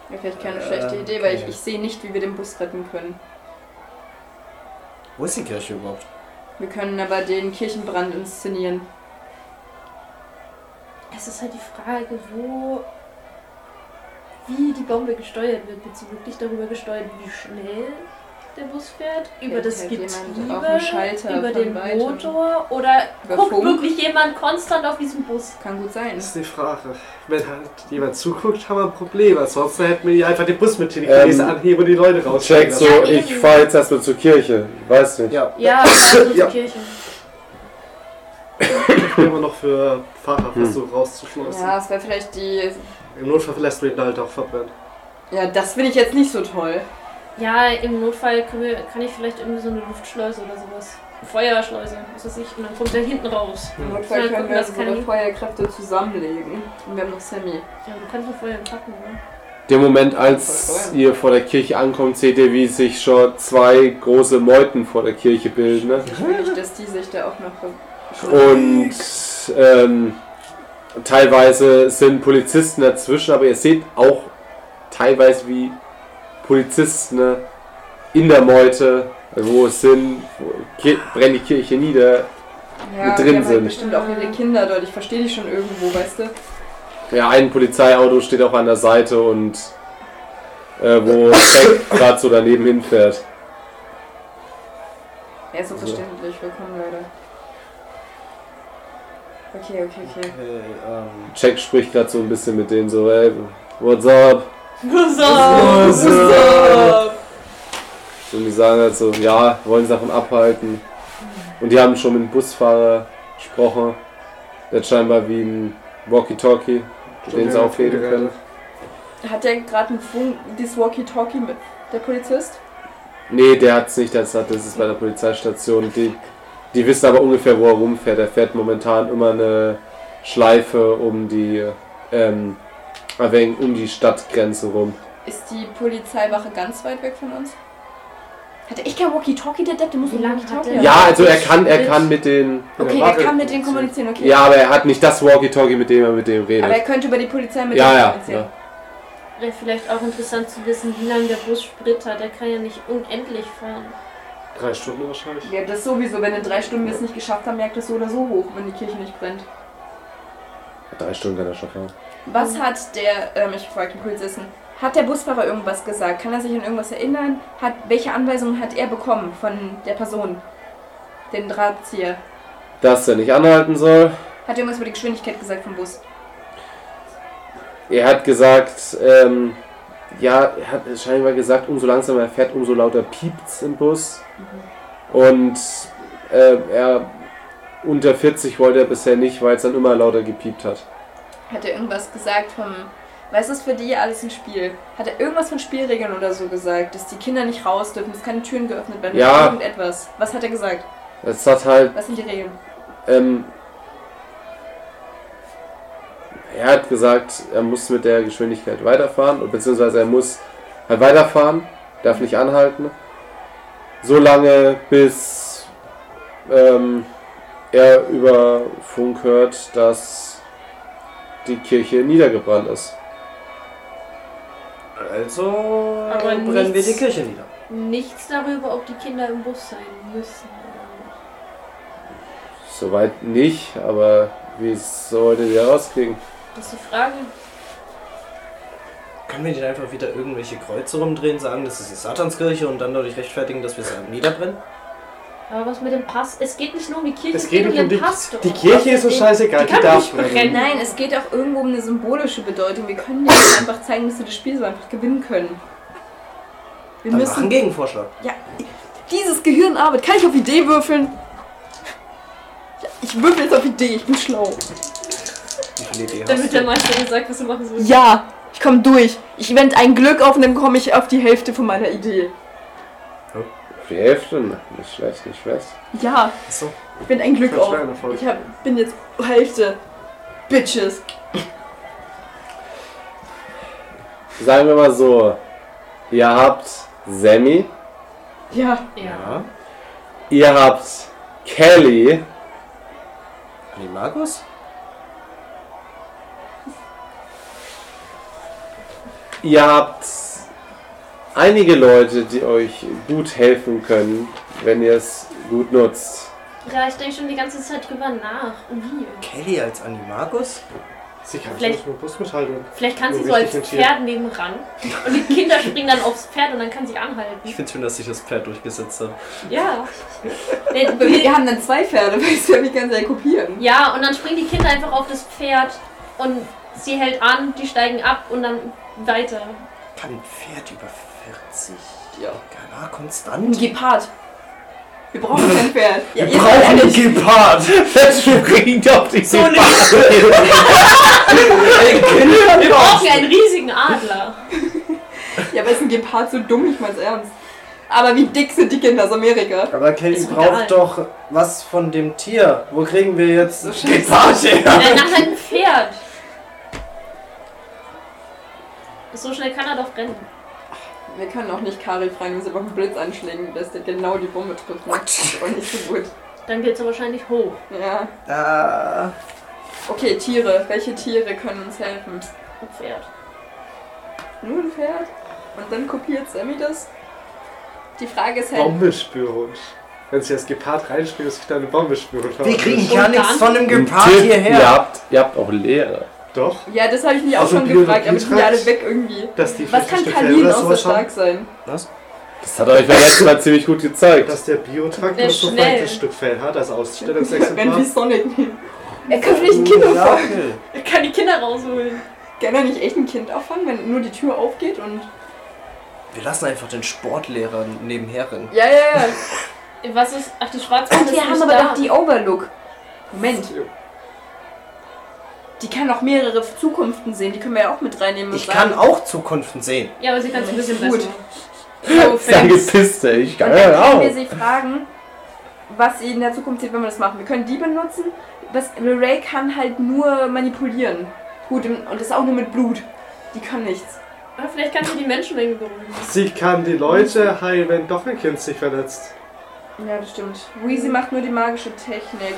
Speaker 3: Mir fällt keine schlechte Idee, weil ich, ich sehe nicht, wie wir den Bus retten können.
Speaker 2: Wo ist die Kirche überhaupt?
Speaker 3: Wir können aber den Kirchenbrand inszenieren.
Speaker 4: Es ist halt die Frage, wo. wie die Bombe gesteuert wird. Wird sie wirklich darüber gesteuert, wie schnell der Bus fährt? Über
Speaker 3: Hält
Speaker 4: das
Speaker 3: halt jemand
Speaker 4: Getriebe?
Speaker 3: auf dem Schalter
Speaker 4: über
Speaker 3: von
Speaker 4: den
Speaker 3: weitem?
Speaker 4: Motor? Oder
Speaker 3: Über
Speaker 4: guckt
Speaker 3: Funk?
Speaker 4: wirklich jemand konstant auf diesen Bus?
Speaker 3: Kann gut sein.
Speaker 6: Das ist die Frage. Wenn halt jemand zuguckt, haben wir ein Problem. Ansonsten hätten wir hier einfach den Bus mit
Speaker 1: Ähm,
Speaker 6: Telekinese anheben und die Leute
Speaker 1: Check
Speaker 6: rausstellen
Speaker 1: so,
Speaker 6: lassen.
Speaker 1: ich fahre jetzt erstmal zur Kirche. Weiß nicht.
Speaker 2: Ja,
Speaker 4: Ja, also
Speaker 6: Ja.
Speaker 4: die Kirche.
Speaker 6: Ich bin immer noch für Fahrer versucht rauszuschmeißen.
Speaker 3: Ja, es wäre vielleicht die.
Speaker 6: Im Notfall lässt du ihn halt auch verbrennen.
Speaker 3: Ja, das finde ich jetzt nicht so toll.
Speaker 4: Ja, im Notfall können wir, kann ich vielleicht irgendwie so eine Luftschleuse oder sowas. Feuerschleuse, was weiß ich. Und dann kommt der hinten raus.
Speaker 3: Im
Speaker 4: Ja,
Speaker 3: Notfall können
Speaker 4: gucken,
Speaker 3: wir
Speaker 4: das kann
Speaker 3: unsere
Speaker 4: ich-
Speaker 3: Feuerkräfte zusammenlegen. Und wir haben noch Sammy.
Speaker 4: Ja, du kannst noch Feuer packen, ne?
Speaker 1: Dem Moment, als ihr vor der Kirche ankommt, seht ihr, wie sich schon zwei große Meuten vor der Kirche bilden. Ne?
Speaker 3: Ich will nicht, dass die sich da auch noch. ver-
Speaker 1: Und ähm, teilweise sind Polizisten dazwischen, aber ihr seht auch teilweise, wie Polizisten ne, in der Meute, wo es sind, wo, Ki- brennt die Kirche nieder.
Speaker 3: Ja,
Speaker 1: mit
Speaker 3: die
Speaker 1: drin
Speaker 3: haben
Speaker 1: sind.
Speaker 3: Halt bestimmt auch ihre Kinder dort. Ich verstehe die schon irgendwo, weißt du?
Speaker 1: Ja, ein Polizeiauto steht auch an der Seite und äh, wo Jack gerade so daneben hinfährt.
Speaker 3: Ja, ist so verständlich. Willkommen, Leute. Okay, okay, okay.
Speaker 2: okay, ähm.
Speaker 1: Jack spricht gerade so ein bisschen mit denen so, hey, what's up?
Speaker 4: What's
Speaker 2: up?
Speaker 1: Und die sagen halt so, ja, wollen Sachen abhalten. Und die haben schon mit dem Busfahrer gesprochen. Der hat scheinbar wie ein Walkie-Talkie, mit dem sie aufreden können.
Speaker 3: Hat der gerade einen Funk, dieses Walkie-Talkie mit der Polizist?
Speaker 1: Nee, der hat's nicht, das hat, das ist bei der Polizeistation. Die, die wissen aber ungefähr, wo er rumfährt. Er fährt momentan immer eine Schleife um die, ähm, ein wenig um die Stadtgrenze rum.
Speaker 3: Ist die Polizeiwache ganz weit weg von uns? Hat er echt kein Walkie-Talkie, der Depp? Der muss
Speaker 4: Wie
Speaker 3: ein
Speaker 4: lange
Speaker 3: Walkie-Talkie
Speaker 1: Ja,
Speaker 4: hat Ja,
Speaker 1: also er kann, er kann mit den,
Speaker 3: Okay, er kann mit denen kommunizieren, okay.
Speaker 1: ja, aber er hat nicht das Walkie-Talkie, mit dem er mit dem redet.
Speaker 3: Aber er könnte über die Polizei mit
Speaker 1: ja,
Speaker 3: denen
Speaker 1: ja,
Speaker 3: kommunizieren.
Speaker 1: ja.
Speaker 4: Wäre vielleicht auch interessant zu wissen, wie lange der Bus Sprit hat. Der kann ja nicht unendlich fahren.
Speaker 6: Drei Stunden wahrscheinlich.
Speaker 3: Ja, das sowieso. Wenn in drei Stunden wir es nicht geschafft haben, merkt das so oder so hoch, wenn die Kirche nicht brennt.
Speaker 1: Drei Stunden kann er schon fahren.
Speaker 3: Was hat der, ähm, ich frage den Polizisten, hat der Busfahrer irgendwas gesagt? Kann er sich an irgendwas erinnern? Hat, welche Anweisungen hat er bekommen von der Person, den Drahtzieher?
Speaker 1: Dass er nicht anhalten soll.
Speaker 3: Hat er irgendwas über die Geschwindigkeit gesagt vom Bus?
Speaker 1: Er hat gesagt, ähm, ja, er hat scheinbar gesagt, umso langsamer er fährt, umso lauter piept's im Bus. Und äh, er unter 40 wollte er bisher nicht, weil es dann immer lauter gepiept hat.
Speaker 3: Hat er irgendwas gesagt vom, weiß das für die alles ein Spiel? Hat er irgendwas von Spielregeln oder so gesagt, dass die Kinder nicht raus dürfen, dass keine Türen geöffnet werden,
Speaker 1: Ja.
Speaker 3: irgendetwas? Was hat er gesagt?
Speaker 1: Es hat halt,
Speaker 3: Was sind die Regeln?
Speaker 1: ähm, er hat gesagt, er muss mit der Geschwindigkeit weiterfahren, und beziehungsweise er muss halt weiterfahren, darf nicht anhalten, so lange bis ähm, er über Funk hört, dass die Kirche niedergebrannt ist.
Speaker 5: Also
Speaker 4: Aber
Speaker 5: brennen wir
Speaker 4: nichts-
Speaker 5: die Kirche nieder.
Speaker 4: Nichts darüber, ob die Kinder im Bus sein müssen oder
Speaker 1: Soweit nicht, aber wie sollte der rauskriegen?
Speaker 4: nicht. Das ist die Frage.
Speaker 5: Können wir nicht einfach wieder irgendwelche Kreuze rumdrehen, sagen, das ist die Satanskirche und dann dadurch rechtfertigen, dass wir sie halt niederbrennen?
Speaker 4: Aber was mit dem Pass? Es geht nicht nur um die Kirche,
Speaker 6: Es geht
Speaker 4: um
Speaker 6: nicht um
Speaker 4: ihren
Speaker 6: die,
Speaker 4: Pass. doch.
Speaker 6: die Kirche ist so scheißegal,
Speaker 4: Die
Speaker 6: die,
Speaker 4: kann
Speaker 6: darf
Speaker 4: nicht
Speaker 6: brennen.
Speaker 3: Nein, es geht auch irgendwo um eine symbolische Bedeutung. Wir können nicht einfach zeigen, dass wir das Spiel so einfach gewinnen können. Wir
Speaker 5: Dann machen
Speaker 3: müssen.
Speaker 5: Gegenvorschlag.
Speaker 3: Dieses Gehirn arbeitet. Kann ich auf Idee würfeln? Ja, Ich würfel jetzt auf Idee, ich bin schlau.
Speaker 5: Wie viele Idee hast
Speaker 4: Damit der
Speaker 5: du?
Speaker 4: Meister dir sagt, was du machen sollst.
Speaker 3: Ja, ich komme durch. Ich wende ein Glück auf und dann komme ich auf die Hälfte von meiner Idee.
Speaker 1: Auf Die Hälfte? Na, Nicht schlecht, nicht schlecht.
Speaker 3: Ja,
Speaker 5: Achso.
Speaker 3: ich wende ein Glück
Speaker 6: Das
Speaker 3: auf.
Speaker 6: wäre ein Erfolg.
Speaker 3: Ich hab, bin jetzt Hälfte. Bitches.
Speaker 1: Sagen wir mal so, ihr habt Sammy,
Speaker 3: Ja,
Speaker 4: Ja.
Speaker 1: ihr habt Kelly,
Speaker 5: Animagus?
Speaker 1: ihr habt einige Leute, die euch gut helfen können, wenn ihr es gut nutzt.
Speaker 4: Ja, ich denke schon die ganze Zeit drüber nach. Und Wie?
Speaker 5: Kelly als Animagus?
Speaker 6: Sie kann
Speaker 4: Vielleicht-
Speaker 6: sich nicht mit dem Bus mithalten.
Speaker 4: Vielleicht kann sie
Speaker 6: So
Speaker 4: so als
Speaker 6: richtig mit
Speaker 4: Pferd nebenan. Und die Kinder springen dann aufs Pferd und dann kann sie anhalten.
Speaker 5: Ich finde schön, dass sich das Pferd durchgesetzt hat.
Speaker 4: Ja. Nee,
Speaker 3: wir
Speaker 4: die-
Speaker 3: haben dann zwei Pferde, weil sie ja die ganze Zeit kopieren.
Speaker 4: ja, und dann springen die Kinder einfach auf das Pferd und sie hält an, die steigen ab und dann weiter.
Speaker 5: Kann ein Pferd über 40?
Speaker 3: Ja.
Speaker 5: Kana
Speaker 3: Ein
Speaker 5: konstant?
Speaker 3: Gepard. Wir brauchen kein Pferd. Ja, ihr seid
Speaker 5: Brauchen
Speaker 3: ehrlich.
Speaker 5: Gepard!
Speaker 1: Das springt auf die
Speaker 4: So eine-
Speaker 5: Ey, Kinder,
Speaker 4: Wir brauchen einen riesigen Adler.
Speaker 3: Ja, aber ist ein Gepard so dumm? Ich mein's ernst. Aber wie dick sind die Kinder aus Amerika?
Speaker 5: Aber Kelly
Speaker 4: Ist
Speaker 5: braucht
Speaker 4: egal.
Speaker 5: doch was von dem Tier. Wo kriegen wir jetzt
Speaker 3: So scheiße.
Speaker 5: Gepard her?
Speaker 4: Äh, nach einem Pferd. So schnell kann er doch rennen.
Speaker 3: Wir können auch nicht Kari fragen, dass er beim Blitz anschlägt, dass der genau die Bombe trifft. Ne? Ist auch nicht so gut.
Speaker 4: Dann geht er wahrscheinlich hoch.
Speaker 3: Ja.
Speaker 5: Ah,
Speaker 3: Okay, Tiere. Welche Tiere können uns helfen?
Speaker 4: Ein Pferd.
Speaker 3: Nur ein Pferd? Und dann kopiert Sammy das? Die Frage ist halt,
Speaker 6: Bombenspürhund. Wenn sie das Gepard reinspürt, ist wieder eine Bombenspürhund.
Speaker 5: wir kriegen
Speaker 4: Und
Speaker 5: ja nichts
Speaker 4: dann?
Speaker 5: von dem
Speaker 1: Ein
Speaker 5: Gepard
Speaker 1: Tipp,
Speaker 5: hierher.
Speaker 1: Ihr habt, ihr habt auch Lehrer.
Speaker 6: Doch,
Speaker 3: ja, das habe ich mich auch
Speaker 6: Also
Speaker 3: schon
Speaker 6: Biologie
Speaker 3: gefragt, aber die sind ja alle
Speaker 6: treibt-
Speaker 3: weg irgendwie.
Speaker 6: dass die
Speaker 3: Was kann
Speaker 6: Fichte Stücke
Speaker 3: Kalin
Speaker 6: oder
Speaker 3: außer
Speaker 6: sowas haben,
Speaker 3: stark sein?
Speaker 1: Das hat er euch beim letzten Mal ziemlich gut gezeigt.
Speaker 6: Dass der Biotrakt
Speaker 4: Der
Speaker 6: nur so
Speaker 4: schnell.
Speaker 6: feines Stück Fell hat also als
Speaker 3: Wenn
Speaker 6: Ausstellungsexemplar.
Speaker 3: wir Sonic nehmen. Er kann vielleicht ein Kind
Speaker 5: Ja,
Speaker 3: auffangen.
Speaker 5: okay.
Speaker 4: Er kann die Kinder rausholen.
Speaker 3: Kann er nicht echt ein Kind auffangen, wenn nur die Tür aufgeht und.
Speaker 5: Wir lassen einfach den Sportlehrer nebenher rennen.
Speaker 3: Ja, ja, ja.
Speaker 4: Was ist. Ach, die Schwarzwald
Speaker 3: Und
Speaker 4: ist
Speaker 3: wir haben
Speaker 4: nicht
Speaker 3: aber
Speaker 4: da.
Speaker 3: doch die Overlook. Moment. Die kann auch mehrere Zukunften sehen, die können wir ja auch mit reinnehmen. und
Speaker 5: Ich
Speaker 3: sagen-
Speaker 5: kann auch Zukunften sehen.
Speaker 4: Ja, aber sie kann es ein bisschen
Speaker 3: Gut.
Speaker 4: besser.
Speaker 3: So,
Speaker 1: Dann
Speaker 3: Fans.
Speaker 1: gepisst, ey. Ich
Speaker 3: Und
Speaker 1: kann
Speaker 3: dann
Speaker 1: ja
Speaker 3: können wir
Speaker 1: auch.
Speaker 3: sie fragen, was sie in der Zukunft sieht, wenn wir das machen. Wir können die benutzen. Was, Ray kann halt nur manipulieren. Gut, und und das auch nur mit Blut. Die kann nichts.
Speaker 4: Aber vielleicht kannst du die Menschenmenge beruhigen.
Speaker 6: Sie kann die Leute heilen, wenn doch ein Kind sich verletzt.
Speaker 3: Ja, das stimmt. Weezy macht nur die magische Technik.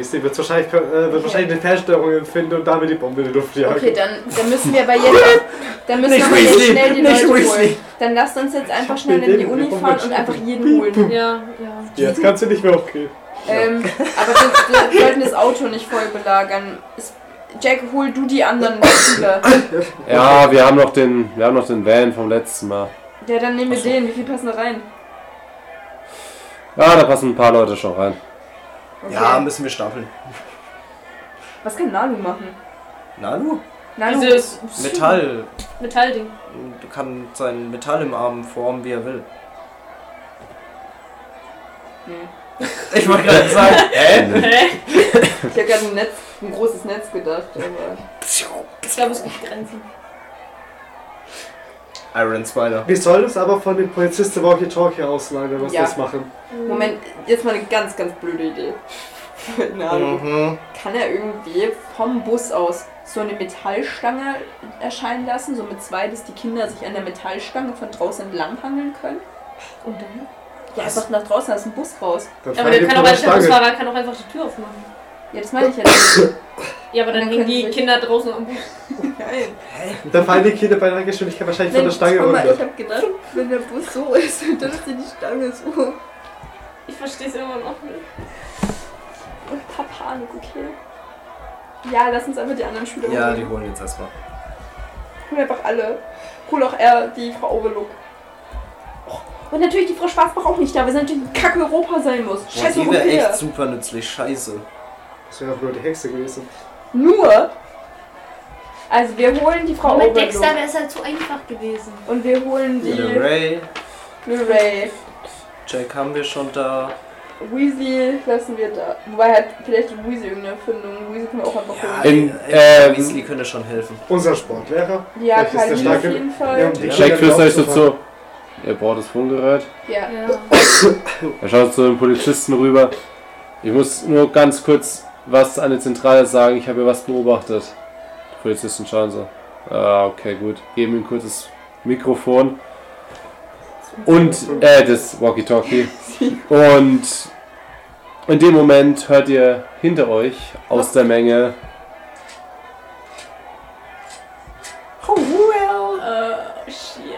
Speaker 6: Sie wird wahrscheinlich, äh,
Speaker 3: Okay.
Speaker 6: wird wahrscheinlich eine Fernsteuerung empfinden und damit die Bombe in die Luft jagen.
Speaker 3: Okay, dann, dann müssen wir aber jetzt, dann müssen
Speaker 5: Nicht
Speaker 3: wir aber jetzt
Speaker 5: Weasley,
Speaker 3: schnell die
Speaker 5: nicht
Speaker 3: Leute
Speaker 5: Weasley.
Speaker 3: holen. Dann lasst uns jetzt einfach
Speaker 6: hab
Speaker 3: schnell
Speaker 6: mir
Speaker 3: in die
Speaker 6: den
Speaker 3: Uni
Speaker 6: Blick
Speaker 3: fahren und
Speaker 6: umgeschickt.
Speaker 3: einfach jeden holen.
Speaker 4: Ja, ja.
Speaker 6: Jetzt kannst du nicht mehr hochgehen.
Speaker 3: Ähm, aber wir, wir sollten das Auto nicht voll belagern. Es- Jack, hol du die anderen Spieler.
Speaker 1: Ja, wir haben noch den, wir haben noch den Van vom letzten Mal.
Speaker 3: Ja, dann nehmen wir den. Wie viel passen da rein?
Speaker 1: Ja, da passen ein paar Leute schon rein.
Speaker 3: Okay.
Speaker 5: Ja, müssen wir stapeln.
Speaker 3: Was kann Nalu machen?
Speaker 5: Nalu?
Speaker 3: Nalu,
Speaker 4: Dieses
Speaker 5: Metall.
Speaker 4: Metallding.
Speaker 5: Du kann sein Metall im Arm formen, wie er will.
Speaker 2: Hm.
Speaker 3: Nee.
Speaker 5: Ich wollte gerade sagen,
Speaker 6: Äh?
Speaker 5: hä?
Speaker 4: Hä?
Speaker 3: ich habe gerade ein Netz, ein großes Netz gedacht. Aber
Speaker 4: Ich glaube, es gibt Grenzen.
Speaker 5: Iron Spider.
Speaker 6: Wir sollen uns aber von dem Polizisten Walkie Talkie auslagern, was
Speaker 3: Ja.
Speaker 6: das machen.
Speaker 3: Moment, jetzt mal eine ganz, ganz blöde Idee. Ahnung.
Speaker 6: Mhm.
Speaker 3: Kann er irgendwie vom Bus aus so eine Metallstange erscheinen lassen, so mit zwei, dass die Kinder sich an der Metallstange von draußen entlanghangeln können?
Speaker 4: Und dann?
Speaker 3: Ja, einfach nach draußen aus dem Bus raus.
Speaker 6: Dann
Speaker 4: Ja, aber der
Speaker 6: fahren die
Speaker 4: kann
Speaker 6: von
Speaker 4: auch
Speaker 6: der
Speaker 4: als der
Speaker 6: Stange.
Speaker 4: Busfahrer kann auch einfach die Tür aufmachen.
Speaker 3: Ja, das meine ich ja nicht.
Speaker 4: Ja, aber dann
Speaker 3: Dann
Speaker 4: hängen
Speaker 3: können
Speaker 4: die
Speaker 3: sie-
Speaker 4: Kinder draußen am Bus.
Speaker 3: Nein.
Speaker 6: Dann fallen die Kinder bei einer Geschwindigkeit wahrscheinlich von
Speaker 3: Wenn,
Speaker 6: der Stange
Speaker 3: guck mal, ich
Speaker 6: runter.
Speaker 3: habe gedacht, wenn der Bus so ist, dann ist die Stange so.
Speaker 4: Ich verstehe es immer noch nicht.
Speaker 3: Und Papa, okay. Ja, lass uns einfach die anderen Schüler
Speaker 2: Ja, die
Speaker 3: holen.
Speaker 2: holen jetzt erstmal.
Speaker 3: Hol einfach alle. Hol auch er, die Frau Overlook. Och, Und natürlich die Frau Schwarzbach auch nicht da, weil sie natürlich ein Kacke Europa sein muss.
Speaker 2: Boah,
Speaker 3: Scheiß
Speaker 2: die wäre echt
Speaker 3: Europäer.
Speaker 2: super nützlich. Scheiße.
Speaker 6: Das wäre auch nur die Hexe gewesen.
Speaker 3: Nur. Also wir holen die Frau
Speaker 4: mit
Speaker 3: Overlook.
Speaker 4: Dexter wäre es halt zu einfach gewesen.
Speaker 3: Und wir holen die
Speaker 2: Der Ray,
Speaker 3: Blu-ray.
Speaker 2: Jack haben wir schon da.
Speaker 3: Weezy lassen wir da. Wobei halt vielleicht Weezy irgendeine Erfindung. Weezy können wir auch einfach
Speaker 2: Ja,
Speaker 3: holen.
Speaker 1: In-
Speaker 2: äh,
Speaker 1: ähm,
Speaker 2: Weasley könnte schon helfen.
Speaker 6: Unser Sportlehrer.
Speaker 3: Ja,
Speaker 6: vielleicht ist der
Speaker 3: Kali auf
Speaker 6: starke-
Speaker 3: jeden Fall.
Speaker 6: Ja, und die
Speaker 1: Jack
Speaker 6: Kinder
Speaker 1: flüstert euch also so
Speaker 6: laufen fahren.
Speaker 1: zu. Ihr braucht das Funkgerät.
Speaker 3: Ja.
Speaker 4: Ja.
Speaker 1: Er schaut zu dem Polizisten rüber. Ich muss nur ganz kurz was an die Zentrale sagen. Ich habe hier was beobachtet. Die Polizisten schauen so. Ah, okay, gut. Geben ihm ein kurzes Mikrofon. Und, äh, das Walkie-Talkie. Und in dem Moment hört ihr hinter euch aus der Menge
Speaker 3: Oh, well.
Speaker 4: Äh, shit.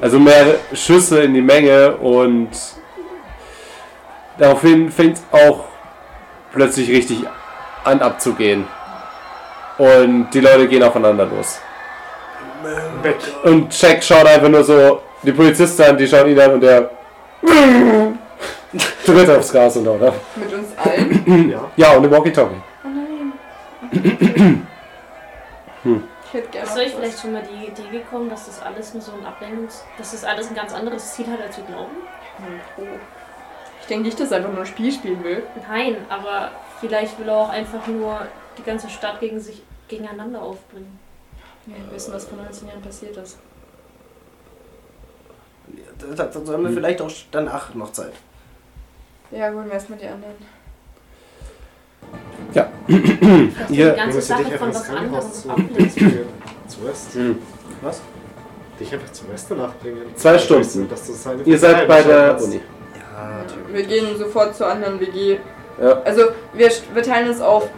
Speaker 1: Also mehr Schüsse in die Menge und daraufhin fängt auch plötzlich richtig an abzugehen. Und die Leute gehen aufeinander los.
Speaker 6: Weg.
Speaker 1: Und Jack schaut einfach nur so die Polizisten an, die schauen ihn an und der tritt aufs Gas und haut ab.
Speaker 3: Mit uns allen.
Speaker 6: Ja.
Speaker 1: Ja, und im Walkie-Talkie.
Speaker 3: Oh nein. Ich hätte gerne.
Speaker 4: Ist euch
Speaker 3: noch was.
Speaker 4: vielleicht schon mal die Idee gekommen, dass das alles nur so ein Ablenkungs... dass das alles ein ganz anderes Ziel hat, als wir glauben?
Speaker 3: Oh. Ich denke nicht, dass er einfach nur ein Spiel spielen will.
Speaker 4: Nein, aber vielleicht will er auch einfach nur die ganze Stadt gegen sich gegeneinander aufbringen.
Speaker 3: Wir wissen, was vor 19 Jahren passiert ist.
Speaker 2: Da, da, da haben wir vielleicht auch danach noch Zeit.
Speaker 3: Ja, holen wir erstmal die anderen.
Speaker 4: Vielleicht
Speaker 1: Ja,
Speaker 4: die ganze
Speaker 6: musst ja
Speaker 4: Sache
Speaker 6: dich einfach
Speaker 4: von
Speaker 6: ins
Speaker 4: was anderem
Speaker 6: Krankenhaus
Speaker 4: ablenken.
Speaker 6: Zuerst.
Speaker 1: Hm.
Speaker 2: Was?
Speaker 6: Dich einfach zum Westen nachbringen.
Speaker 1: Zwei Stunden.
Speaker 6: Dass du seine
Speaker 1: Ihr seid
Speaker 6: Verteidigung
Speaker 1: bei der
Speaker 6: hast.
Speaker 1: Uni.
Speaker 2: Ja,
Speaker 3: Wir gehen sofort zur anderen WG.
Speaker 1: Ja.
Speaker 3: Also, wir, wir teilen uns auf.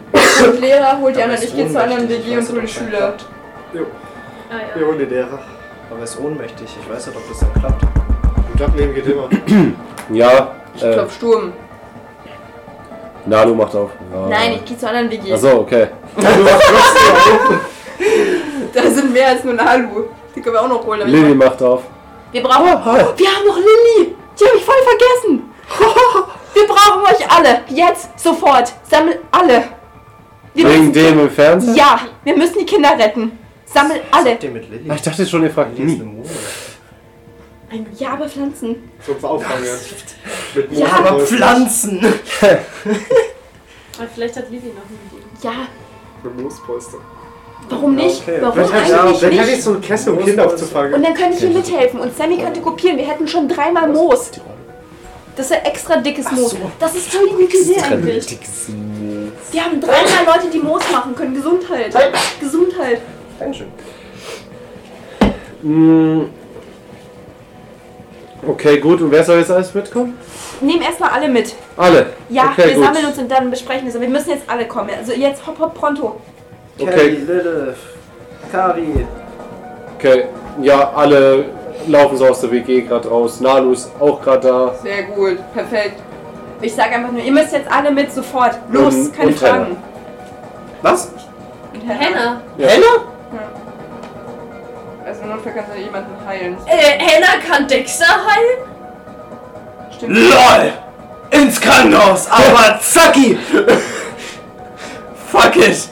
Speaker 3: Und Lehrer holt die anderen, ich gehe zur anderen
Speaker 2: ohnmächtig,
Speaker 3: WG
Speaker 2: ich weiß
Speaker 3: und hole die
Speaker 2: nicht, ob das
Speaker 3: Schüler.
Speaker 2: klappt.
Speaker 6: Jo,
Speaker 4: Ah, ja.
Speaker 6: wir holen den Lehrer.
Speaker 2: Aber er ist ohnmächtig. Ich weiß nicht, ob das dann klappt.
Speaker 6: Und ab neben geht immer.
Speaker 1: Ja,
Speaker 3: Ich
Speaker 1: äh,
Speaker 3: klopf Sturm.
Speaker 1: Nalu macht auf. Ja.
Speaker 3: Nein, ich gehe zur anderen WG.
Speaker 1: Achso, okay.
Speaker 3: Da sind mehr als nur Nalu. Die können wir auch noch holen. aber ich
Speaker 1: Lilly Oh, macht auf.
Speaker 3: Wir brauchen.
Speaker 1: hi.
Speaker 3: Wir haben noch Lilly! Die habe ich voll vergessen! Wir brauchen euch alle! Jetzt! Sofort! Sammelt alle! Wir
Speaker 1: Wegen
Speaker 3: müssen,
Speaker 1: dem im Fernsehen?
Speaker 3: ja! Wir müssen die Kinder retten! Sammelt
Speaker 2: Was
Speaker 3: alle!
Speaker 2: habt ihr mit Lilly?
Speaker 1: Ah, Ich dachte schon, ihr fragt
Speaker 2: Lilly ist
Speaker 1: nie.
Speaker 2: eine Mumie.
Speaker 4: Ein
Speaker 3: Ja, aber Pflanzen.
Speaker 6: Zum Auffangen. Mit
Speaker 3: Ja,
Speaker 6: Moos und
Speaker 2: Aber
Speaker 6: Holz.
Speaker 2: Pflanzen!
Speaker 4: Aber vielleicht hat Lili noch eine Idee.
Speaker 3: Ja,
Speaker 6: Mit Moospolster.
Speaker 3: warum nicht?
Speaker 2: okay.
Speaker 3: Warum
Speaker 6: Vielleicht
Speaker 3: eigentlich
Speaker 6: hat
Speaker 3: nicht?
Speaker 6: ich so einen Kessel, um Kinder
Speaker 3: Und
Speaker 6: aufzufangen.
Speaker 3: dann könnte ich hier mithelfen und Sammy könnte kopieren. Wir hätten schon dreimal Moos. Das ist ein extra dickes Moos. Das ist voll die gute Idee eigentlich. Wir haben dreimal Leute, die Moos machen können. Gesundheit. Gesundheit.
Speaker 2: Dankeschön.
Speaker 1: Mm. Okay, gut. Und wer soll jetzt alles mitkommen?
Speaker 3: Nehmen erstmal alle mit.
Speaker 1: Alle.
Speaker 3: Ja,
Speaker 1: okay,
Speaker 3: wir
Speaker 1: gut.
Speaker 3: sammeln uns und dann besprechen wir es. Aber Wir müssen jetzt alle kommen. Also jetzt hopp hopp pronto.
Speaker 1: Okay.
Speaker 2: Kelly, Lilith, Kari.
Speaker 1: Okay, ja, alle laufen so aus der WG gerade raus. Nalu ist auch gerade da.
Speaker 3: Sehr gut, perfekt. Ich sage einfach nur, ihr müsst jetzt alle mit sofort. Los,
Speaker 2: Mhm,
Speaker 1: Und-
Speaker 3: keine
Speaker 1: und Hannah.
Speaker 3: Fragen.
Speaker 2: Was?
Speaker 3: Und
Speaker 4: Henna!
Speaker 1: Ja.
Speaker 3: Also im Notfall kannst du jemanden heilen.
Speaker 4: Äh, Henna kann Dexter heilen?
Speaker 3: Stimmt.
Speaker 2: LOL! Ins Krankenhaus, aber zacki! Fuck it!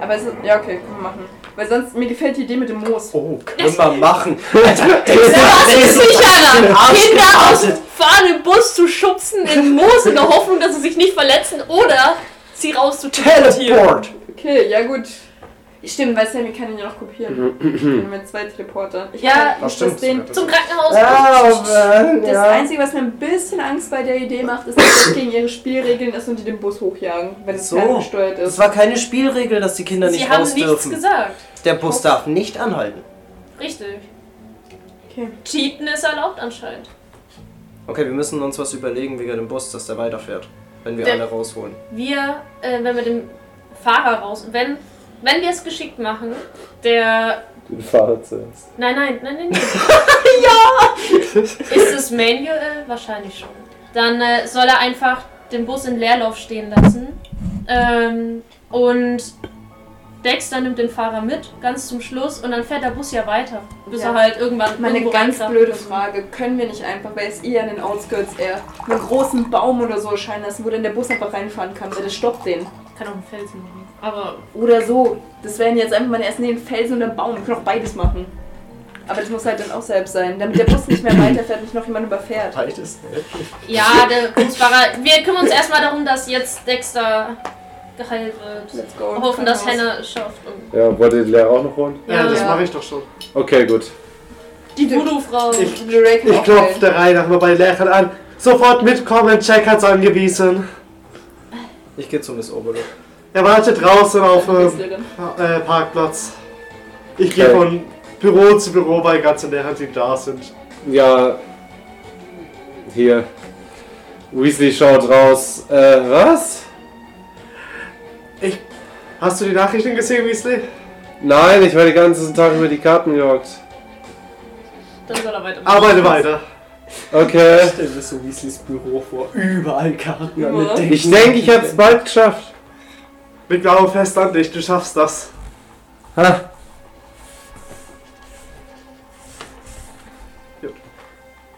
Speaker 3: Aber es ist, ja okay, können wir machen. Weil sonst, mir gefällt die Idee mit dem Moos.
Speaker 2: Oh, können wir machen.
Speaker 4: Das ist sicherer!
Speaker 2: Arsch
Speaker 4: Kinder aus dem
Speaker 2: geartet.
Speaker 4: fahrenden Bus zu schubsen in Moos in der Hoffnung, dass sie sich nicht verletzen oder sie rauszuteleportieren.
Speaker 2: Teleport!
Speaker 3: Okay, ja gut. Stimmt, weil Sammy kann ihn ja noch kopieren.
Speaker 2: Mhm.
Speaker 3: mit zwei Teleportern. Ich
Speaker 4: Ja,
Speaker 3: kann-
Speaker 6: Das
Speaker 3: ich muss
Speaker 6: stimmt
Speaker 3: den,
Speaker 6: sogar.
Speaker 4: Zum Krankenhaus!
Speaker 5: man,
Speaker 3: Das Einzige, was mir ein bisschen Angst bei der Idee macht, ist, dass das gegen ihre Spielregeln ist und die den Bus hochjagen, wenn es
Speaker 2: So.
Speaker 3: ferngesteuert
Speaker 2: Es
Speaker 3: ist.
Speaker 2: war keine Spielregel, dass die Kinder
Speaker 4: Sie
Speaker 2: nicht
Speaker 4: haben
Speaker 2: raus
Speaker 4: nichts
Speaker 2: dürfen.
Speaker 4: gesagt.
Speaker 2: Der Bus darf nicht anhalten.
Speaker 4: Richtig.
Speaker 3: Okay.
Speaker 4: Cheaten ist erlaubt anscheinend.
Speaker 2: Okay, wir müssen uns was überlegen wegen dem Bus, dass der weiterfährt. Wenn wir
Speaker 4: Der-
Speaker 2: alle rausholen.
Speaker 4: Wir, äh, wenn wir den Fahrer raus... Wenn, wenn wir es geschickt machen, der...
Speaker 1: Den Fahrer zuerst.
Speaker 4: Nein, nein, nein, nein, nein. ja! Ist es manual? Wahrscheinlich schon. Dann äh, soll er einfach den Bus in Leerlauf stehen lassen. Ähm, und Dexter nimmt den Fahrer mit, ganz zum Schluss. Und dann fährt der Bus ja weiter. Bis
Speaker 3: Ja.
Speaker 4: er halt irgendwann
Speaker 3: Meine
Speaker 4: irgendwo
Speaker 3: ganz
Speaker 4: reinkracht.
Speaker 3: blöde Frage, können wir nicht einfach, weil es eher an den Outskirts eher einen großen Baum oder so erscheinen lassen, wo dann der Bus einfach reinfahren kann, weil das stoppt den.
Speaker 4: Kann auch ein Felsen machen. Aber
Speaker 3: Oder so. Das wären jetzt einfach meine ersten Ideen, Felsen und ein Baum. Wir können auch beides machen. Aber das muss halt dann auch selbst sein, damit der Bus nicht mehr weiterfährt und nicht noch jemand überfährt.
Speaker 2: Beides.
Speaker 4: ja, der Busfahrer. Wir kümmern uns erstmal darum, dass jetzt Dexter geheilt wird.
Speaker 3: Let's go.
Speaker 4: Hoffen, dass Hannah es schafft. Und
Speaker 1: Ja, wollt ihr die Lehrer auch noch holen?
Speaker 6: Ja, das
Speaker 4: Ja.
Speaker 6: mache ich doch schon.
Speaker 1: Okay, gut.
Speaker 4: die Voodoo-Frau.
Speaker 6: Ich,
Speaker 3: Die Raken
Speaker 6: ich
Speaker 3: auch
Speaker 6: klopfe
Speaker 3: wählen.
Speaker 6: der Reihe nach mal bei Lehrern an. Sofort mitkommen, Jack hat's angewiesen.
Speaker 2: Ich gehe zu Miss Oberlo.
Speaker 6: Er wartet draußen auf
Speaker 3: Das
Speaker 6: dem
Speaker 3: wäre dann-
Speaker 6: äh, Parkplatz. Ich gehe
Speaker 1: Okay.
Speaker 6: von Büro zu Büro bei ganzen Lehrern, die da sind.
Speaker 1: Ja. Hier. Weasley schaut raus. Äh, was?
Speaker 6: Ich. Hast du die Nachrichten gesehen, Weasley?
Speaker 1: Nein, ich war den ganzen Tag über die Karten gejagt.
Speaker 4: Dann soll er weitermachen.
Speaker 6: Arbeite weiter.
Speaker 1: Okay.
Speaker 5: Stell mir so Weasleys Büro vor. Überall Karten an
Speaker 3: Ja.
Speaker 5: mit Decken.
Speaker 1: Ich denke, ich hab's bald geschafft.
Speaker 6: Mit Glauben fest an dich, du schaffst das.
Speaker 1: Ha.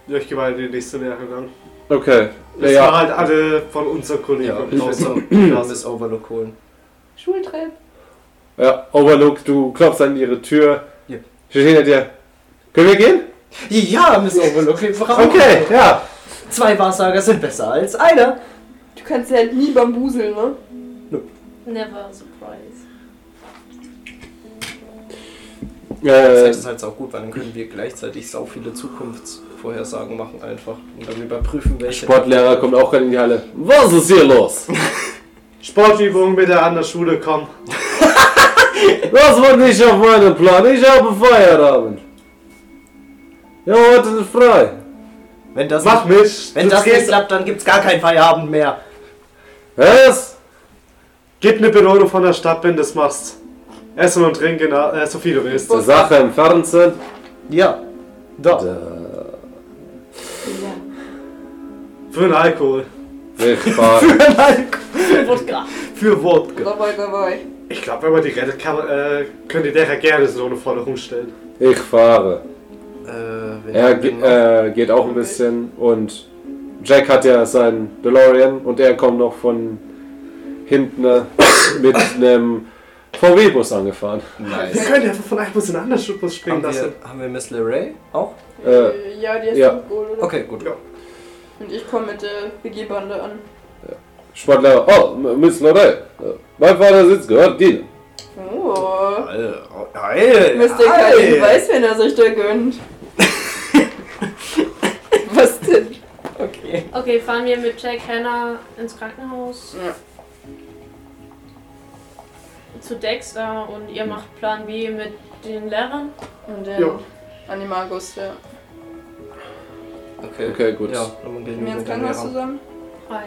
Speaker 6: Ja, ich gehe mal in die nächste Lehrerin an.
Speaker 1: Okay.
Speaker 6: Das
Speaker 1: Ja.
Speaker 6: war halt alle von unseren
Speaker 2: Ja,
Speaker 6: Kollegen
Speaker 2: ich will
Speaker 6: draußen.
Speaker 2: so Miss Oberlo holen.
Speaker 3: Schultrip.
Speaker 1: Ja, Overlook, du klopfst an ihre Tür.
Speaker 2: Ja.
Speaker 1: Sie steht hinter dir. Können wir gehen?
Speaker 2: Ja, Miss Oberlo, wir brauchen-
Speaker 1: Okay, ja.
Speaker 2: Zwei Wahrsager sind besser als einer.
Speaker 3: Du kannst sie halt nie bambuseln, ne?
Speaker 4: Never surprise.
Speaker 2: Das
Speaker 1: Äh,
Speaker 2: ist halt auch gut, weil dann können wir gleichzeitig sau viele Zukunftsvorhersagen machen einfach. Und dann überprüfen, welche...
Speaker 1: Sportlehrer kommt auch gerade in die Halle. Was ist hier los?
Speaker 6: Sportübungen bitte an der Schule kommen.
Speaker 1: Das war nicht auf meinem Plan. Ich habe Feierabend. Ja, heute ist frei.
Speaker 2: Wenn das
Speaker 6: Mach
Speaker 2: nicht,
Speaker 6: mit.
Speaker 2: wenn
Speaker 6: du
Speaker 2: das nicht
Speaker 6: gehst,
Speaker 2: klappt, dann gibt's gar keinen Feierabend mehr.
Speaker 1: Was?
Speaker 6: gib eine Belohnung von der Stadt, wenn du das machst. Essen und trinken, äh, so viel du willst.
Speaker 1: Zur Sache im Fernsehen.
Speaker 2: Ja. Da.
Speaker 1: Da.
Speaker 6: Für den Alkohol.
Speaker 1: Nicht Spaß.
Speaker 2: Äh,
Speaker 4: Wodka.
Speaker 6: Für Wodka.
Speaker 3: Dabei, dabei.
Speaker 6: Ich glaube, wenn man die rettet, kann, man, äh, können die Lehrer gerne so eine Forderung stellen.
Speaker 1: Ich fahre.
Speaker 2: Äh, wenn
Speaker 1: Er ge äh, geht auch ein bisschen und Jack hat ja seinen DeLorean und er kommt noch von hinten äh, mit einem VW-Bus angefahren.
Speaker 6: Wir
Speaker 2: nice.
Speaker 6: können ja von einem Bus in einen anderen Bus springen
Speaker 2: Haben
Speaker 6: lassen.
Speaker 2: wir, haben wir Miss LeRae auch?
Speaker 1: Äh,
Speaker 3: ja, die ist
Speaker 1: ja.
Speaker 3: ja. Gold, oder?
Speaker 2: Okay, gut.
Speaker 6: Ja.
Speaker 3: Und ich komme mit der BG-Bande an.
Speaker 1: Sportlehrer, oh, M- Miss Lorel, äh, mein Vater sitzt, gehört Ihnen.
Speaker 3: Oh.
Speaker 2: Alter, oh, Alter,
Speaker 3: Mr. Kalim weiß, wen er sich da gönnt. Was denn?
Speaker 2: Okay.
Speaker 4: Okay, fahren wir mit Jack Hannah ins Krankenhaus.
Speaker 3: Ja.
Speaker 4: Zu Dexter und ihr macht Plan B mit den Lehrern.
Speaker 3: Und dann
Speaker 6: Ja.
Speaker 3: Animagus, ja.
Speaker 2: Okay,
Speaker 1: Okay, gut.
Speaker 2: Ja, dann gehen
Speaker 3: Gehen wir
Speaker 2: wir
Speaker 3: ins
Speaker 2: mit
Speaker 3: Krankenhaus
Speaker 2: dem
Speaker 3: zusammen?
Speaker 4: Hi.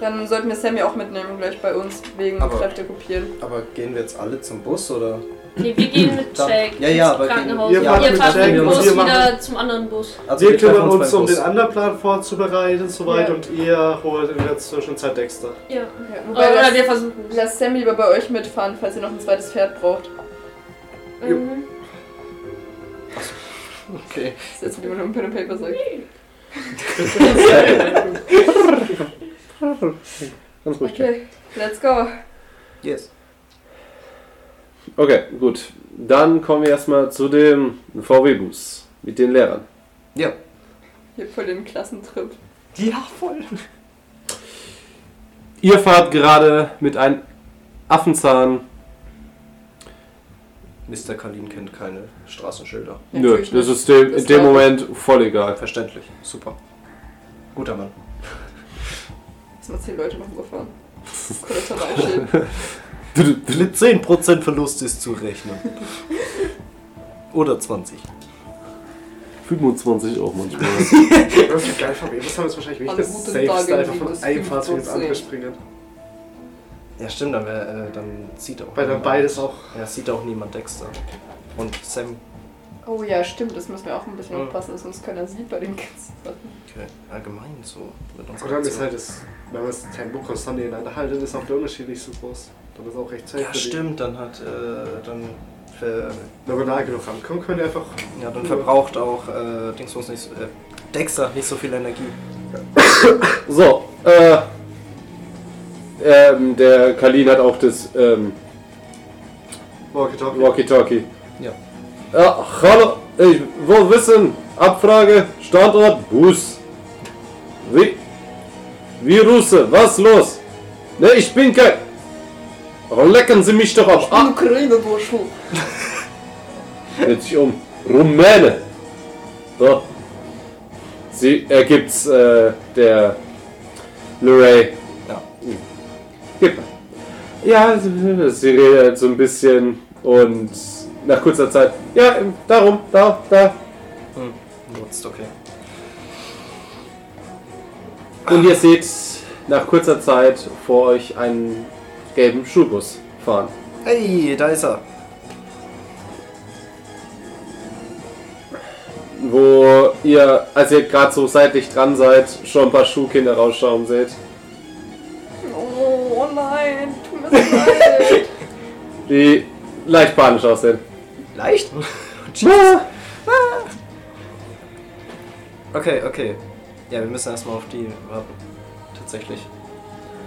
Speaker 3: Dann sollten wir Sammy auch mitnehmen, gleich bei uns, wegen
Speaker 2: Aber-
Speaker 3: Kräfte kopieren.
Speaker 2: Aber gehen wir jetzt alle zum Bus oder?
Speaker 4: Nee, wir gehen mit
Speaker 2: Da-
Speaker 4: Jack
Speaker 2: Ja, ja, aber
Speaker 4: ins Krankenhaus.
Speaker 6: gehen-
Speaker 4: Ihr
Speaker 6: ihr fahrt mit
Speaker 4: fahrt
Speaker 2: Jack
Speaker 4: mit dem
Speaker 2: und
Speaker 4: Bus
Speaker 6: wir
Speaker 4: wieder zum anderen Bus.
Speaker 2: Also
Speaker 6: Wir kümmern
Speaker 2: treffen
Speaker 6: uns um
Speaker 2: beim Bus.
Speaker 6: den anderen Plan vorzubereiten, soweit,
Speaker 3: Ja.
Speaker 6: und ihr holt in der Zwischenzeit Dexter.
Speaker 4: Ja.
Speaker 3: Ja,
Speaker 4: Oder,
Speaker 3: wobei,
Speaker 4: oder wir
Speaker 3: lass,
Speaker 4: versuchen es.
Speaker 3: lass Sammy lieber bei euch mitfahren, falls ihr noch ein zweites Pferd braucht.
Speaker 4: Mhm.
Speaker 2: Okay.
Speaker 3: Das ist jetzt wie man im Pen and Paper sagt.
Speaker 1: Ganz ruhig. Okay.
Speaker 3: Okay, let's go.
Speaker 2: Yes.
Speaker 1: gut. Dann kommen wir erstmal zu dem VW-Bus mit den Lehrern.
Speaker 2: Ja.
Speaker 3: Hier voll den Klassentrip.
Speaker 2: Ja, voll.
Speaker 1: Ihr fahrt gerade mit einem Affenzahn
Speaker 2: Mr. Kalin kennt keine Straßenschilder.
Speaker 1: Nö,
Speaker 3: Natürlich
Speaker 1: das
Speaker 3: nicht.
Speaker 1: ist dem,
Speaker 3: Das
Speaker 1: in dem
Speaker 3: war-
Speaker 1: Moment voll egal.
Speaker 2: Verständlich. Super. Guter Mann.
Speaker 3: Jetzt sind zehn Leute noch umgefahren. Kollateralschild.
Speaker 2: Mit 10% Verlust ist zu rechnen. Oder 20.
Speaker 1: 25 auch manchmal.
Speaker 6: Das ist geil von mir. Das haben jetzt wahrscheinlich nicht
Speaker 3: Alle
Speaker 6: das
Speaker 3: guten
Speaker 6: Safeste,
Speaker 3: Tage
Speaker 6: einfach von
Speaker 3: minus
Speaker 6: einem Fahrzeug ins
Speaker 3: 15.
Speaker 6: andere springen.
Speaker 2: Ja, stimmt, dann, wär, äh, dann sieht auch.
Speaker 6: Weil dann
Speaker 2: niemand-
Speaker 6: beides auch.
Speaker 2: Ja, sieht auch niemand Dexter. Und Sam.
Speaker 3: Oh ja, stimmt, das müssen wir auch ein bisschen
Speaker 2: Ja.
Speaker 3: aufpassen, sonst können das nicht bei den Kids. machen.
Speaker 2: Okay, allgemein so. Mit uns
Speaker 6: Und dann ist halt das, wenn man das Tempo konstant ineinander halten, ist auch der Unterschied nicht so groß. Dann ist auch recht safe.
Speaker 2: ja, stimmt, dann hat. Äh, dann. Ver,
Speaker 6: Wenn wir nahe genug rankommen, können wir einfach.
Speaker 2: ja, dann verbraucht auch äh, Dingsbums nicht. so- Äh, Dexter nicht so viel Energie.
Speaker 1: So, äh, ähm, der Kalin hat auch das ähm,
Speaker 6: Walkie-Talkie.
Speaker 1: Walkie-Talkie.
Speaker 2: Ja.
Speaker 1: Ja, hallo, ich will wissen, Abfrage, Standort, Bus. Wie, wie Russe, was los? Ne, ich bin kein... Aber lecken Sie mich doch ab. Ah,
Speaker 3: Ukraine, Burschu.
Speaker 1: dreht sich um. Rumäne. So. Sie ergibt's äh, der Luray.
Speaker 2: Ja.
Speaker 1: Gib mal. Ja, sie redet so ein bisschen und nach kurzer Zeit. Ja, darum, da, da.
Speaker 2: Nutzt, okay.
Speaker 1: Und ihr seht nach kurzer Zeit vor euch einen gelben Schulbus fahren.
Speaker 2: Ey, da ist er.
Speaker 1: Wo ihr, als ihr gerade so seitlich dran seid, schon ein paar Schuhkinder rausschauen seht.
Speaker 3: Oh, oh nein, tut mir so leid.
Speaker 1: Die leicht panisch aussehen.
Speaker 2: Leicht? Oh,
Speaker 1: Ah.
Speaker 2: Okay, okay. Ja, wir müssen erstmal auf die warten. Tatsächlich.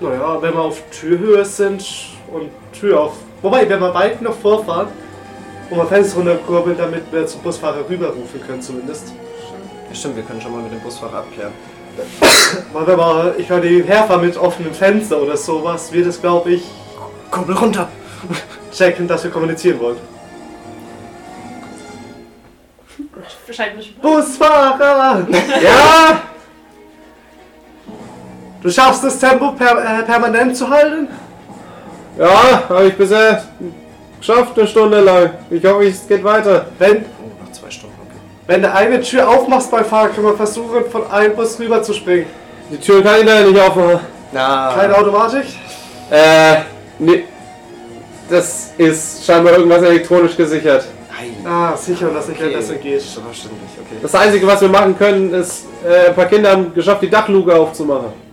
Speaker 6: Naja, wenn wir auf Türhöhe sind und Tür auf. Wobei, wenn wir weit noch vorfahren, und wir Fenster runterkurbeln, damit wir zum Busfahrer rüberrufen können zumindest.
Speaker 2: Ja, stimmt, wir können schon mal mit dem Busfahrer abklären.
Speaker 6: Weil wenn wir, ich meine, die Herfahren mit offenem Fenster oder sowas, wird es, glaube ich,
Speaker 2: Kurbel runter!
Speaker 6: checken, dass wir kommunizieren wollen.
Speaker 4: Bescheid mich.
Speaker 6: Busfahrer! ja! Du schaffst das Tempo per, äh, permanent zu halten?
Speaker 1: Ja, habe ich bisher geschafft, eine Stunde lang. Ich hoffe, es geht weiter.
Speaker 6: Wenn,
Speaker 2: Oh, noch zwei Stunden, okay.
Speaker 6: wenn du eine Tür aufmachst beim Fahren, können wir versuchen, von einem Bus rüber zu springen.
Speaker 1: Die Türen kann ich leider nicht aufmachen.
Speaker 2: Na,
Speaker 6: Keine Automatik?
Speaker 1: Äh, nee. Das ist scheinbar irgendwas elektronisch gesichert.
Speaker 2: Nein.
Speaker 6: Ah, sicher, dass ich
Speaker 2: Okay.
Speaker 6: okay. besser geht.
Speaker 2: Ist aber bestimmt nicht, okay.
Speaker 1: Das Einzige, was wir machen können, ist, äh, ein paar Kinder haben geschafft, die Dachluke aufzumachen.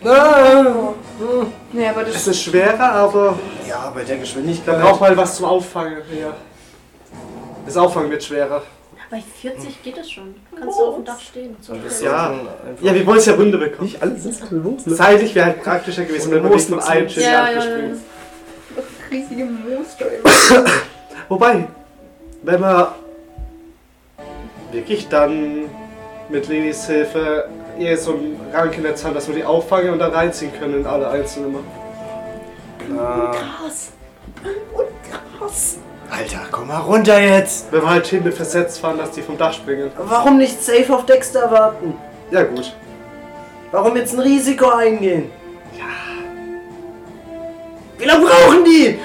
Speaker 3: Nee, aber das
Speaker 6: Es ist schwerer, aber
Speaker 2: Ja, bei der Geschwindigkeit.
Speaker 6: dann halt braucht mal was zum Auffangen. Ja. Das Auffangen wird schwerer.
Speaker 4: Bei 40 geht es schon. Kannst du auf dem Dach stehen. So
Speaker 2: wir
Speaker 4: schnell.
Speaker 6: Ja.
Speaker 2: sollten einfach-
Speaker 6: Ja, wir wollen es ja runde bekommen.
Speaker 1: alles ist los,
Speaker 6: Zeitlich wäre halt praktischer gewesen, wenn wir nicht von einem Schild
Speaker 4: ja, ja, ja.
Speaker 6: abgespringen.
Speaker 3: riesige Monster.
Speaker 6: Wobei, wenn wir wirklich dann mit Lenis Hilfe eher so einen Rank in der Hand, dass wir die auffangen und dann reinziehen können in alle einzelnen Mann.
Speaker 2: Ah,
Speaker 3: Krass. Und krass.
Speaker 2: Alter, komm mal runter jetzt!
Speaker 6: Wenn wir halt hinten versetzt fahren, dass die vom Dach springen.
Speaker 5: Warum nicht safe auf Dexter warten?
Speaker 6: Ja gut.
Speaker 5: Warum jetzt ein Risiko eingehen? Ja. Wie lange brauchen die?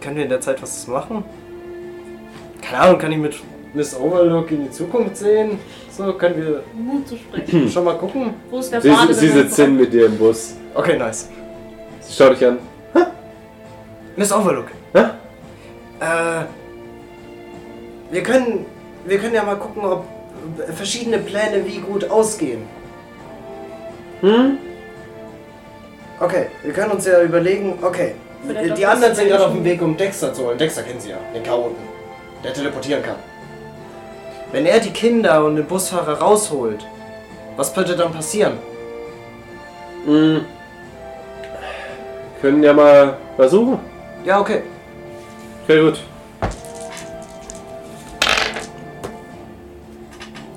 Speaker 2: Können wir in der Zeit was machen? Keine Ahnung, kann ich mit Miss Overlook in die Zukunft sehen? So, können wir
Speaker 4: Mut zu sprechen.
Speaker 2: schon mal gucken?
Speaker 4: Wo ist der
Speaker 1: Sie,
Speaker 4: Faden?
Speaker 1: sie sitzt hin mit dir im Bus.
Speaker 2: Okay, nice.
Speaker 1: Sie schaut dich an.
Speaker 2: Miss Overlook.
Speaker 1: Hä?
Speaker 2: Äh, wir können, wir können ja mal gucken, ob verschiedene Pläne wie gut ausgehen.
Speaker 1: Hm?
Speaker 2: Okay, wir können uns ja überlegen, okay.
Speaker 4: Vielleicht
Speaker 2: die
Speaker 4: auch
Speaker 2: anderen
Speaker 4: das
Speaker 2: sind gerade auf dem
Speaker 4: Zeichen.
Speaker 2: Weg, um Dexter zu holen. Dexter kennen sie ja, den Chaoten, der teleportieren kann. Wenn er die Kinder und den Busfahrer rausholt, was könnte dann passieren?
Speaker 1: Hm. Können ja mal versuchen.
Speaker 2: Ja, okay.
Speaker 1: Okay, gut.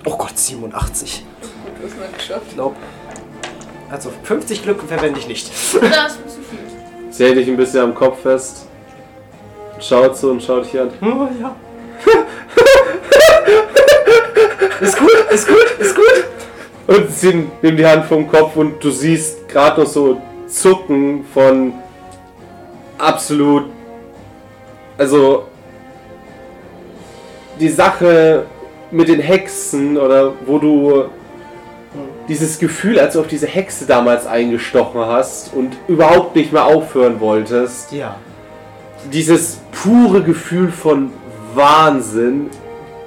Speaker 2: Oh Gott, 87.
Speaker 3: Gut, du hast mal geschafft.
Speaker 2: Nope. Also 50 Glück verwende ich nicht.
Speaker 4: Das Ah, ist zu viel.
Speaker 1: Sie hält dich ein bisschen am Kopf fest. Schaut so und schaut dich an.
Speaker 2: Oh ja. ist gut, ist gut, ist gut.
Speaker 1: Und sie nimmt die Hand vom Kopf und du siehst gerade noch so Zucken von absolut. Also. Die Sache mit den Hexen oder wo du dieses Gefühl, als du auf diese Hexe damals eingestochen hast und überhaupt nicht mehr aufhören wolltest,
Speaker 2: Ja.
Speaker 1: dieses pure Gefühl von Wahnsinn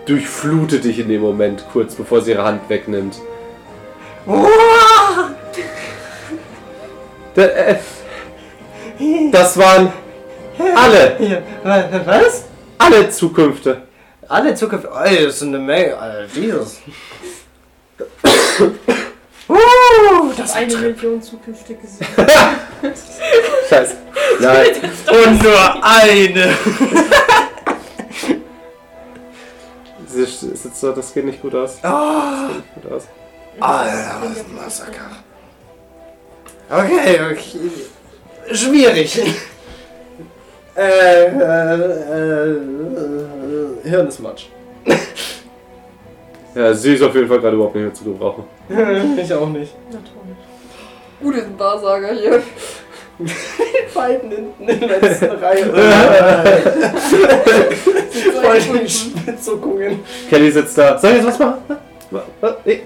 Speaker 1: durchflutet dich in dem Moment, kurz bevor sie ihre Hand wegnimmt. Da- äh, Das waren alle,
Speaker 2: Hier, wa- was?
Speaker 1: alle Zukünfte.
Speaker 2: Alle Zucker. Ey, das sind eine Menge. Alter, Jesus. uh, das
Speaker 4: Eine Million zukünftige Sinn.
Speaker 1: Scheiße. Nein.
Speaker 2: Und nur eine.
Speaker 1: Sie sitzt so, das geht nicht gut aus. Das
Speaker 2: Ah,
Speaker 1: geht nicht gut aus.
Speaker 2: Alter, was ein Massaker. Okay, okay. Schwierig. äh, äh, äh, äh, Hirn ist Matsch.
Speaker 1: Ja, sie ist auf jeden Fall gerade überhaupt nicht mehr zu gebrauchen.
Speaker 2: ich auch nicht.
Speaker 4: Na toll.
Speaker 3: Gute Wahrsager hier.
Speaker 2: Falten hinten in der letzten Reihe. Voll die Spitzzuckungen.
Speaker 1: Kelly sitzt da. Soll ich jetzt was machen? Was? Was? Nee.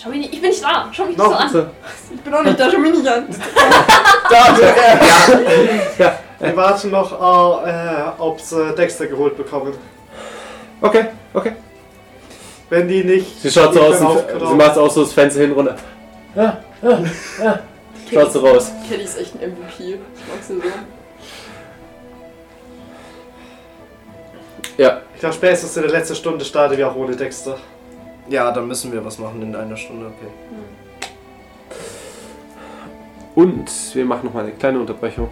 Speaker 4: Schau mich nicht, ich bin nicht da. Schau mich nicht so
Speaker 1: Noch?
Speaker 4: an.
Speaker 1: So.
Speaker 3: Ich bin auch nicht da, schau mich nicht an.
Speaker 6: Wir warten noch, äh, äh, ob sie Dexter geholt bekommen.
Speaker 1: Okay, okay.
Speaker 6: Wenn die nicht.
Speaker 1: Sie schaut so
Speaker 6: ich
Speaker 1: aus, dem-
Speaker 6: bin aufgeraucht.
Speaker 1: sie macht auch so das Fenster hin runter. Schaut so raus.
Speaker 3: Kelly ist echt ein MVP. Ich mag sie so.
Speaker 1: Ja,
Speaker 6: Ich glaube, spätestens in der letzten Stunde starten wir auch ohne Dexter.
Speaker 2: Ja, dann müssen wir was machen in einer Stunde, okay.
Speaker 1: und wir machen nochmal eine kleine Unterbrechung.